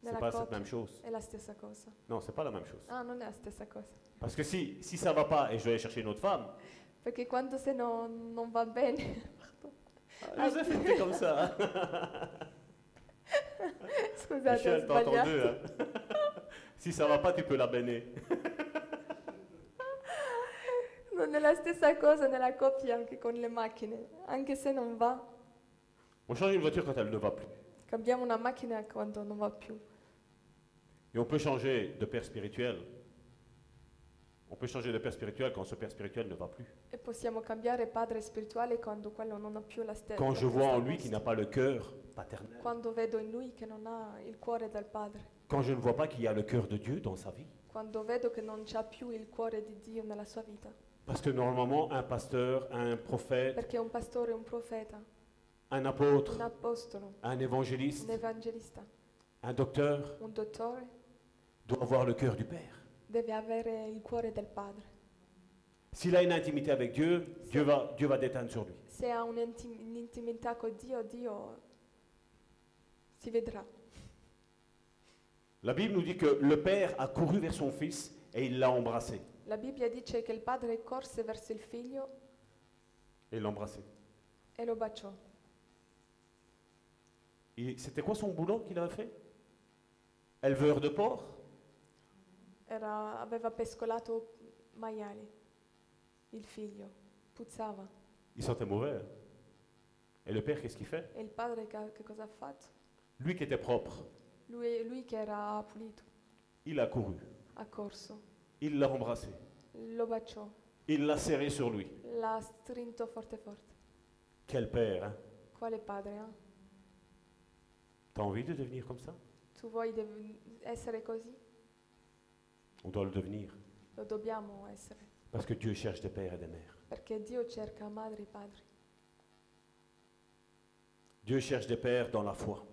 [SPEAKER 5] c'est
[SPEAKER 4] nella
[SPEAKER 5] pas cette
[SPEAKER 4] coppia,
[SPEAKER 5] même chose.
[SPEAKER 4] è la stessa cosa.
[SPEAKER 5] Non, c'est pas la même chose.
[SPEAKER 4] Ah, non è la stessa cosa.
[SPEAKER 5] Parce que si, si ça va pas et je vais aller chercher une autre femme,
[SPEAKER 4] Perché quando se no non va bene,
[SPEAKER 5] ah, Joseph était comme ça. hein.
[SPEAKER 4] scusate, ho
[SPEAKER 5] Michel, t'as
[SPEAKER 4] sbagliato.
[SPEAKER 5] entendu. hein. si ça va pas, tu peux la bénir. eh?
[SPEAKER 4] Non è la stessa cosa nella coppia anche con le macchine, anche se non va,
[SPEAKER 5] On change une voiture quand elle ne va plus.
[SPEAKER 4] cambiamo una macchina quando non va più.
[SPEAKER 5] Et on peut changer de père spirituel. On peut changer de père spirituel quand ce père spirituel ne va plus.
[SPEAKER 4] E possiamo cambiare padre spirituale quando quello non ha più la stessa.
[SPEAKER 5] Quand je vois en lui qu'il n'a pas le cœur paternel.
[SPEAKER 4] Quando vedo in lui che non ha il cuore del padre.
[SPEAKER 5] Quand je ne vois pas qu'il y a le cœur de Dieu dans sa vie.
[SPEAKER 4] Quando vedo che non c'ha più il cuore di Dio nella sua vita.
[SPEAKER 5] Parce que normalement, un pasteur, un prophète,
[SPEAKER 4] Perché un pastore, un profeta,
[SPEAKER 5] un
[SPEAKER 4] un
[SPEAKER 5] apôtre,
[SPEAKER 4] apostolo,
[SPEAKER 5] un
[SPEAKER 4] un
[SPEAKER 5] évangéliste,
[SPEAKER 4] evangelista,
[SPEAKER 5] un docteur
[SPEAKER 4] un dottore
[SPEAKER 5] doit avoir le cœur du Père.
[SPEAKER 4] deve avere il cuore del padre.
[SPEAKER 5] S'il a une intimité avec Dieu, Dieu va, Dieu va déteindre sur lui.
[SPEAKER 4] Se ha un'intim- un'intimità con Dio, Dio si vedrà.
[SPEAKER 5] La Bible nous dit que le Père a couru vers son Fils et il l'a embrassé.
[SPEAKER 4] La Bibbia dice che il padre corse verso il figlio
[SPEAKER 5] Et l'embrassé.
[SPEAKER 4] e lo baciò.
[SPEAKER 5] Et C'était quoi son boulot qu'il avait fait Éleveur de porc
[SPEAKER 4] Era- aveva pescolato maiali, il figlio, puzzava.
[SPEAKER 5] Il sentait mauvais. hein. Et le Père, qu'est-ce qu'il fait
[SPEAKER 4] E il padre ca- che cosa ha fatto?
[SPEAKER 5] Lui qui était propre,
[SPEAKER 4] Lui, lui che era pulito,
[SPEAKER 5] il a couru,
[SPEAKER 4] ha corso,
[SPEAKER 5] il l'a embrassé,
[SPEAKER 4] lo baciò,
[SPEAKER 5] il l'a serré sur lui.
[SPEAKER 4] l'ha strinto forte forte.
[SPEAKER 5] Quel Père, hein
[SPEAKER 4] Quale padre? eh?
[SPEAKER 5] T'as envie de devenir comme ça
[SPEAKER 4] Tu vuoi dev- essere così?
[SPEAKER 5] On doit le devenir.
[SPEAKER 4] Lo dobbiamo essere,
[SPEAKER 5] Parce que Dieu cherche des pères et des mères.
[SPEAKER 4] perché Dio cerca madri e padri.
[SPEAKER 5] Dieu cherche des pères dans la foi.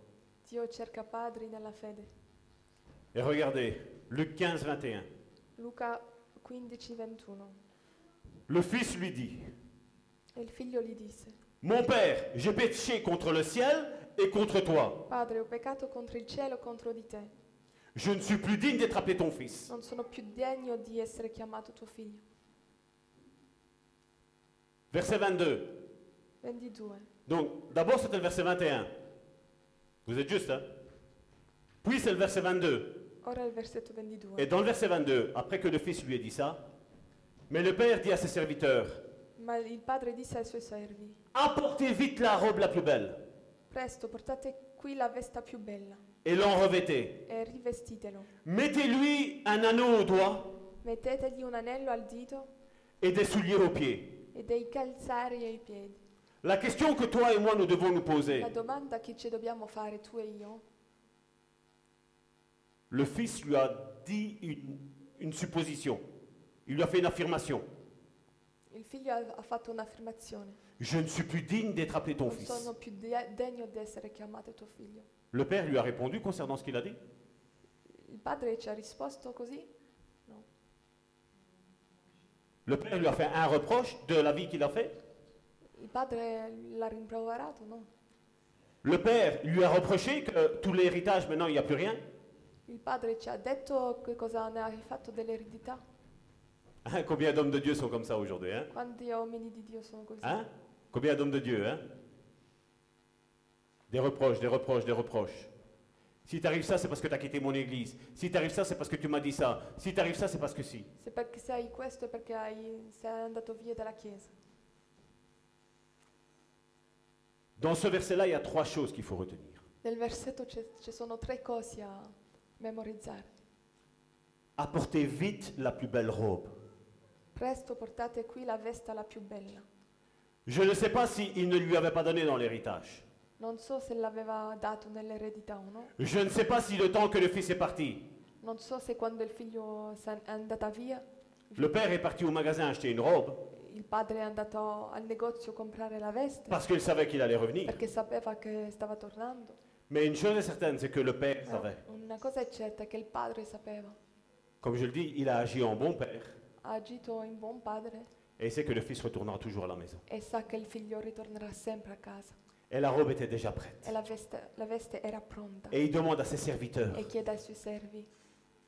[SPEAKER 4] Dio cerca padri nella fede.
[SPEAKER 5] Et regardez, Luc 15, 21.
[SPEAKER 4] Luca 15, 21.
[SPEAKER 5] Le Fils lui dit,
[SPEAKER 4] E il figlio gli disse,
[SPEAKER 5] Mon Père, j'ai péché contre le ciel et contre toi.
[SPEAKER 4] Padre, ho peccato contro il cielo e contro di te.
[SPEAKER 5] Je ne suis plus digne d'être appelé ton fils.
[SPEAKER 4] Non sono più degno di essere chiamato tuo figlio.
[SPEAKER 5] Verset 22.
[SPEAKER 4] 22.
[SPEAKER 5] Donc, d'abord, c'était le verset 21. Vous êtes juste, hein Puis, c'est le verset 22.
[SPEAKER 4] Ora il versetto 22.
[SPEAKER 5] Et dans le verset 22, après que le fils lui ait dit ça, mais le père dit à ses serviteurs,
[SPEAKER 4] Ma il padre disse ai suoi servi,
[SPEAKER 5] apportez vite la robe la plus belle
[SPEAKER 4] presto portate qui la vesta più bella
[SPEAKER 5] et l'en revêtez.
[SPEAKER 4] e rivestitelo.
[SPEAKER 5] Mettez-lui un anneau au doigt
[SPEAKER 4] Mettetegli un anello al dito
[SPEAKER 5] et des souliers aux pieds.
[SPEAKER 4] e dei calzari ai piedi.
[SPEAKER 5] La question que toi et moi nous devons nous poser,
[SPEAKER 4] La domanda che ci dobbiamo fare tu e io,
[SPEAKER 5] le fils lui a dit une, une supposition. Il lui a fait une affirmation.
[SPEAKER 4] il figlio ha ha fatto un'affermazione.
[SPEAKER 5] Je ne suis plus digne d'être appelé ton
[SPEAKER 4] Non
[SPEAKER 5] fils.
[SPEAKER 4] sono più de- degno di essere chiamato tuo figlio.
[SPEAKER 5] Le père lui a répondu concernant ce qu'il a dit.
[SPEAKER 4] Il padre ci ha risposto così?
[SPEAKER 5] Le père lui a fait un reproche de la vie qu'il a fait.
[SPEAKER 4] Il padre l'ha rimproverato, no?
[SPEAKER 5] Le père lui a reproché que tout l'héritage, maintenant, il n'y a plus rien.
[SPEAKER 4] Il padre ci ha detto che cosa ne hai fatto dell'eredità.
[SPEAKER 5] Hein, combien d'hommes de Dieu sont comme ça aujourd'hui hein?
[SPEAKER 4] Quanti uomini di Dio sono così?
[SPEAKER 5] Hein? Combien d'hommes de Dieu hein? Des reproches, des reproches, des reproches. Si t'arrives ça, c'est parce que tu as quitté mon église. Si t'arrives ça, c'est parce que tu m'as dit ça. Si t'arrives ça, c'est parce que si.
[SPEAKER 4] Se perché sei questo è perché hai- sei andato via dalla Chiesa.
[SPEAKER 5] Dans ce verset-là, il y a trois choses qu'il faut retenir.
[SPEAKER 4] Nel versetto c'è- ci sono tre cose a memorizzare.
[SPEAKER 5] Apportez vite la plus belle robe.
[SPEAKER 4] Presto portate qui la vesta la più bella.
[SPEAKER 5] Je ne sais pas s'il ne lui avait pas donné dans l'héritage.
[SPEAKER 4] Non so se l'aveva dato nell'eredità o no.
[SPEAKER 5] Je ne sais pas si le temps que le fils est parti,
[SPEAKER 4] Non so se quando il figlio s'è- è andata via,
[SPEAKER 5] le père est parti au magasin acheter une robe
[SPEAKER 4] il padre è andato al negozio a comprare la veste.
[SPEAKER 5] parce qu'il savait qu'il allait revenir.
[SPEAKER 4] perché sapeva che stava tornando.
[SPEAKER 5] Mais une chose est certaine, c'est que le père savait.
[SPEAKER 4] Una cosa è certa è che il padre sapeva,
[SPEAKER 5] Comme je le dis, il a agi en bon père
[SPEAKER 4] ha agito in buon padre
[SPEAKER 5] et il sait que le fils retournera toujours à la maison.
[SPEAKER 4] e sa che il figlio ritornerà sempre a casa.
[SPEAKER 5] Et la robe était déjà prête.
[SPEAKER 4] E la veste, la veste era pronta
[SPEAKER 5] Et il demande à ses serviteurs,
[SPEAKER 4] e chiede ai suoi servi,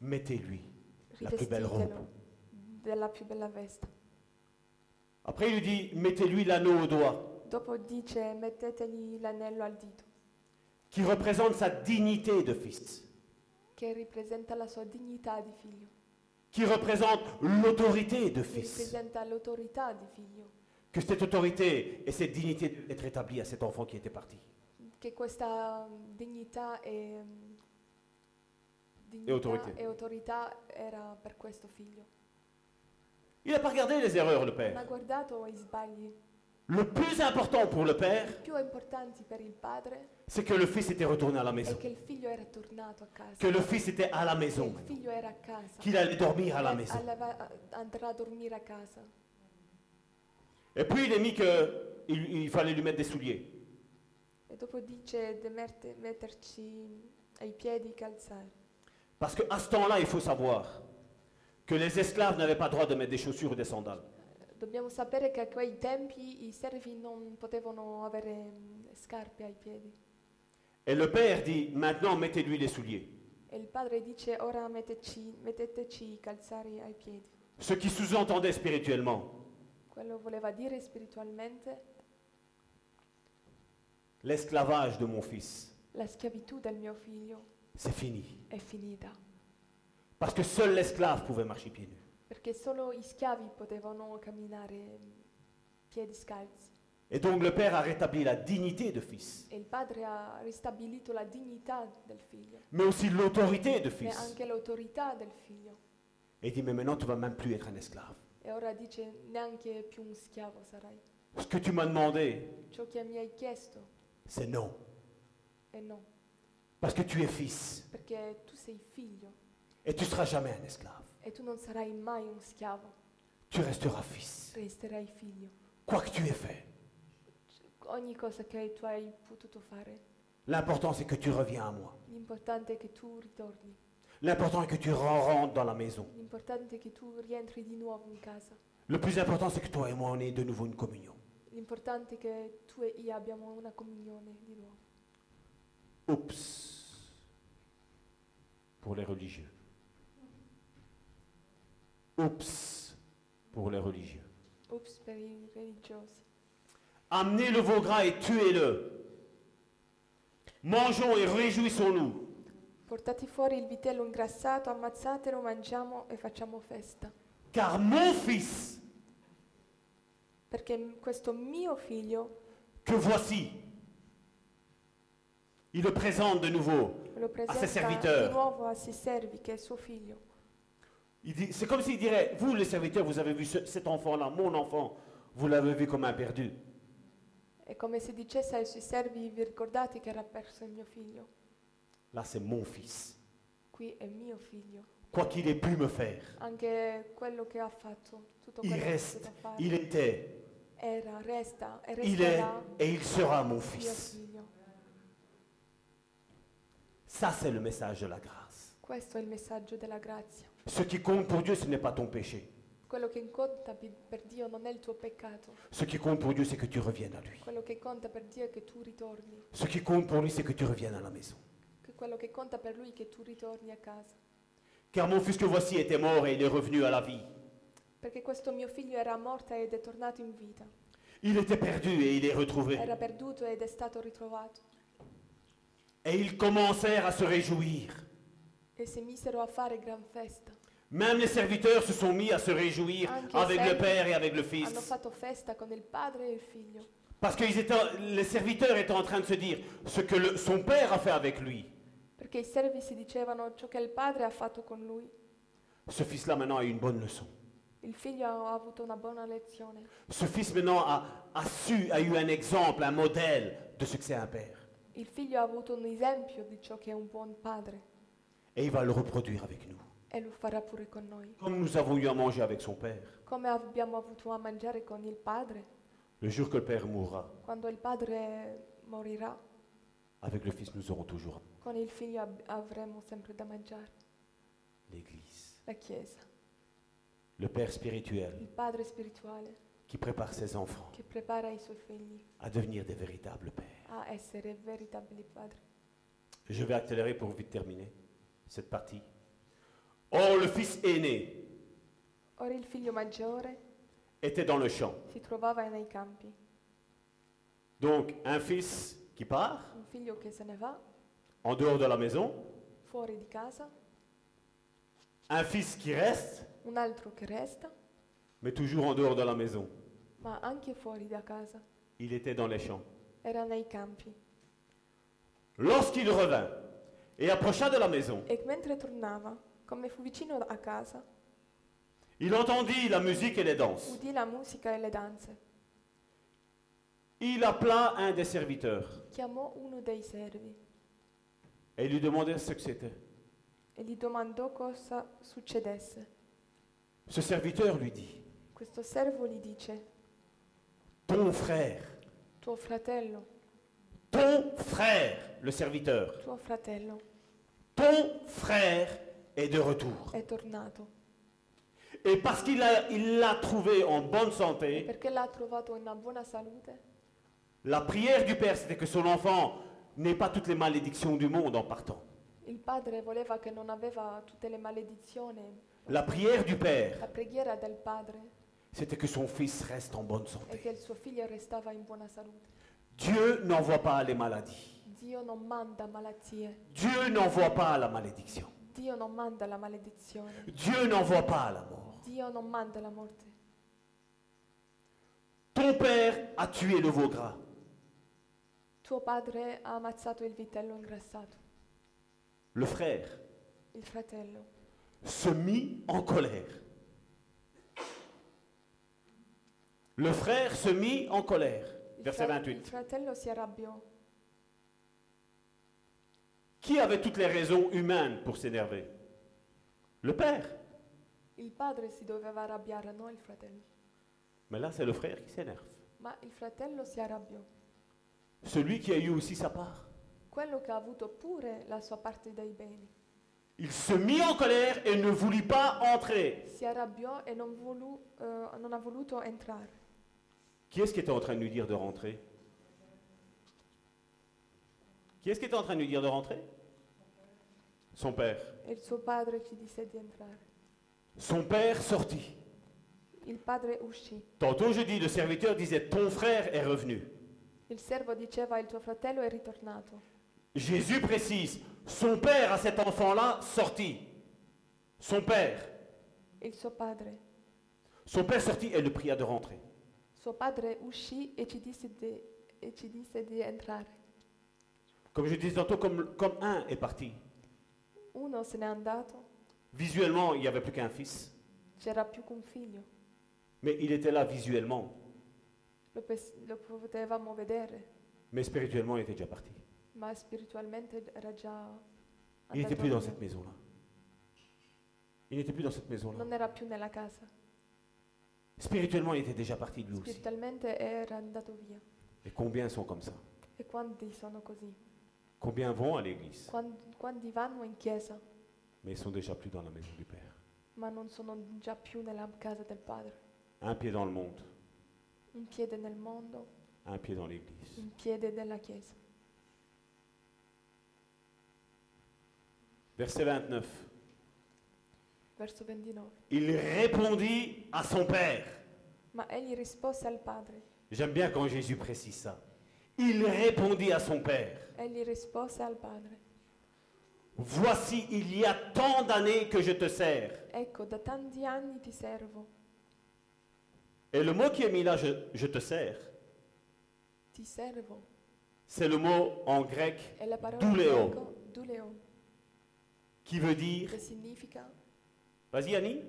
[SPEAKER 5] mettez-lui. La più bella
[SPEAKER 4] rivestitelo della più bella veste.
[SPEAKER 5] Après, il lui dit, mettez-lui l'anneau au doigt,
[SPEAKER 4] Dopo dice mettetegli l'anello al dito,
[SPEAKER 5] qui représente sa dignité de fils,
[SPEAKER 4] che ripresenta la sua dignità di figlio,
[SPEAKER 5] qui représente l'autorité de
[SPEAKER 4] che
[SPEAKER 5] fils.
[SPEAKER 4] ripresenta l'autorità di figlio,
[SPEAKER 5] Que cette autorité et cette dignité doivent être établies à cet enfant qui était parti.
[SPEAKER 4] che questa dignità e mm, dignità
[SPEAKER 5] autorità.
[SPEAKER 4] e autorità era per questo figlio.
[SPEAKER 5] Il n'a pas regardé les erreurs, le
[SPEAKER 4] Ma
[SPEAKER 5] Père.
[SPEAKER 4] guardato i sbagli
[SPEAKER 5] Le plus important pour le Père,
[SPEAKER 4] più importanti per il padre
[SPEAKER 5] c'est que le Fils était retourné à la
[SPEAKER 4] è
[SPEAKER 5] maison.
[SPEAKER 4] che il figlio era tornato a casa,
[SPEAKER 5] Que le Fils était à la
[SPEAKER 4] che
[SPEAKER 5] maison.
[SPEAKER 4] il figlio era a casa,
[SPEAKER 5] Qu'il allait dormir à la
[SPEAKER 4] eh,
[SPEAKER 5] maison.
[SPEAKER 4] alla- va- andrà a dormire a casa.
[SPEAKER 5] Et puis il est mis que il, il fallait lui mettre des souliers.
[SPEAKER 4] E dopo dice di mette- metterci ai piedi i calzari,
[SPEAKER 5] Parce qu'à ce temps-là, il faut savoir que les esclaves n'avaient pas le droit de mettre des chaussures ou des sandales.
[SPEAKER 4] Dobbiamo sapere che a quei tempi i servi non potevano avere mm, scarpe ai piedi.
[SPEAKER 5] Et le Père dit, maintenant mettez-lui les souliers.
[SPEAKER 4] E il padre dice ora metteteci, metteteci i calzari ai piedi.
[SPEAKER 5] Ce qui sous-entendait spirituellement,
[SPEAKER 4] Quello voleva dire spiritualmente
[SPEAKER 5] l'esclavage de mon fils,
[SPEAKER 4] la schiavitù del mio figlio
[SPEAKER 5] c'est fini.
[SPEAKER 4] è finita,
[SPEAKER 5] Parce que seul l'esclave pouvait marcher pieds nus.
[SPEAKER 4] perché solo i schiavi potevano camminare mm, piedi scalzi.
[SPEAKER 5] Et donc le Père a rétabli la dignité de fils,
[SPEAKER 4] E il padre ha ristabilito la dignità del figlio,
[SPEAKER 5] mais aussi l'autorité de
[SPEAKER 4] e
[SPEAKER 5] fils.
[SPEAKER 4] anche l'autorità del figlio.
[SPEAKER 5] Et il dit, mais maintenant tu vas même plus être un esclave.
[SPEAKER 4] E ora dice neanche più un schiavo sarai.
[SPEAKER 5] Ce que tu m'as demandé,
[SPEAKER 4] Ciò che mi hai chiesto
[SPEAKER 5] c'est non.
[SPEAKER 4] è no,
[SPEAKER 5] Parce que tu es fils
[SPEAKER 4] perché tu sei figlio
[SPEAKER 5] et tu seras jamais un esclave.
[SPEAKER 4] e tu non sarai mai un schiavo,
[SPEAKER 5] Tu resteras fils,
[SPEAKER 4] resterai figlio.
[SPEAKER 5] quoi que tu aies fait.
[SPEAKER 4] Ogni cosa che tu hai potuto fare,
[SPEAKER 5] L'important c'est que tu reviens à moi.
[SPEAKER 4] l'importante è che tu ritorni,
[SPEAKER 5] L'important est que tu rentres dans la maison.
[SPEAKER 4] l'importante è che tu rientri di nuovo in casa,
[SPEAKER 5] Le plus important c'est que toi et moi on ait de nouveau une communion.
[SPEAKER 4] l'importante è che tu e io abbiamo una comunione di nuovo.
[SPEAKER 5] Oups. Pour les religieux. Oups. Pour les religieux.
[SPEAKER 4] Ops per i religiosi.
[SPEAKER 5] Amenez le veau gras et tuez-le. Mangeons et réjouissons-nous.
[SPEAKER 4] Portate fuori il vitello ingrassato, ammazzatelo, mangiamo e facciamo festa.
[SPEAKER 5] Car mon fils,
[SPEAKER 4] Perché m- questo mio figlio
[SPEAKER 5] que voici, il le présente de nouveau.
[SPEAKER 4] lo presenta
[SPEAKER 5] serviteur.
[SPEAKER 4] di nuovo a se servi, che è suo figlio.
[SPEAKER 5] Il dit- C'est comme s'il dirait, vous les serviteurs, vous avez vu ce- cet enfant-là, mon enfant, vous l'avez vu comme un perdu.
[SPEAKER 4] È come se dicesse ai suoi servi, vi ricordate che era perso il mio figlio?
[SPEAKER 5] Là, c'est mon fils.
[SPEAKER 4] Qui è mio figlio.
[SPEAKER 5] Quoi qu'il ait pu me faire,
[SPEAKER 4] Anche quello che ha fatto, tutto
[SPEAKER 5] il
[SPEAKER 4] quello che ha
[SPEAKER 5] reste,
[SPEAKER 4] potuto fare,
[SPEAKER 5] il était,
[SPEAKER 4] era, resta e
[SPEAKER 5] il est
[SPEAKER 4] resterà
[SPEAKER 5] et il sera mon
[SPEAKER 4] mio
[SPEAKER 5] fils.
[SPEAKER 4] figlio.
[SPEAKER 5] Ça, c'est le message de la grâce.
[SPEAKER 4] Questo è il messaggio della grazia.
[SPEAKER 5] Ce qui compte pour Dieu, ce n'est pas ton péché.
[SPEAKER 4] Quello che conta pi- per Dio non è il tuo peccato,
[SPEAKER 5] Ce qui compte pour Dieu, c'est que tu reviennes à lui.
[SPEAKER 4] quello che conta per Dio è che tu ritorni,
[SPEAKER 5] Ce qui compte pour lui, c'est que tu reviennes à la maison.
[SPEAKER 4] che quello che conta per Lui è che tu ritorni a casa.
[SPEAKER 5] Car mon fils que voici était mort et il est revenu à la vie.
[SPEAKER 4] Perché questo mio figlio era morto ed è tornato in vita,
[SPEAKER 5] Il était perdu et il est retrouvé.
[SPEAKER 4] era perduto ed è stato ritrovato.
[SPEAKER 5] Et ils commencèrent à se réjouir.
[SPEAKER 4] E si misero a fare gran festa.
[SPEAKER 5] Même les serviteurs se sont mis à se réjouir
[SPEAKER 4] Anche i
[SPEAKER 5] avec le
[SPEAKER 4] servi
[SPEAKER 5] Père et avec le
[SPEAKER 4] Hanno
[SPEAKER 5] Fils.
[SPEAKER 4] fatto festa con il padre e il figlio,
[SPEAKER 5] Parce que ils étaient, les serviteurs étaient en train de se dire ce que le- son Père a fait avec lui.
[SPEAKER 4] perché i servi si dicevano ciò che il padre ha fatto con lui.
[SPEAKER 5] Ce fils-là maintenant a eu une bonne leçon.
[SPEAKER 4] Il figlio ha avuto una buona lezione.
[SPEAKER 5] Ce fils maintenant a, a su, a eu un exemple, un modèle de ce que c'est un Père.
[SPEAKER 4] Il figlio ha avuto un esempio di ciò che è un buon padre
[SPEAKER 5] Et il va le reproduire avec nous.
[SPEAKER 4] e lo farà pure con noi.
[SPEAKER 5] Comme nous avons eu à manger avec son Père,
[SPEAKER 4] Come abbiamo avuto a mangiare con il padre,
[SPEAKER 5] le jour que le Père mourra,
[SPEAKER 4] quando il padre morirà,
[SPEAKER 5] avec le Fils nous aurons toujours
[SPEAKER 4] con il figlio ab- avremo sempre da mangiare.
[SPEAKER 5] l'Église.
[SPEAKER 4] La Chiesa,
[SPEAKER 5] Le Père spirituel
[SPEAKER 4] il padre spirituale
[SPEAKER 5] qui prépare ses enfants
[SPEAKER 4] che prepara i suoi figli
[SPEAKER 5] à devenir des véritables pères.
[SPEAKER 4] a essere veritabili padri.
[SPEAKER 5] Je vais accélérer pour vite terminer cette partie. Or, le fils aîné
[SPEAKER 4] Ora il figlio maggiore
[SPEAKER 5] était dans le champ.
[SPEAKER 4] si trovava nei campi.
[SPEAKER 5] Donc, un fils qui part
[SPEAKER 4] Un figlio che se ne va
[SPEAKER 5] en dehors de la maison,
[SPEAKER 4] fuori di casa,
[SPEAKER 5] un fils qui reste,
[SPEAKER 4] un altro che resta,
[SPEAKER 5] mais toujours en dehors de la maison.
[SPEAKER 4] ma anche fuori da casa.
[SPEAKER 5] Il était dans les champs.
[SPEAKER 4] Era nei campi.
[SPEAKER 5] Lorsqu'il revint, et approcha de la maison.
[SPEAKER 4] E mentre tornava, come fu vicino a casa,
[SPEAKER 5] Il entendit la musique et les danses.
[SPEAKER 4] udì la musica e le danze.
[SPEAKER 5] Il appela un des serviteurs
[SPEAKER 4] Chiamò uno dei servi
[SPEAKER 5] et lui demanda ce que c'était.
[SPEAKER 4] e gli domandò cosa succedesse.
[SPEAKER 5] Ce serviteur lui dit,
[SPEAKER 4] Questo servo gli dice,
[SPEAKER 5] ton frère,
[SPEAKER 4] tuo fratello,
[SPEAKER 5] ton frère, le serviteur,
[SPEAKER 4] tuo fratello
[SPEAKER 5] ton frère est de retour.
[SPEAKER 4] è tornato,
[SPEAKER 5] Et parce qu'il a- il l'a trouvé en bonne santé,
[SPEAKER 4] perché l'ha trovato in una buona salute.
[SPEAKER 5] la prière du Père, c'était que son enfant n'ait pas toutes les malédictions du monde en partant.
[SPEAKER 4] Il padre voleva che non aveva tutte le maledizioni.
[SPEAKER 5] La prière du Père,
[SPEAKER 4] La preghiera del padre
[SPEAKER 5] c'était que son fils reste en bonne
[SPEAKER 4] è
[SPEAKER 5] santé.
[SPEAKER 4] che il suo figlio restava in buona salute.
[SPEAKER 5] Dieu n'envoie pas les maladies.
[SPEAKER 4] Dio non manda malattie,
[SPEAKER 5] Dieu n'envoie pas la malédiction.
[SPEAKER 4] Dio non manda la maledizione,
[SPEAKER 5] Dieu n'envoie pas la mort.
[SPEAKER 4] Dio non manda la morte.
[SPEAKER 5] Ton père a tué le veau gras.
[SPEAKER 4] Tuo padre ha ammazzato il vitello ingrassato.
[SPEAKER 5] Le frère
[SPEAKER 4] Il fratello
[SPEAKER 5] se mit en colère. Le frère se mit en colère.
[SPEAKER 4] il,
[SPEAKER 5] Verset
[SPEAKER 4] fra- il
[SPEAKER 5] 28.
[SPEAKER 4] fratello si arrabbiò.
[SPEAKER 5] Qui avait toutes les raisons humaines pour s'énerver Le père.
[SPEAKER 4] Il padre si doveva arrabbiare, non il fratello.
[SPEAKER 5] Mais là, c'est le frère qui s'énerve.
[SPEAKER 4] Ma il fratello si arrabbiò.
[SPEAKER 5] Celui qui a eu aussi sa part.
[SPEAKER 4] Quello che ha avuto pure la sua parte dei beni.
[SPEAKER 5] Il se mit en colère et ne voulut pas entrer.
[SPEAKER 4] Si arrabbiò e non, volu- eh, non ha voluto entrare.
[SPEAKER 5] Qui est-ce qui était en train de lui dire de rentrer Qui est-ce qui était en train de lui dire de rentrer Son père.
[SPEAKER 4] E il suo padre ci disse di entrare.
[SPEAKER 5] Son père sortit.
[SPEAKER 4] Il padre uscì.
[SPEAKER 5] Tantôt je dis, le serviteur disait, ton frère est revenu.
[SPEAKER 4] Il servo diceva il tuo fratello è ritornato.
[SPEAKER 5] Jésus précise, son père à cet enfant-là sortit. Son père.
[SPEAKER 4] Il suo padre.
[SPEAKER 5] Son père sortit et le pria de rentrer.
[SPEAKER 4] Suo padre uscì e ci disse di, e ci disse di entrare.
[SPEAKER 5] Comme je disais tantôt, comme, comme un est parti.
[SPEAKER 4] Uno se n'è andato,
[SPEAKER 5] Visuellement, il n'y avait plus qu'un fils.
[SPEAKER 4] c'era più che un figlio.
[SPEAKER 5] Mais il était là visuellement.
[SPEAKER 4] Lo, pes- lo potevamo vedere,
[SPEAKER 5] Mais spirituellement, il était déjà parti.
[SPEAKER 4] ma spiritualmente era già
[SPEAKER 5] Il n'était
[SPEAKER 4] andato
[SPEAKER 5] plus dans
[SPEAKER 4] via.
[SPEAKER 5] cette maison-là. Il n'était plus dans cette maison-là.
[SPEAKER 4] Non era più nella casa.
[SPEAKER 5] Spirituellement, il était déjà parti de lui aussi.
[SPEAKER 4] Spiritualmente era andato via.
[SPEAKER 5] Et combien sont comme ça
[SPEAKER 4] E quanti sono così?
[SPEAKER 5] Combien vont à l'église
[SPEAKER 4] Quan- quanti vanno in chiesa,
[SPEAKER 5] Mais ils sont déjà plus dans la maison du Père.
[SPEAKER 4] ma non sono già più nella casa del padre?
[SPEAKER 5] Un pied dans le monde,
[SPEAKER 4] Un piede nel mondo,
[SPEAKER 5] un pied dans l'église.
[SPEAKER 4] un piede nella chiesa.
[SPEAKER 5] Verset 29.
[SPEAKER 4] Verso 29.
[SPEAKER 5] Il répondit à son Père.
[SPEAKER 4] Ma egli rispose al padre.
[SPEAKER 5] J'aime bien quand Jésus précise ça. Il répondit à son Père.
[SPEAKER 4] Egli rispose al padre.
[SPEAKER 5] Voici, il y a tant d'années que je te sers.
[SPEAKER 4] Ecco, da tanti anni ti servo,
[SPEAKER 5] Et le mot qui est mis là, je, je te sers,
[SPEAKER 4] ti servo.
[SPEAKER 5] c'est le mot en grec
[SPEAKER 4] È la parola
[SPEAKER 5] Douleo.
[SPEAKER 4] in greco douleo,
[SPEAKER 5] qui veut dire,
[SPEAKER 4] che significa
[SPEAKER 5] vas-y Annie,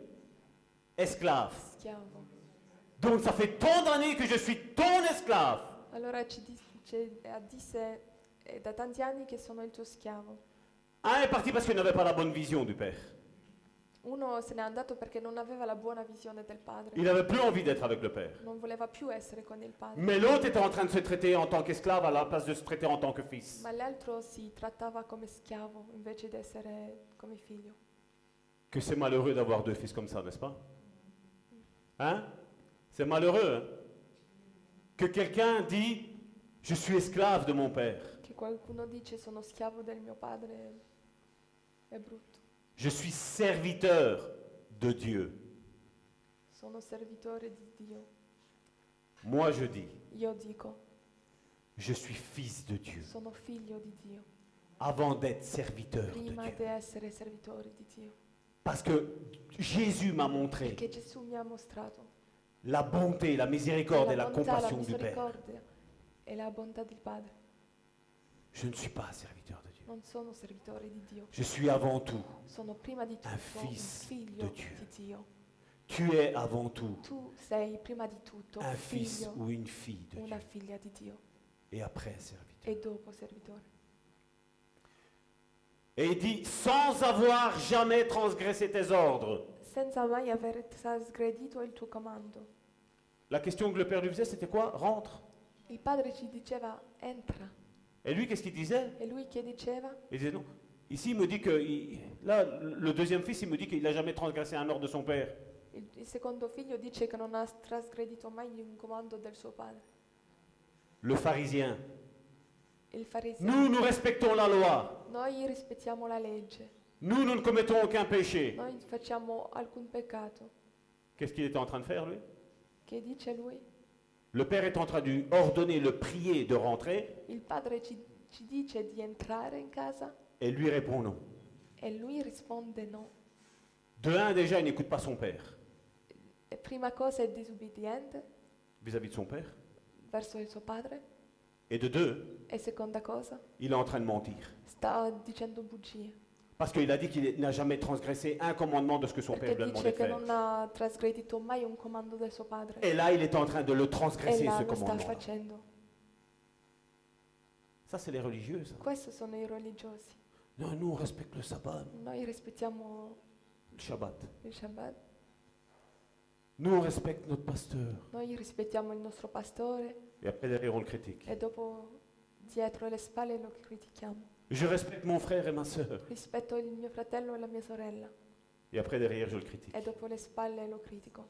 [SPEAKER 5] esclave.
[SPEAKER 4] schiavo.
[SPEAKER 5] Donc ça fait tant d'années que je suis ton esclave.
[SPEAKER 4] Allora ci dice, eh, disse, è da tanti anni che sono il tuo schiavo.
[SPEAKER 5] Un est parti parce qu'il n'avait pas la bonne vision du Père.
[SPEAKER 4] Uno se n'è andato perché non aveva la buona visione del padre,
[SPEAKER 5] Il n'avait plus envie d'être avec le Père.
[SPEAKER 4] non voleva più essere con il padre,
[SPEAKER 5] Mais l'autre était en train de se traiter en tant qu'esclave à la place de se traiter en tant que fils.
[SPEAKER 4] ma l'altro si trattava come schiavo invece di essere come figlio.
[SPEAKER 5] Que c'est malheureux d'avoir deux fils comme ça, n'est-ce pas Hein C'est malheureux. hein que quelqu'un dit, je suis esclave de mon Père.
[SPEAKER 4] Che qualcuno dice sono schiavo del mio padre è brutto,
[SPEAKER 5] Je suis serviteur de Dieu.
[SPEAKER 4] sono servitore di Dio.
[SPEAKER 5] Moi, je dis,
[SPEAKER 4] Io dico,
[SPEAKER 5] je suis fils de Dieu.
[SPEAKER 4] sono figlio di Dio.
[SPEAKER 5] Avant d'être serviteur de
[SPEAKER 4] prima di
[SPEAKER 5] Dieu.
[SPEAKER 4] essere servitori di Dio,
[SPEAKER 5] Parce que Jésus m'a montré
[SPEAKER 4] che Gesù mi ha mostrato
[SPEAKER 5] la bonté, la miséricorde et la
[SPEAKER 4] bontà, la
[SPEAKER 5] compassion du Père.
[SPEAKER 4] misericordia e la bontà del Padre.
[SPEAKER 5] Je ne suis pas serviteur de Dieu.
[SPEAKER 4] Non sono servitore di Dio,
[SPEAKER 5] Je suis avant tout.
[SPEAKER 4] sono prima di tutto
[SPEAKER 5] Un
[SPEAKER 4] un
[SPEAKER 5] fils
[SPEAKER 4] figlio
[SPEAKER 5] de Dieu.
[SPEAKER 4] di Dio.
[SPEAKER 5] Tu es avant tout
[SPEAKER 4] Tu sei prima di tutto
[SPEAKER 5] un fils
[SPEAKER 4] figlio,
[SPEAKER 5] ou une fille de
[SPEAKER 4] una
[SPEAKER 5] Dieu.
[SPEAKER 4] figlia di Dio
[SPEAKER 5] Et après, serviteur.
[SPEAKER 4] e dopo servitore.
[SPEAKER 5] Et il dit, sans avoir jamais transgressé tes ordres.
[SPEAKER 4] Senza mai aver trasgredito il tuo comando.
[SPEAKER 5] La question que le père lui faisait, c'était quoi Rentre.
[SPEAKER 4] Il padre ci diceva entra
[SPEAKER 5] Et lui, qu'est-ce qu'il disait
[SPEAKER 4] e lui che diceva?
[SPEAKER 5] Il disait non. Ici, il me dit que. il- Là, le deuxième fils, il me dit qu'il n'a jamais transgressé un ordre de son père.
[SPEAKER 4] Il, il secondo figlio dice che non ha trasgredito mai un comando del suo padre.
[SPEAKER 5] Le pharisien.
[SPEAKER 4] Il fariseo.
[SPEAKER 5] Nous, nous respectons la loi.
[SPEAKER 4] Noi rispettiamo la legge,
[SPEAKER 5] Nous, nous ne commettons aucun péché.
[SPEAKER 4] noi non facciamo alcun peccato.
[SPEAKER 5] Qu'est-ce qu'il était en train de faire, lui
[SPEAKER 4] Che dice lui?
[SPEAKER 5] Le père est en train de lui ordonner, le prier de rentrer.
[SPEAKER 4] Il padre ci, ci dice di entrare in casa
[SPEAKER 5] Et lui répond non.
[SPEAKER 4] e lui risponde no.
[SPEAKER 5] De un, déjà, il n'écoute pas son père.
[SPEAKER 4] E prima cosa è disubbidiente
[SPEAKER 5] Vis-à-vis de son père.
[SPEAKER 4] verso il suo padre
[SPEAKER 5] Et de deux,
[SPEAKER 4] e seconda cosa
[SPEAKER 5] il est en train de mentir.
[SPEAKER 4] sta dicendo bugie
[SPEAKER 5] Parce qu'il a dit qu'il n'a jamais transgressé un commandement de ce que son père lui
[SPEAKER 4] perché dice che
[SPEAKER 5] a demandé de faire.
[SPEAKER 4] non ha trasgredito mai un comando del suo padre
[SPEAKER 5] Et là, il est en train de le
[SPEAKER 4] e
[SPEAKER 5] transgresser,
[SPEAKER 4] là
[SPEAKER 5] ce
[SPEAKER 4] lo sta
[SPEAKER 5] commandement.
[SPEAKER 4] facendo.
[SPEAKER 5] Ça, c'est les religieux. ça.
[SPEAKER 4] Questi sono i religiosi.
[SPEAKER 5] Non, nous, on respecte le sabbat,
[SPEAKER 4] Noi rispettiamo
[SPEAKER 5] le Shabbat.
[SPEAKER 4] il Shabbat,
[SPEAKER 5] Nous, on respecte notre pasteur.
[SPEAKER 4] noi rispettiamo il nostro pastore
[SPEAKER 5] Et après, derrière, on le critique.
[SPEAKER 4] e dopo dietro le spalle lo critichiamo.
[SPEAKER 5] Je respecte mon frère et ma soeur.
[SPEAKER 4] Rispetto il mio fratello e la mia sorella
[SPEAKER 5] Et après, derrière, je le critique.
[SPEAKER 4] e dopo le spalle lo critico.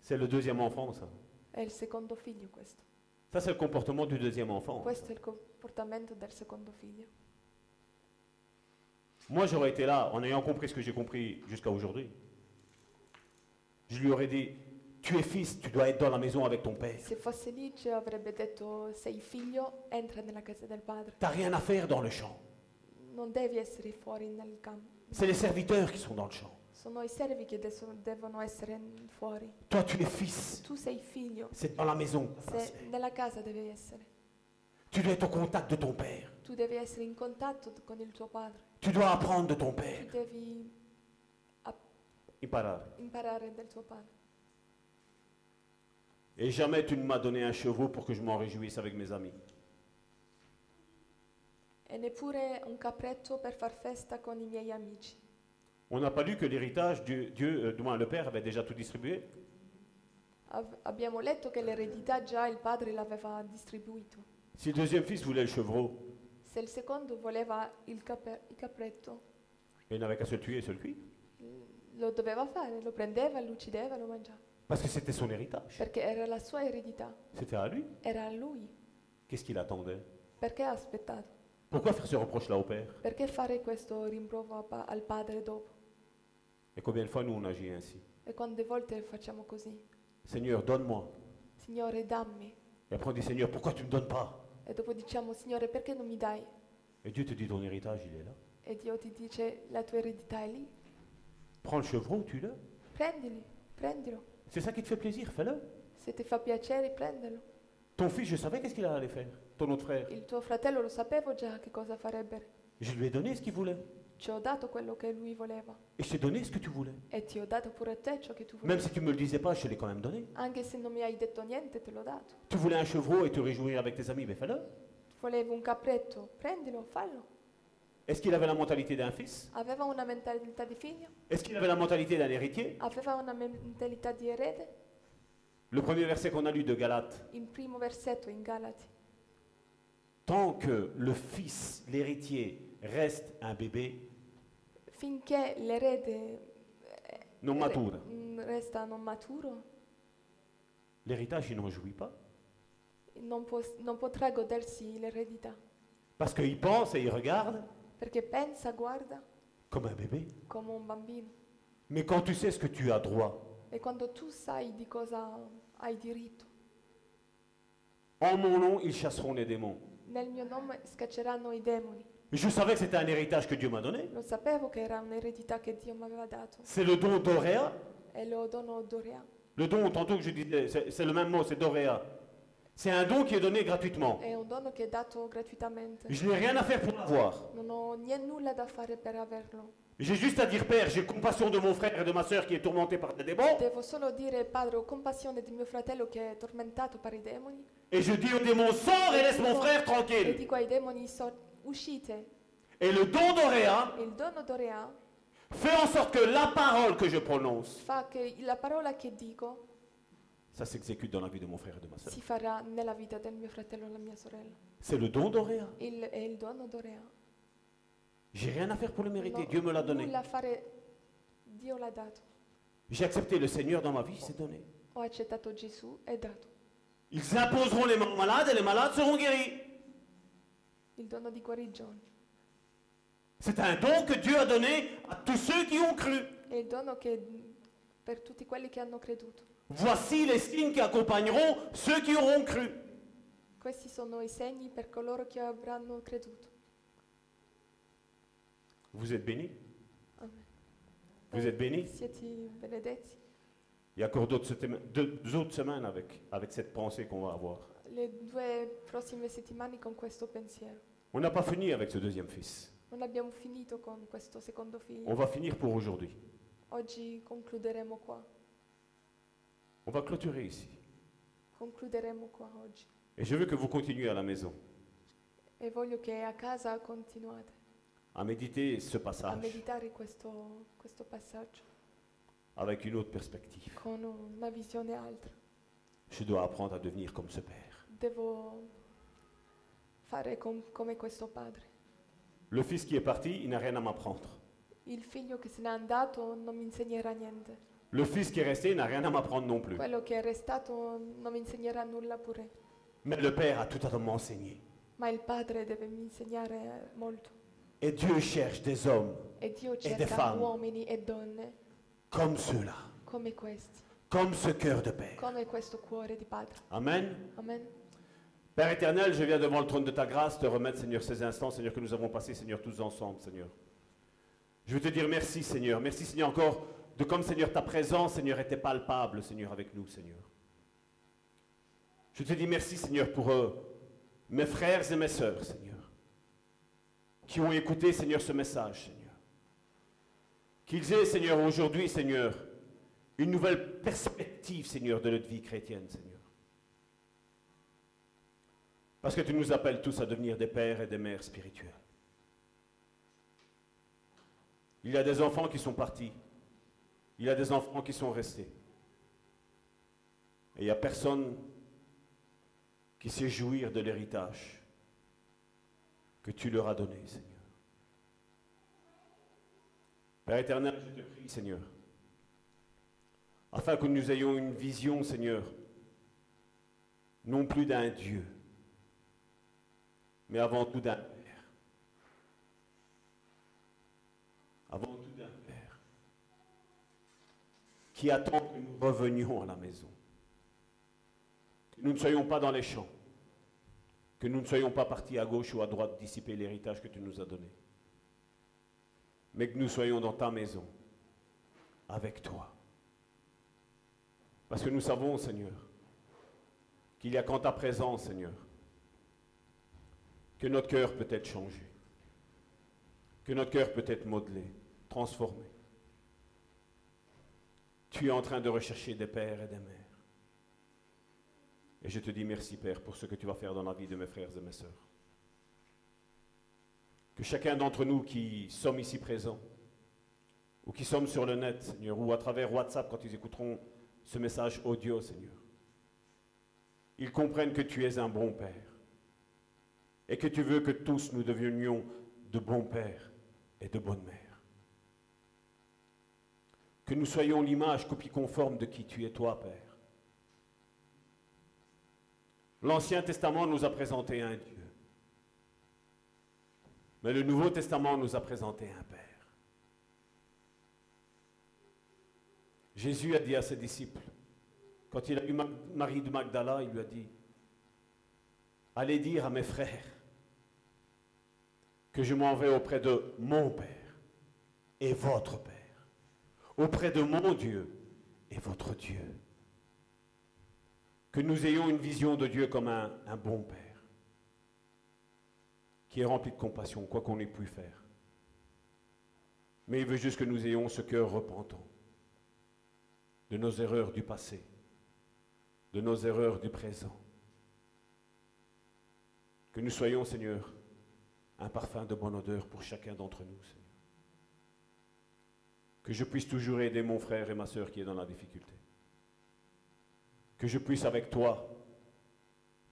[SPEAKER 5] C'est le deuxième enfant, ça.
[SPEAKER 4] È il secondo figlio questo.
[SPEAKER 5] Ça, c'est le comportement du deuxième enfant.
[SPEAKER 4] Questo è il comportamento del secondo figlio.
[SPEAKER 5] Moi, j'aurais été là, en ayant compris ce que j'ai compris jusqu'à aujourd'hui. Je lui aurais dit, tu es fils, tu dois être dans la maison avec ton père.
[SPEAKER 4] Se fosse lì ci avrebbe detto sei figlio, entra nella casa del padre.
[SPEAKER 5] T'as rien à faire dans le champ.
[SPEAKER 4] Non devi essere fuori nel campo.
[SPEAKER 5] C'est les serviteurs qui sont dans le champ.
[SPEAKER 4] Sono i servi che adesso devono essere fuori.
[SPEAKER 5] Toi, tu es fils.
[SPEAKER 4] Tu sei figlio,
[SPEAKER 5] C'est dans la maison. que ça se
[SPEAKER 4] se
[SPEAKER 5] fait.
[SPEAKER 4] nella casa devi essere.
[SPEAKER 5] Tu dois être au contact de ton père.
[SPEAKER 4] Tu devi essere in contatto t- con il tuo padre.
[SPEAKER 5] Tu dois apprendre de ton
[SPEAKER 4] Tu
[SPEAKER 5] père.
[SPEAKER 4] devi imparare dal tuo padre.
[SPEAKER 5] Et jamais tu ne m'as donné un chevaux pour que je m'en réjouisse avec mes amis.
[SPEAKER 4] E neppure un capretto per far festa con i miei amici.
[SPEAKER 5] On n'a pas lu que l'héritage, Dieu, Dieu euh, du moins le Père, avait déjà tout distribué.
[SPEAKER 4] Av- abbiamo letto che l'eredità già il padre l'aveva distribuito.
[SPEAKER 5] Si le deuxième fils voulait le chevreau,
[SPEAKER 4] Se il secondo voleva il, cape- il capretto,
[SPEAKER 5] il n'avait qu'à se le tuer et se le cuire.
[SPEAKER 4] l- lo doveva fare, lo prendeva, lo uccideva, lo mangiava.
[SPEAKER 5] Parce que c'était son héritage.
[SPEAKER 4] Perché era la sua eredità,
[SPEAKER 5] C'était à lui.
[SPEAKER 4] era a lui.
[SPEAKER 5] Qu'est-ce qu'il attendait
[SPEAKER 4] Perché ha aspettato?
[SPEAKER 5] Pourquoi faire ce reproche-là au Père
[SPEAKER 4] Perché fare questo rimprovero a pa- al padre dopo?
[SPEAKER 5] Et combien de fois nous on agit ainsi
[SPEAKER 4] E quante volte facciamo così?
[SPEAKER 5] Seigneur, donne-moi.
[SPEAKER 4] Signore, dammi.
[SPEAKER 5] Et après on dit Seigneur, pourquoi tu ne me donnes pas
[SPEAKER 4] E dopo diciamo, Signore, perché non mi dai?
[SPEAKER 5] Et Dieu te dit ton héritage, il est là.
[SPEAKER 4] E Dio ti dice, la tua eredità è lì.
[SPEAKER 5] Prends le chevreau, tue-le.
[SPEAKER 4] Prendili, prendilo.
[SPEAKER 5] C'est ça qui te fait plaisir, fais-le.
[SPEAKER 4] Se ti fa piacere, prendilo.
[SPEAKER 5] Ton fils, je savais qu'est-ce qu'il allait faire, ton autre frère.
[SPEAKER 4] Il tuo fratello lo sapevo già che cosa farebbe.
[SPEAKER 5] Je lui ai donné ce qu'il voulait.
[SPEAKER 4] Ci ho dato quello che lui voleva.
[SPEAKER 5] Et je t'ai donné ce que tu voulais.
[SPEAKER 4] E ti ho dato pure a te ciò che tu
[SPEAKER 5] Même
[SPEAKER 4] volevi.
[SPEAKER 5] si tu ne me le disais pas, je te l'ai quand même donné.
[SPEAKER 4] Anche se non mi hai detto niente, te l'ho dato.
[SPEAKER 5] Tu voulais un chevreau et te réjouir avec tes amis, mais fais-le.
[SPEAKER 4] Volevo un capretto, prendilo, fallo.
[SPEAKER 5] Est-ce qu'il avait la mentalité d'un fils
[SPEAKER 4] Aveva una mentalità di figlio,
[SPEAKER 5] Est-ce qu'il avait la mentalité d'un héritier
[SPEAKER 4] aveva una mentalità di erede.
[SPEAKER 5] Le premier verset qu'on a lu de Galates.
[SPEAKER 4] In primo versetto in Galati.
[SPEAKER 5] Tant que le fils, l'héritier, reste un bébé,
[SPEAKER 4] Finché l'erede eh,
[SPEAKER 5] non mature.
[SPEAKER 4] mm, resta non maturo,
[SPEAKER 5] L'héritage, il n'en jouit pas.
[SPEAKER 4] non, può- non potrà godersi l'eredità.
[SPEAKER 5] Parce qu'il pense et il regarde
[SPEAKER 4] Perché pensa, guarda,
[SPEAKER 5] comme un bébé.
[SPEAKER 4] come un bambino.
[SPEAKER 5] Mais quand tu sais ce que tu as droit,
[SPEAKER 4] E quando tu sai di cosa hai diritto,
[SPEAKER 5] en mon nom, ils chasseront les démons.
[SPEAKER 4] nel mio nome scacceranno i demoni.
[SPEAKER 5] Je savais que c'était un héritage que Dieu m'a donné.
[SPEAKER 4] Lo sapevo che era un'eredità che Dio mi aveva dato
[SPEAKER 5] C'est le don d'Oréa.
[SPEAKER 4] e lo dono a Dorea.
[SPEAKER 5] Le don, tantôt que je disais, c'est c'est le même mot, c'est d'Oréa. C'est un don qui est donné gratuitement.
[SPEAKER 4] È un dono che è dato gratuitamente.
[SPEAKER 5] Je n'ai rien à faire pour l'avoir.
[SPEAKER 4] Non ho ni- nulla da fare per averlo.
[SPEAKER 5] J'ai juste à dire, Père, j'ai compassion de mon frère et de ma soeur qui est tourmenté par des démons.
[SPEAKER 4] Devo solo dire, Padre, ho compassione di mio fratello che è tormentato per i demoni.
[SPEAKER 5] Et je dis aux démons, sors et laisse mon frère
[SPEAKER 4] E
[SPEAKER 5] tranquille.
[SPEAKER 4] dico ai demoni, so- uscite.
[SPEAKER 5] Et le don d'Oréa
[SPEAKER 4] E il dono d'Orea
[SPEAKER 5] fait en sorte que la parole que je prononce,
[SPEAKER 4] fa che la parola che dico
[SPEAKER 5] ça s'exécute dans la vie de mon frère et de ma soeur.
[SPEAKER 4] si farà nella vita del mio fratello e della mia sorella.
[SPEAKER 5] C'est le don d'Oréa.
[SPEAKER 4] Il, è il dono d'Orea.
[SPEAKER 5] J'ai rien à faire pour le mériter.
[SPEAKER 4] Non-
[SPEAKER 5] Dieu me l'a donné.
[SPEAKER 4] Nulla a fare, Dio l'ha dato.
[SPEAKER 5] J'ai accepté le Seigneur dans ma vie, c'est donné.
[SPEAKER 4] Ho accettato Gesù, è dato.
[SPEAKER 5] Ils imposeront les mains aux malades et les malades seront guéris.
[SPEAKER 4] Il dono di guarigione.
[SPEAKER 5] C'est un don que Dieu a donné à tous ceux qui ont cru.
[SPEAKER 4] È il dono che per tutti quelli che hanno creduto.
[SPEAKER 5] Voici les signes qui accompagneront ceux qui auront cru.
[SPEAKER 4] Questi sono i segni per coloro che avranno creduto.
[SPEAKER 5] Vous êtes bénis
[SPEAKER 4] Amen.
[SPEAKER 5] Vous êtes bénis
[SPEAKER 4] Siete benedetti.
[SPEAKER 5] Il y a encore d'autres semaines- deux autres semaines avec, avec cette pensée qu'on va avoir.
[SPEAKER 4] Le due prossime settimane con questo pensiero.
[SPEAKER 5] On n'a pas fini avec ce deuxième fils.
[SPEAKER 4] Non abbiamo finito con questo secondo
[SPEAKER 5] On
[SPEAKER 4] figlio.
[SPEAKER 5] va finir pour aujourd'hui.
[SPEAKER 4] Oggi concluderemo qua.
[SPEAKER 5] On va clôturer ici.
[SPEAKER 4] Concluderemo qua oggi.
[SPEAKER 5] Et je veux que vous continuiez à la maison
[SPEAKER 4] E voglio che a casa continuate
[SPEAKER 5] à méditer ce
[SPEAKER 4] a
[SPEAKER 5] passage
[SPEAKER 4] meditare questo, questo passaggio
[SPEAKER 5] avec une autre perspective.
[SPEAKER 4] con una visione altra.
[SPEAKER 5] Je dois apprendre à devenir comme ce père.
[SPEAKER 4] Devo fare com- come questo padre.
[SPEAKER 5] Le fils qui est parti, il n'a rien à m'apprendre.
[SPEAKER 4] Il figlio che se n'è andato non mi insegnerà niente.
[SPEAKER 5] Le fils qui est resté il n'a rien à m'apprendre non plus.
[SPEAKER 4] Quello che è restato non mi insegnerà nulla pure.
[SPEAKER 5] Mais le père a tout à m'enseigner.
[SPEAKER 4] Ma il padre deve mi insegnare molto.
[SPEAKER 5] Et Dieu cherche des hommes
[SPEAKER 4] E Dio
[SPEAKER 5] the
[SPEAKER 4] cerca
[SPEAKER 5] fam.
[SPEAKER 4] uomini e donne
[SPEAKER 5] comme ceux-là,
[SPEAKER 4] come questi,
[SPEAKER 5] comme ce cœur de père.
[SPEAKER 4] come questo cuore di padre.
[SPEAKER 5] Amen.
[SPEAKER 4] Amen.
[SPEAKER 5] Père éternel, je viens devant le trône de ta grâce te remettre, Seigneur, ces instants, Seigneur, que nous avons passés, Seigneur, tous ensemble, Seigneur. Je veux te dire merci, Seigneur. Merci, Seigneur, encore de comme, Seigneur, ta présence, Seigneur, était palpable, Seigneur, avec nous, Seigneur. Je te dis merci, Seigneur, pour euh, mes frères et mes sœurs, Seigneur, qui ont écouté, Seigneur, ce message, Seigneur. Qu'ils aient, Seigneur, aujourd'hui, Seigneur, une nouvelle perspective, Seigneur, de notre vie chrétienne, Seigneur. Parce que tu nous appelles tous à devenir des pères et des mères spirituels. Il y a des enfants qui sont partis. Il y a des enfants qui sont restés. Et il n'y a personne qui sait jouir de l'héritage que tu leur as donné, Seigneur. Père éternel, je te prie, Seigneur, afin que nous ayons une vision, Seigneur, non plus d'un Dieu, mais avant tout d'un père. Avant tout d'un père qui attend que nous revenions à la maison. Que nous ne soyons pas dans les champs. Que nous ne soyons pas partis à gauche ou à droite dissiper l'héritage que tu nous as donné. Mais que nous soyons dans ta maison, avec toi. Parce que nous savons, Seigneur, qu'il y a qu'en ta présence, Seigneur, que notre cœur peut être changé, que notre cœur peut être modelé, transformé. Tu es en train de rechercher des pères et des mères. Et je te dis merci Père pour ce que tu vas faire dans la vie de mes frères et mes sœurs. Que chacun d'entre nous qui sommes ici présents, ou qui sommes sur le net, Seigneur, ou à travers WhatsApp quand ils écouteront ce message audio, Seigneur, ils comprennent que tu es un bon Père et que tu veux que tous nous devenions de bons pères et de bonnes mères. Que nous soyons l'image copie conforme de qui tu es toi, Père. L'Ancien Testament nous a présenté un Dieu. Mais le Nouveau Testament nous a présenté un Père. Jésus a dit à ses disciples, quand il a eu Ma- Marie de Magdala, il lui a dit, Allez dire à mes frères que je m'en vais auprès de mon Père et votre Père, auprès de mon Dieu et votre Dieu. que nous ayons une vision de Dieu comme un, un bon Père, qui est rempli de compassion, quoi qu'on ait pu faire. Mais il veut juste que nous ayons ce cœur repentant de nos erreurs du passé, de nos erreurs du présent. Que nous soyons, Seigneur, un parfum de bonne odeur pour chacun d'entre nous, Seigneur. Que je puisse toujours aider mon frère et ma sœur qui est dans la difficulté. Que je puisse avec toi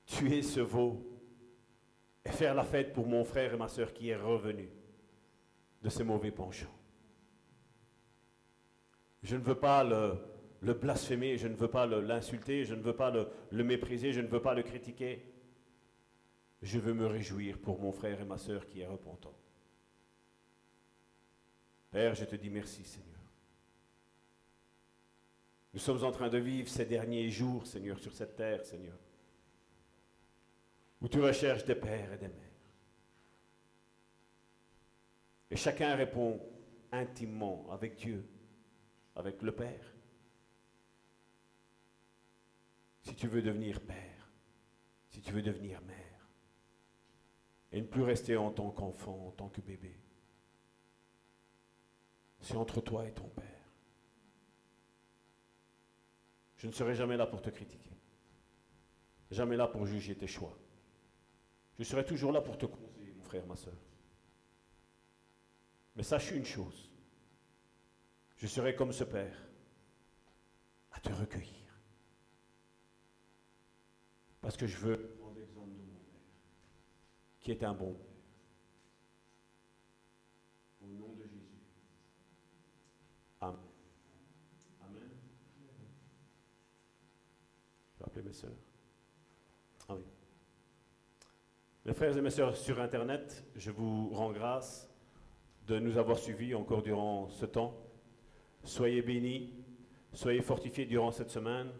[SPEAKER 5] tuer ce veau et faire la fête pour mon frère et ma sœur qui est revenu de ses mauvais penchants. Je ne veux pas le, le blasphémer, je ne veux pas le- l'insulter, je ne veux pas le, le mépriser, je ne veux pas le critiquer. Je veux me réjouir pour mon frère et ma sœur qui est repentant. Père, je te dis merci, Seigneur. Nous sommes en train de vivre ces derniers jours, Seigneur, sur cette terre, Seigneur, où tu recherches des pères et des mères. Et chacun répond intimement avec Dieu, avec le Père. Si tu veux devenir père, si tu veux devenir mère, et ne plus rester en tant qu'enfant, en tant que bébé, c'est entre toi et ton Père. Je ne serai jamais là pour te critiquer, jamais là pour juger tes choix. Je serai toujours là pour te conseiller, mon frère, ma soeur. Mais sache une chose, je serai comme ce Père, à te recueillir. Parce que je veux prendre l'exemple de mon Père, qui est un bon Père. Au nom de Jésus. Amen. Amen. Je vais appeler mes sœurs. Ah oui. Mes frères et mes sœurs sur Internet, je vous rends grâce de nous avoir suivis encore durant ce temps. Soyez bénis, soyez fortifiés durant cette semaine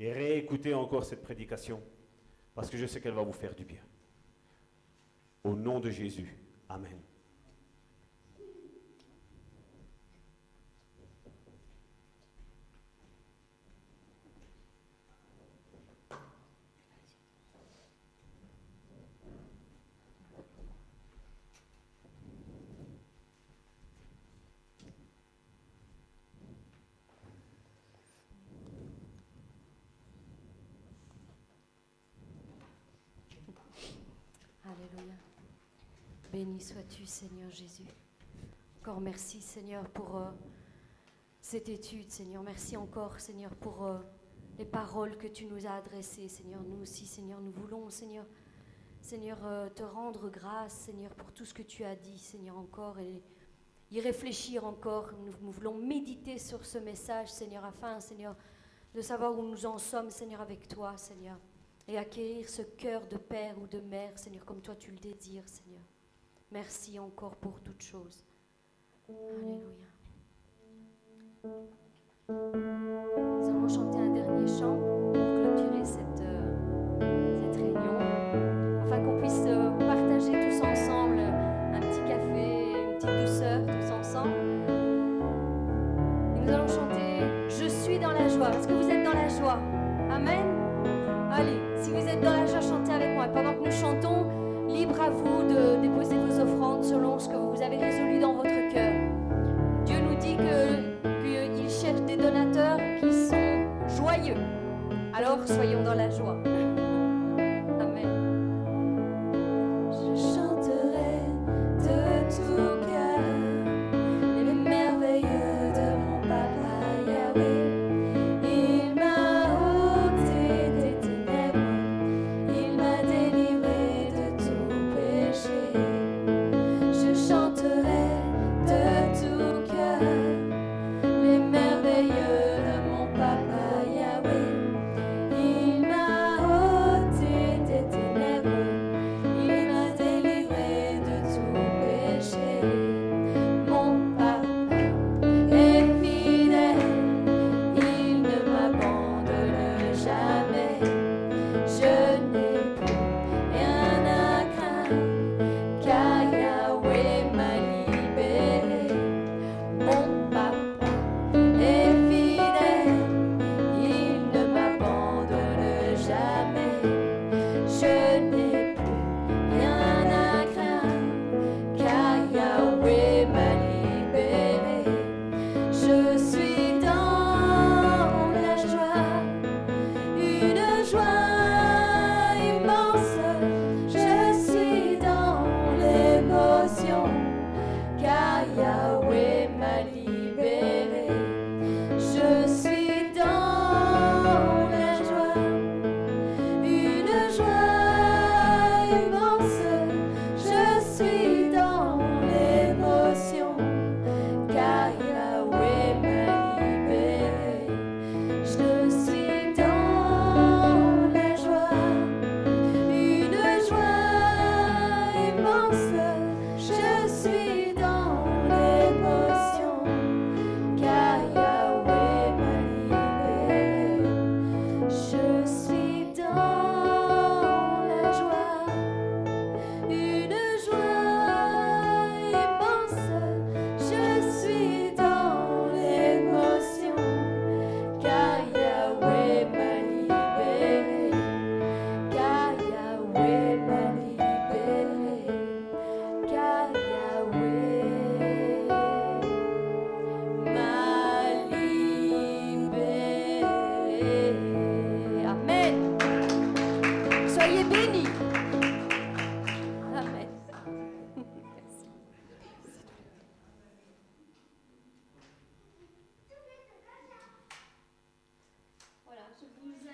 [SPEAKER 5] et réécoutez encore cette prédication parce que je sais qu'elle va vous faire du bien. Au nom de Jésus, Amen.
[SPEAKER 1] Alléluia. Béni sois-tu, Seigneur Jésus. Encore merci, Seigneur, pour euh, cette étude, Seigneur. Merci encore, Seigneur, pour euh, les paroles que tu nous as adressées, Seigneur. Nous aussi, Seigneur, nous voulons, Seigneur, Seigneur, euh, te rendre grâce, Seigneur, pour tout ce que tu as dit, Seigneur, encore, et y réfléchir encore. Nous, nous voulons méditer sur ce message, Seigneur, afin, Seigneur, de savoir où nous en sommes, Seigneur, avec toi, Seigneur et acquérir ce cœur de père ou de mère, Seigneur, comme toi tu le désires, Seigneur. Merci encore pour toutes choses. Alléluia. Nous allons chanter un dernier chant pour clôturer cette, euh, cette réunion, afin qu'on puisse euh, partager tous ensemble un petit café, une petite douceur tous ensemble. Et nous allons chanter Je suis dans la joie. Est-ce que vous êtes dans la joie Amen. Allez, si vous êtes dans la joie, chantez avec moi. Et Pendant que nous chantons, libre à vous de déposer vos offrandes selon ce que vous avez résolu dans votre cœur. Dieu nous dit que qu'il cherche des donateurs qui sont joyeux. Alors soyons dans la joie. Amen.
[SPEAKER 6] Je chanterai de tout cœur les merveilleux de mon papa Yahweh. Il m'a ôté des ténèbres, il m'a délivré de tout péché. Je chanterai de tout cœur les merveilleux de mon papa Yahweh. Il m'a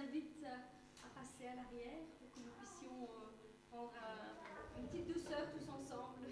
[SPEAKER 7] invite à passer à l'arrière pour que nous puissions euh, prendre un- une petite douceur tous ensemble.